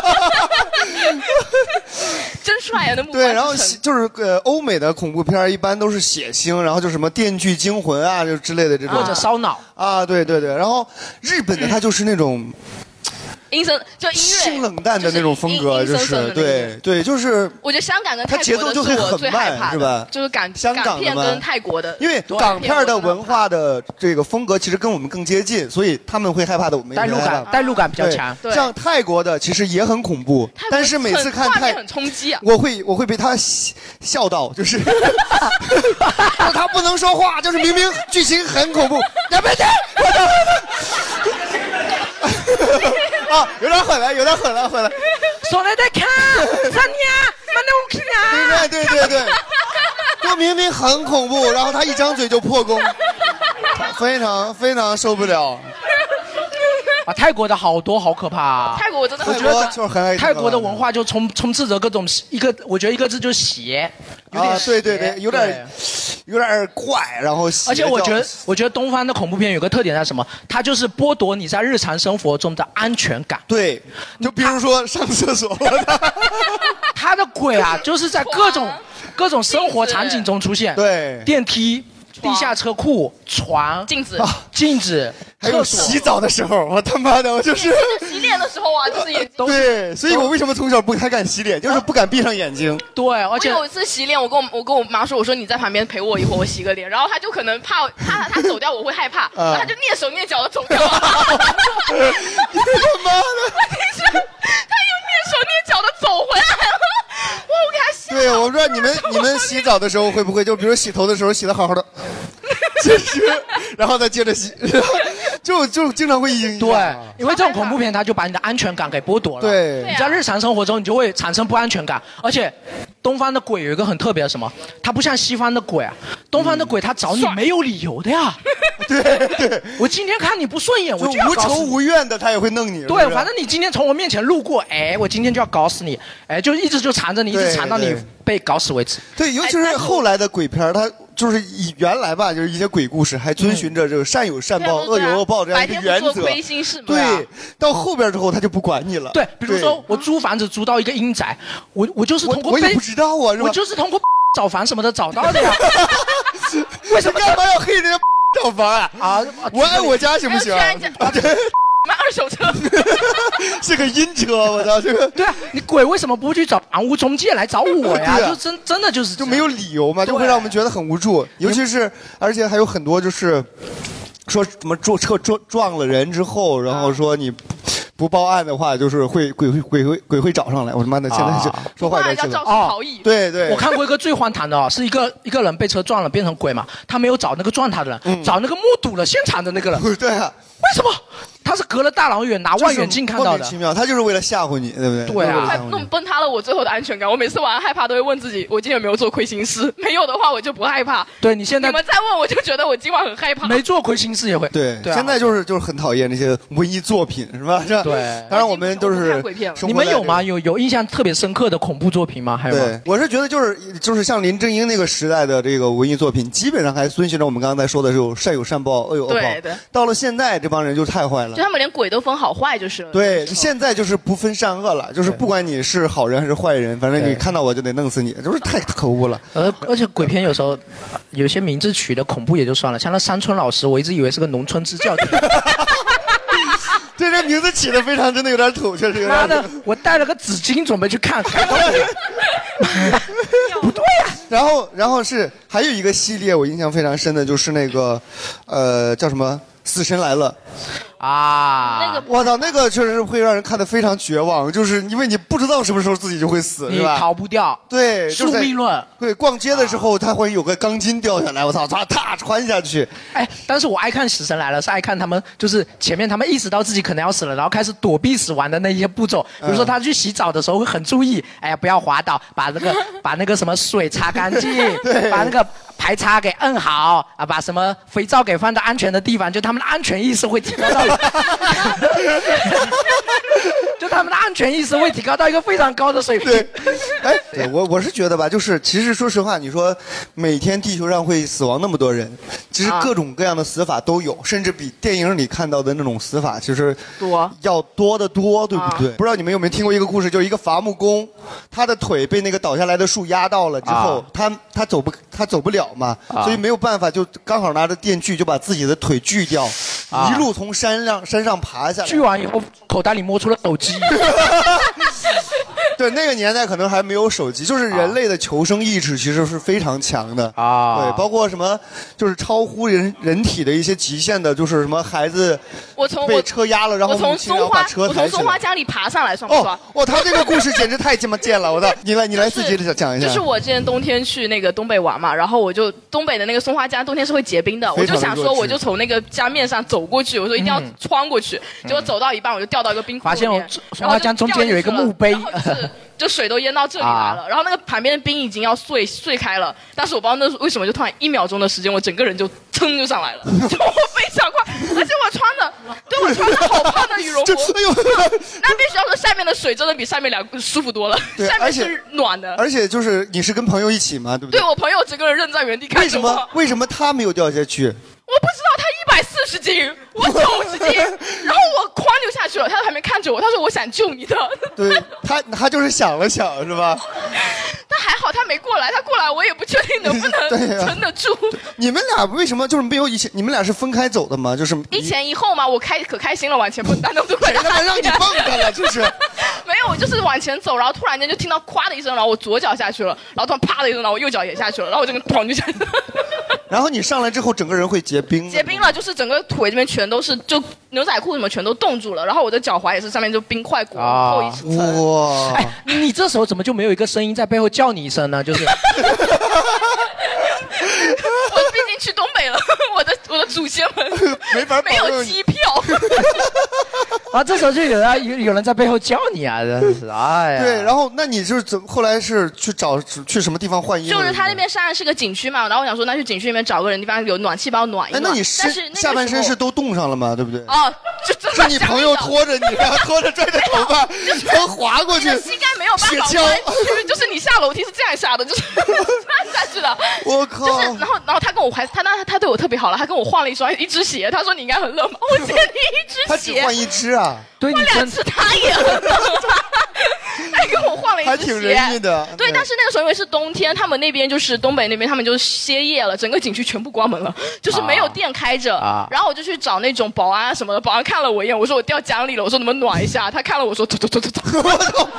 真帅啊！那目光
对，然后
之
西
城
就是呃，欧美的恐怖片儿一般都是血腥，然后就什么《电锯惊魂》啊，就之类的这种，
或者烧脑
啊，对对对。然后日本的它就是那种
阴森就音乐
性冷淡的那种风格，
就是阴
就
阴森森的
是
那种
对对，就是
我觉得香港跟
它
泰
节
国
奏
的
就会
是我
很
最害
慢，
怕
是
的
吧？
就是港
香港
港
的
片
嘛
跟泰国的，
因为港片儿的文化的这个风格其实跟我们更接近，所以他们会害怕的，我们也
代
会
入
害
感
怕
代入感比较
对
强
对
像泰国的其实也很恐怖，但是每次看
很画
泰
面很冲击啊！
我会我会被他笑笑到，就是就是他不能说话，就是明明剧情很恐怖，你别听，我操！ (laughs) 啊，有点狠了，有点狠了，狠了。
说来再看，三年，妈的我看
对对对对对，就明明很恐怖，然后他一张嘴就破功，非常非常受不了。
啊，泰国的好多好可怕、啊。
泰国我真的很
我觉得
泰国就是很爱这个
泰国的文化就充充斥着各种一个，我觉得一个字就是邪，有点
啊，
邪、
对对对，有点有点怪，然后邪
而且我
教
觉得，我觉得东方的恐怖片有个特点在什么？它就是剥夺你在日常生活中的安全感。
对，就比如说上厕所，
(laughs) 它的鬼啊，就是在各种各种生活场景中出现。
对，
电梯、地下车库、床、
镜子
啊、镜子，
还有
厕所
洗澡的时候，我他妈的，我就是。
洗脸的时
(laughs)
候啊，就是眼睛。
对，所以我为什么从小不太敢洗脸，就是不敢闭上眼睛。 (laughs)
对，
我有一次洗脸，我跟我我跟我妈说，我说你在旁边陪我一会儿，我洗个脸。然后她就可能怕她她走掉，我会害
(laughs)
怕，
嗯
然后她就蹑手蹑脚的走掉了。 (laughs) 你
他妈的！
她又蹑手蹑脚的走回来了，哇！我给她吓
对，我不知道你们你们洗澡的时候会不会，就比如洗头的时候洗的好好的，就是，然后再接着洗， (laughs) 就就经常会影响。啊
对，因为这种恐怖片，它就把你的安全感给剥夺了。
对
你在日常生活中，你就会产生不安全感，而且东方的鬼有一个很特别的什么，它不像西方的鬼啊，东方的鬼他找你没有理由的呀。
(laughs) 对对，
我今天看你不顺眼，我
就
就要
无
搞
仇
死你
无怨的，他也会弄你。是不
对
是，
反正你今天从我面前路过，哎，我今天就要搞死你，哎，就一直就缠着你，一直
对
缠到你
对
被搞死为止。
对，尤其是后来的鬼片儿，它就是以原来吧，就是一些鬼故事还
嗯
遵循着这个善有善报、恶
对啊
有恶报这样一个原
白天不
则
做亏心事。嘛对啊
对，到后边之后他就不管你了。
对，比如说我租房子租到一个阴宅，我我就是通过
我也
被
不知道啊是吧
我就是通过找房什么的找到的呀。为什么
你干嘛要哎黑人家找房啊？
啊，
我爱我家行不行啊？
买二手车，
(laughs) 是个阴车，我操，这个
对啊，你鬼为什么不去找房屋中介来找我呀？
对啊
就真真的就是
就没有理由嘛，就会让我们觉得很无助。
嗯
尤其是，而且还有很多就是说什么撞车撞撞了人之后，然
啊
后说你不不报案的话，就是会鬼会鬼会鬼会找上来。我他妈的现在是
啊
说坏
不报
就
案要肇事
逃
逸。
对对，
我看过一个最荒唐的哦，是一个一个人被车撞了变成鬼嘛，他没有找那个撞他的人，找那个目睹了现场的那个人。
嗯 (laughs) 对啊，
为什么？他是隔了大老远拿
就是
望远镜看
莫
到
名
的
其。妙，他就是为了吓唬你，对不对？
对啊
就是为了
快
吓唬你
弄崩塌了我最后的安全感。我每次晚上害怕都会问自己，我今天有没有做亏心事？没有的话，我就不害怕。
对你现在
你们再问我就觉得我今晚很害怕。
没做亏心事也会。
对，
对啊
现在就是就是很讨厌那些文艺作品，是吧？是。
对
(laughs) 当然我们都是
你们有？吗？有有印象特别深刻的恐怖作品吗？还有
对
吗？，
我是觉得就是就是像林正英那个时代的这个文艺作品，基本上还遵循着我们刚才说的这种善有善报，恶哎有恶报。
对对
到了现在，这帮人就太坏了
就。他们连鬼都分好坏就是了。
对，现在就是不分善恶了，就是不管你是好人还是坏人，反正你看到我就得弄死你，就是太可恶了。
而呃而且鬼片有时候呃有些名字取的恐怖也就算了，像那山村老师，我一直以为是个农村支教。
对，这名字起的非常真的有点土，确实有点
妈
土
的，我带了个纸巾准备去看，
(laughs) 然后，然后是还有一个系列，我印象非常深的就是那个，呃，叫什么《死神来了》
啊？
那个，我操，那个确实会让人看得非常绝望，就是因为你不知道什么时候自己就会死，
你
是吧？
逃不掉。
对，
宿命论。啊
对，逛街的时候它会有个钢筋掉下来，我操，嚓踏穿下去。
哎，但是我爱看《死神来了》，是爱看他们就是前面他们意识到自己可能要死了，然后开始躲避死亡的那一些步骤。比如说他去洗澡的时候会很注意， (laughs) 哎呀不要滑倒，把 (laughs) 那个把那个什么水擦干 (laughs) 净
对，
把那个排插给摁好啊，把什么肥皂给放在安全的地方，就他们的安全意识会提高到，就他们的安全意识会提高到一个非常高的水平。
哎， (laughs) 对我我是觉得吧，就是其实说实话，你说每天地球上会死亡那么多人，其实
啊
各种各样的死法都有，甚至比电影里看到的那种死法其实
多
要多得多，对不对？
啊
不知道你们有没有听过一个故事，就是一个伐木工，他的腿被那个倒下来的树压到了之后，
啊
他他走不他走不了嘛，
啊
所以没有办法，就刚好拿着电锯就把自己的腿锯掉，
啊
一路从山上山上爬下来。
锯完以后，口袋里摸出了
(laughs)
手机。
对，那个年代可能还没有手机，就是人类的求生意志其实是非常强的
啊
对，包括什么就是超乎人人体的一些极限的，就是什么孩子
我从
被
我
车压了，然后
我从
母亲
松
然后
花
把，车
我
抬
从
起
松花
来。
家里爬上来算不算
哦？哦，他这个故事简直太鸡巴贱了！
(laughs)
我的，你来你来自己讲一下。
就是我之前冬天去那个东北玩嘛，然后我就东北的那个松花江冬天是会结冰的，
非
我
常
就
的
想
弱
说
智
我就从那个江面上走过去，我说一定要
嗯
穿过去，结果走到一半我就掉到一个冰窟
发
里
现我
面，
松
然后
花
就
江中
掉
间
进
有一个
去了
墓碑。
就水都淹到这里来
啊
了，然后那个旁边的冰已经要碎碎开了，但是我不知道那是为什么，就突然一秒钟的时间，我整个人就噌就上来了， (laughs) 就我非常快，而且我穿的，对我穿的好胖的羽绒
(laughs)
服，
哎
那必须要说下面的水真的比上面两个舒服多了，
(laughs) 对
下
而
面
且
是暖的，
而且就是你是跟朋友一起嘛，对不
对我朋友整个人愣在原地看
为什
着我，
么为什么他没有掉下去？
我不知道他一百四十
(laughs)
斤，我九十斤，然后我哐就下去了，他在旁边看着我，他说我想救你的， (laughs)
对他他就是想了想是吧？
但还好他没过来，他过来我也不确定能不
(laughs) 对
能
呀
撑得住。
你们俩为什么就是没有以前？你们俩是分开走的吗？就是
一前一后嘛，我开可开心了，往前蹦，单都都
谁他妈让你蹦跶了就是
(laughs) 没有，我就是往前走，然后突然间就听到咵的一声，然后我左脚下去了，然后突然啪的一声，然后我右脚也下去了，然后我整个咣就下去了，
(laughs) 然后你上来之后，整个人会结冰。
结冰了，就是整个腿这边全都是，就牛仔裤什么全都冻住了，然后我的脚踝也是上面就冰块裹
啊
啊
了厚一层。
哇！
哎，你这时候怎么就没有一个声音在背后叫你一声 (laughs) 呢？就是，
我毕竟去东 (laughs) 北了，我的我的祖先们
没法
没有机票。
啊，这时候就有人有有人在背后教你啊，真是哎呀。
对，然后那你是怎么后来是去找去什么地方换衣服？
就是他那边沙岸是个景区嘛，然后我想说，那去景区里面找个人地方有暖气帮我暖一
哎
暖。，
那你
但
身
是那个
下半身
时
是
候
都冻上了吗？对不对？
(laughs) 哦，就真的
是你朋友
啊
拖着你，然后拖着拽着头
(laughs)
发，然后滑过去
你的，膝盖没有办
雪
法
橇
弯曲，就是你下楼梯是这样下的，就是 (laughs) 这样下去的。
(laughs) 我靠
就是，然后然后他跟我还他那他对我特别好了，他跟我换了一双一只鞋，他说你应该很冷吧？我借你一只鞋，
(laughs) 他只换一只啊。
对
换两次他也很冷啊， (laughs) 他给我换了一只鞋，
还挺仁义的
对
对，
但是那个时候因为是冬天，他们那边就是东北那边，他们就是歇业了，整个景区全部关门了，就是没有店开着。
啊
然后我就去找那种保安什么的，保安看了我一眼，我说我掉江里了，我说能不能暖一下？他看了我说走走走走
(laughs)
走。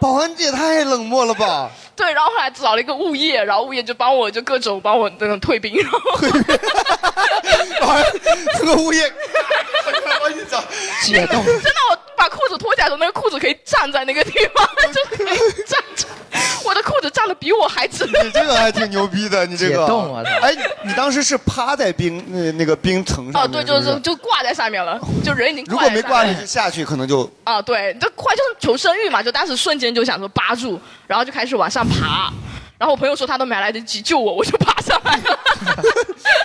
保安这也太冷漠了吧！
对，然后后来找了一个物业，然后物业就帮我就各种帮我那种退兵，然后
(laughs) 这个物业，我跟你讲，
解
(laughs)
冻。
真的，我把裤子脱下来的时候，那个裤子可以站在那个地方， (laughs) 就可以站着。我的裤子站的比我还直。
你这个还挺牛逼的，你这个。
解冻我操
哎，你当时是趴在冰那那个冰层上
哦，对，
面
就是是
不是
就挂在上面了，就人已经
如果没挂
在
上
上
去
面
下去，可能就
啊，对，就快就是求生欲嘛，就当时瞬间就想说扒住，然后就开始往上爬。然后我朋友说他都没来得及救我，我就爬上来了。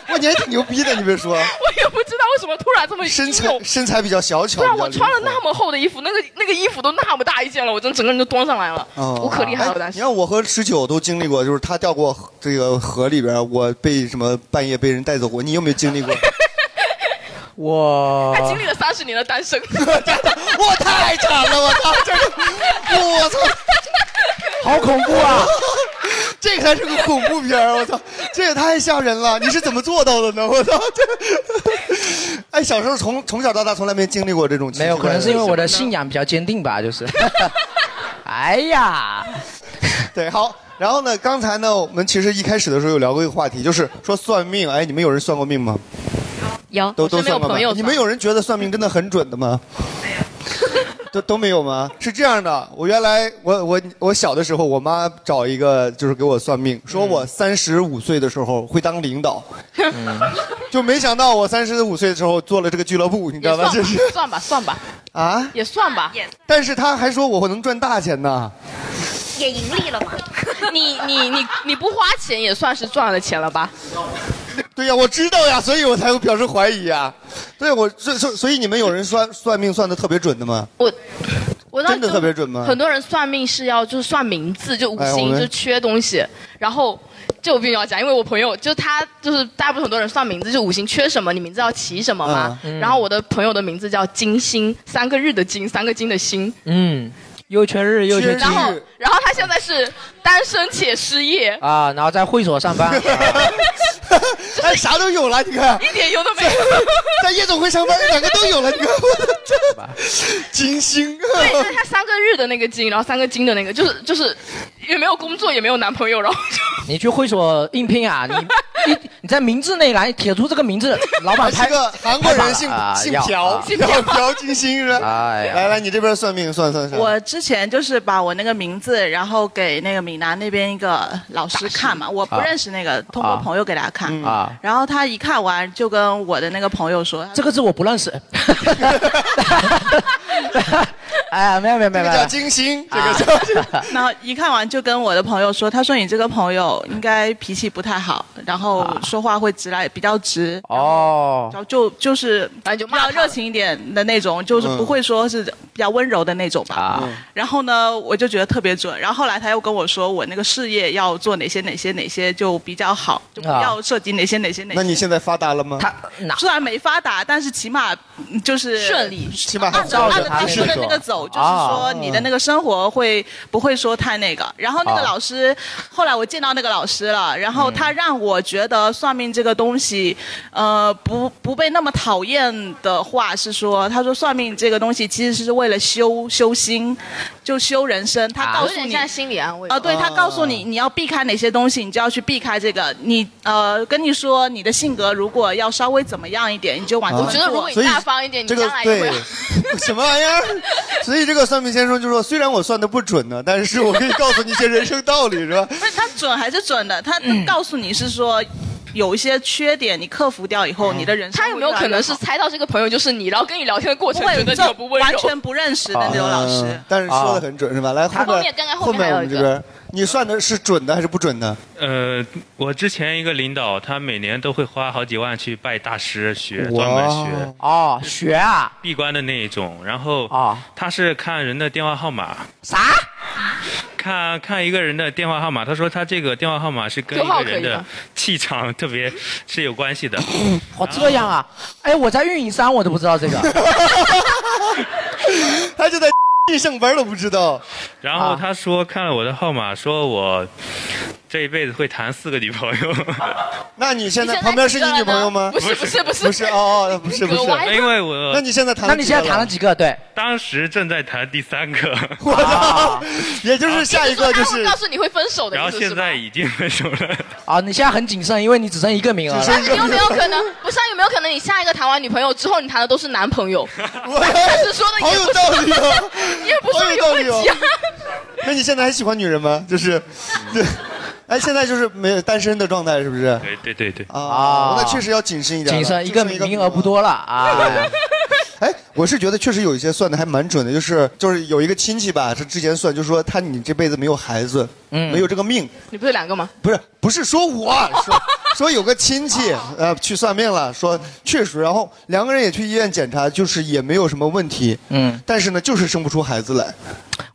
哇，你还挺牛逼的，你别说，
(laughs) 我也不知道为什么突然这么
身材身材比较小巧。
对啊，
比较
我穿了
灵活
那么厚的衣服，那个那个衣服都那么大一件了，我真整个人就端上来了，我可厉害了，
哎
我当时。
你看，我和十九都经历过，就是他掉过河这个河里边，我被什么半夜被人带走过。你有没有经历过？
我
他经历了三十年的单身，
啊我太惨了，我操，这个，我操，
好恐怖啊！
(laughs) 这个才是个恐怖片儿我操，这也太吓人了！你是怎么做到的呢？我操，这，哎，小时候从从小到大从来没经历过这种奇奇
没
怪怪
有，
的，
可能是因为我的信仰比较坚定
(laughs)
吧，就是。哎呀，
(laughs) 对，好。然后呢？刚才呢，我们其实一开始的时候有聊过一个话题，就是说算命。哎，你们有人算过命吗？
有
都都算过吗？你们有人觉得算命真的很准的吗？都都没有吗？是这样的，我原来我我我小的时候，我妈找一个就是给我算命，
嗯
说我三十五岁的时候会当领导，
嗯
就没想到我三十五岁的时候做了这个俱乐部，你知道吧？就是
算吧，算吧，
啊，
也算吧。
但是她还说我能赚大钱呢。
也盈利了嘛？
(laughs) 你你你你不花钱也算是赚了钱了吧？
对呀、我知道呀，所以我才会表示怀疑呀。对，我所所所以你们有人算算命算的特别准的吗？
我我当时
真的
就
特别准吗
很多人算命是要就是算名字，就五
哎我
行、
们
就缺东西，然后。这我必须要讲，因为我朋友就他就是大部分很多人算名字，就五行缺什么，你名字要起什么嘛。
嗯
然后我的朋友的名字叫金星，三个日的金，三个金的星。
嗯，又全日又全
然后
日，
然后他现在是单身且失业，
啊，然后在会所上班，
(laughs) 哎，啥都有了，你看，
一点用都没有。
在夜总会上班，两个都有了，你看，我的这金星，啊
对，就是他三个日的那个金，然后三个金的那个，就是就是也没有工作，也没有男朋友，然后就
你去会所应聘啊，你你你在名字那栏铁出这个名字，老板
还
拍啊
是个韩国人姓姓朴，
姓
朴朴金星是吧？
哎呀
来来，你这边算命算算
嗯
啥？
我之前就是把我那个名字，然后给那个闽南那边一个老师看嘛，我不认识那个，通过朋友给他看
嗯啊
然后他一看完就跟我的那个朋友说，
这个字我不认识。哎呀，没有没有没有，没有
星，
这个叫、啊 (laughs) 然后一看完就跟我的朋友说，他说你这个朋友应该脾气不太好，然后说话会直来比较直
啊哦，
然后就就是比较热情一点的那种，就是不会说是比较温柔的那种吧。
嗯
然后呢，我就觉得特别准。然后后来他又跟我说，我那个事业要做哪些哪些哪些就比较好，就不
啊
要涉及哪些哪些哪些。
那你现在发达了吗？
虽然没发达，但是起码嗯就是
顺
利，
起码
按照
照着
按照
他
他
那
说的
个
那个啊走，就是说你的那个生活会不会说太那个。然后那个
啊
老师，后来我见到那个老师了，然后他让我觉得算命这个东西，呃，不不被那么讨厌的话是说，他说算命这个东西其实是为了修修心，就修人生。他告
有
诉
点
你
像心理安慰
啊，对他告诉你你要避开哪些东西，你就要去避开这个。你呃，跟你说你的性格如果要稍微怎么样一点，你就
啊
往这
我
么
觉得
做
如果你大方一点，你
这个
将来也会 (laughs)
对，什么玩意儿？所以这个算命先生就说，虽然我算的不准呢，但是我可以告诉你一些人生道理，是吧？
不是他准还是准的，他告诉你是说。有一些缺点，你克服掉以后，你的人生
他有没有可能是猜到这个朋友就是你，然后跟你聊天的过程
不会
觉得你
这
有不温柔，
完全不认识的那种老师？
嗯但是说的很准是吧？来后
后
面
面刚刚
后
后面还有
我们
一
这
个
边，你算的是准的还是不准的？
呃，我之前一个领导，他每年都会花好几万去拜大师学，
哇
专门学
哦，学啊，
闭关的那一种。然后
啊
他是看人的电话号码，
啥？
看看一个人的电话号码，他说他这个电话号码是跟
六
一个
啊
号可以
人的
吗
气场特别是有关系
(laughs)
的。
(coughs) 哦这样啊，哎，我在运营商我都不知道这个，
(laughs)
(laughs)
他就在 (laughs) 地上班都不知道。
然后他说看了我的号码，说我这一辈子会谈四个女朋友。
那你现在旁边是你女朋友吗？
不是不是
不是不是哦哦不 (laughs) 是不是，
因为我
那你现在谈了几个了
几个？对，
当时正在谈第三个，
我操，也就是下一个就
他会
是
哎告诉你会分手
(laughs)
的
然后
意思
现
是吧？
在已经分手了。
啊，你现在很谨慎，因为你只剩一个名额
那你哎有没有
了。
可能？不是啊有没有可能你下一个谈完女朋友之后，你谈的都是男朋友？但是说的也不是
好有道理哦
也不
好
是
有道
问
理哦
题啊。
(laughs) 那你现在还喜欢女人吗？
(laughs)
就是，对，哎，现在就是没有单身的状态，是不是？
对对对对
啊，那确实要谨慎一点了，
谨慎，一
就
个
剩
名额不多
(laughs)
了啊。
我是觉得确实有一些算的还蛮准的，就是就是有一个亲戚吧，他之前算就说他你这辈子没有孩子，
嗯
没有这个命，
你不是两个吗？
不是不是说我
(laughs)
说说有个亲戚呃去算命了，说确实，然后两个人也去医院检查，就是也没有什么问题，
嗯，
但是呢就是生不出孩子来，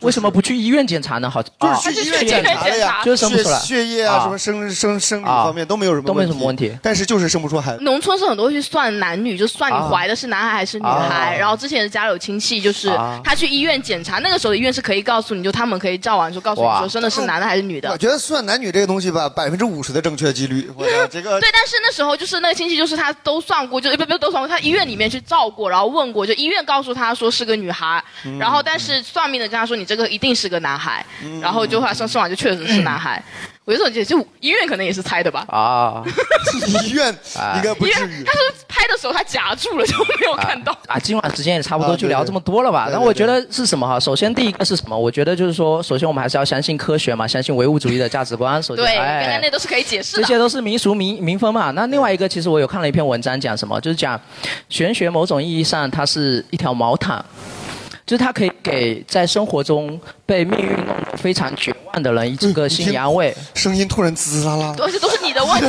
为什么不去医院检查呢？好，啊哦
就是去医院检查的呀，
就是生不
血
出来，啊
血液啊什么生生生理方面都没有什么
都没什么
问题，但是就是生不出孩子。
农村是很多会去算男女，就算你
啊
怀的是男孩还是女
啊
孩。然后之前家里有亲戚，就是
啊
他去医院检查，那个时候医院是可以告诉你，就他们可以照完说告诉你
哇
说真的是男的还是女的
我。觉得算男女这个东西吧，百分之五十的正确几率，我的这个
对，但是那时候就是那个亲戚，就是他都算过，就不不都算过，他医院里面去照过，然后问过，就医院告诉他说是个女孩，
嗯
然后但是算命的跟他说你这个一定是个男孩，然后就他生生完就确实是男孩。我就总结，就医院可能也是猜的吧。
啊，
(laughs) 医院
哎
应该不
医
至
院
于。
他说拍的时候他夹住了，就没有看到。
啊，今晚时间也差不多，
啊
就聊
对对
这么多了吧。
对
那
对
我觉得是什么哈？首先第一个是什么？我觉得就是说，首先我们还是要相信科学嘛，相信唯物主义的价值观。首先，
对，
哎
刚才那都是可以解释
这
的。
些都是民俗民民风嘛。那另外一个，其实我有看了一篇文章，讲什么，就是讲玄学某种意义上它是一条毛毯，就是它可以给在生活中被命运弄得非常绝望的人一个心理安慰。
嗯声音突然滋滋啦啦。
都是都是你的问
(laughs)
题。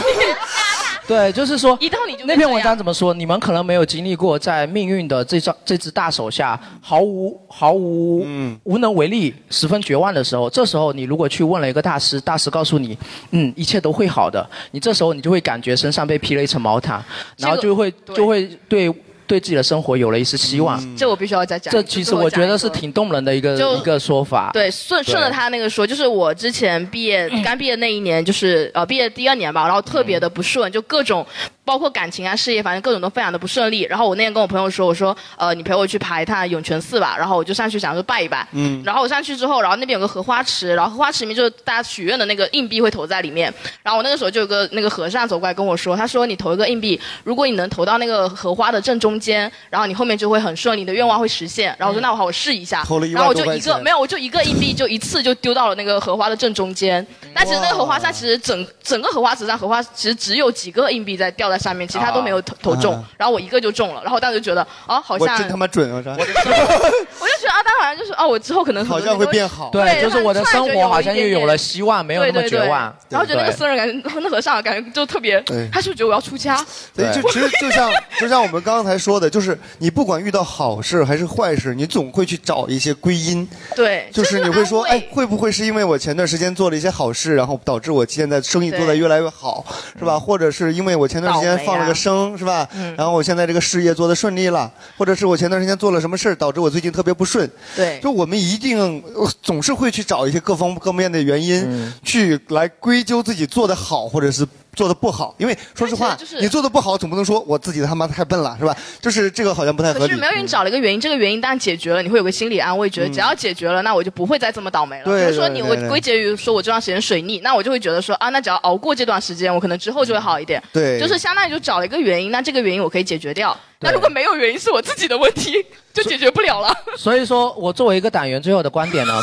对，就是说，
一到你就
那篇文章怎么说？你们可能没有经历过在命运的这张这只大手下毫无毫无、
嗯
无能为力、十分绝望的时候，这时候你如果去问了一个大师，大师告诉你，嗯，一切都会好的，你这时候你就会感觉身上被披了一层毛毯，然后就会、就会对对自己的生活有了一丝希望。
这我必须要嗯再讲一
这
个。
其
这
实
我
我
讲
觉
一个
得是挺动人的一个
就
一个说法。
对，顺顺着
对
他那个说，就是我之前毕业刚毕业那一年，就是呃毕业第二年吧，然后特
嗯
别的不顺，就各种包括感情啊、事业，反正各种都非常的不顺利。然后我那天跟我朋友说，我说呃你陪我去爬一趟涌泉寺吧，然后我就上去想说拜一拜，
嗯
然后我上去之后，然后那边有个荷花池，然后荷花池里面就是大家许愿的那个硬币会投在里面。然后我那个时候就有个那个和尚走过来跟我说，他说你投一个硬币，如果你能投到那个荷花的正中间，然后你后面就会很顺，你的愿望会实现。然后我说那我好，我试一下。
嗯投了一万
然后我就
多块
一个
钱
没哦有，我就一个硬币就一次就丢到了那个荷花的正中间。但其实那个荷花上其实整整个荷花池上荷花其实只有几个硬币在掉在上面，其他都没有投投中
啊。
然后我一个就中了，然后我当时就觉得啊好
我
像
真他妈准，我操！
我就觉得啊，当然就是哦，我之后可能很多
好像
东西
会
都
变好
对，就是我的生活好像又有了
希
希望，没有那么绝望。
然后觉得那个
对
僧人感觉那和尚感觉就特别
对，
他是不是觉得我要出家？
所以就其实就像就像我们刚才说的，就是你不管遇到好事还是坏事，你总会去找一些归因。
对，
就是你会说，哎，会不会是因为我前段时间做了一些好事，然后导致我现在生意做得越来越好，是
嗯
吧？或者是因为我前段时间放了个生，是吧？然后我现在这个事业做得顺利了，或者是我前段时间做了什么事儿，导致我最近特别不顺。
对
就我们一定呃总是会去找一些各方各面的原因，
嗯
去来归咎自己做得好，或者是。做得不好，因为说实话，
就是
你做得不好，总不能说我自己他妈太笨了，是吧？就是这个好像不太合
可
理。
是没有人找了一个原因，这个原因当然解决了，你会有个心理安慰，觉得
嗯
只要解决了，那我就不会再这么倒霉了。
对
比如说
对
你
对
我
对
归结于说我这段时间水逆，那我就会觉得说啊，那只要熬过这段时间，我可能之后就会好一点。
嗯对
就是相当于就找了一个原因，那这个原因我可以解决掉。那如果没有原因是我自己的问题， (laughs) 就解决不了
(laughs)
了。
所以说我作为一个党员，最后的观点呢，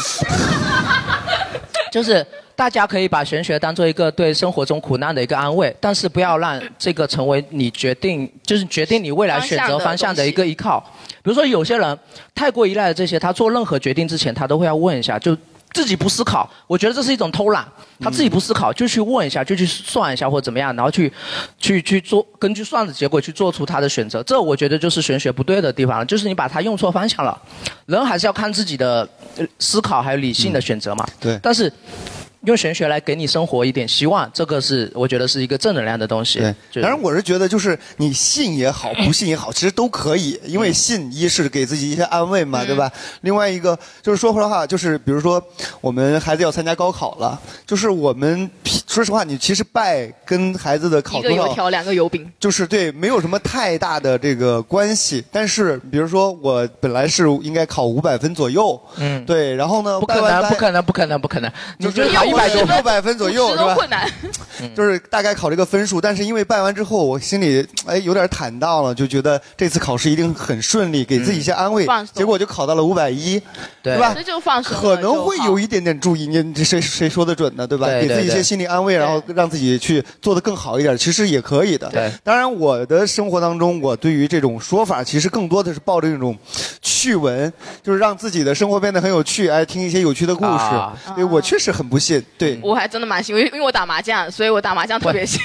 就是大家可以把玄学当做一个对生活中苦难的一个安慰，但是不要让这个成为你决定，就是决定你未来选择方向的一个依靠。比如说，有些人太过依赖了这些，他做任何决定之前，他都会要问一下，就自己不思考。我觉得这是一种偷懒，他自己不思考，就去问一下，就去算一下或怎么样，然后去去去做，根据算的结果去做出他的选择。这我觉得就是玄学不对的地方了，就是你把它用错方向了。人还是要看自己的呃思考还有理性的选择嘛。
对
但是。用玄学来给你生活一点希望，这个是我觉得是一个正能量的东西。对
当然，我是觉得就是你信也
(laughs)
好，不信也好，其实都可以，因为信一是给自己一些安慰
嗯
嘛，对吧？另外一个就是说实话，就是比如说我们孩子要参加高考了，就是我们说实话，你其实拜跟孩子的考
一个
多
油
少
条，两个油饼。
就是对，没有什么太大的这个关系。但是，比如说我本来是应该考五百分左右，嗯，对，然后呢，
不可
拜完
能，
拜
不可能，不可能，不可能！你
就是
就考一百多
六百分左右是吧？
困难。
嗯
就是大概考这个分数，但是因为办完之后，我心里哎有点坦荡了，就觉得这次考试一定很顺利，给自己一些安
嗯
慰。
放松
结果就考到了五百一，
(laughs)
对吧
这？就放手了
可能会有一点点注意，你你谁谁说得准呢？对吧？
对对
给自己一些
对
心理安慰，然后让自己去做得更好一点，其实也可以的。
对
当然我的生活当中，我对于这种说法，其实更多的是抱着一种趣闻，就是让自己的生活变得很有趣，哎，听一些有趣的故事。
啊
对我确实很不信，对。
我还真的蛮幸运，因为我打麻将，所以我打麻将特别幸，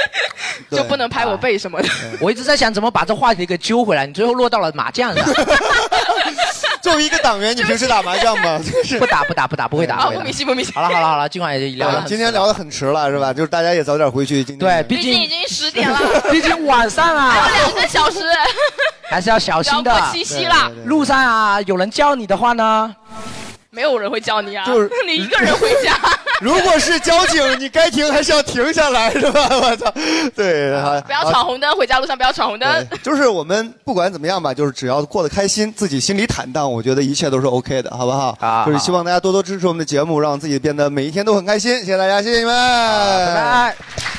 (laughs) 就不能拍我背什么的。
(laughs) 我一直在想怎么把这话题给揪回来，你最后落到了麻将上。
(laughs) 作为一个党员，你平时打麻将
(laughs)
吗？
不打，不打，不打，不会打。
啊
会打
不迷信
哦不迷信
好了，好了，好了，今晚也聊
好了
了。
啊今天聊得很迟了，是吧？就是大家也早点回去。今天
对，毕竟
经十点了，
(laughs) 毕竟晚上啊，
两个小时。
(laughs) 还是要小心的
聊过七夕啦对对。
路上啊，有人教你的话呢，
没有人会教你啊，
就是
(laughs) 你一个人回
(laughs)
家。
如果是交警，你该停还是要停下来，是吧？ (laughs) 我操，对，啊
不要闯红灯，回家路上不要闯红灯。
对就是我们不管怎么样吧，就是只要过得开心，自己心里坦荡，我觉得一切都是 OK 的，好不好？啊就是希望大家多多支持我们的节目，让自己变得每一天都很开心。谢谢大家，谢谢你们，拜
拜。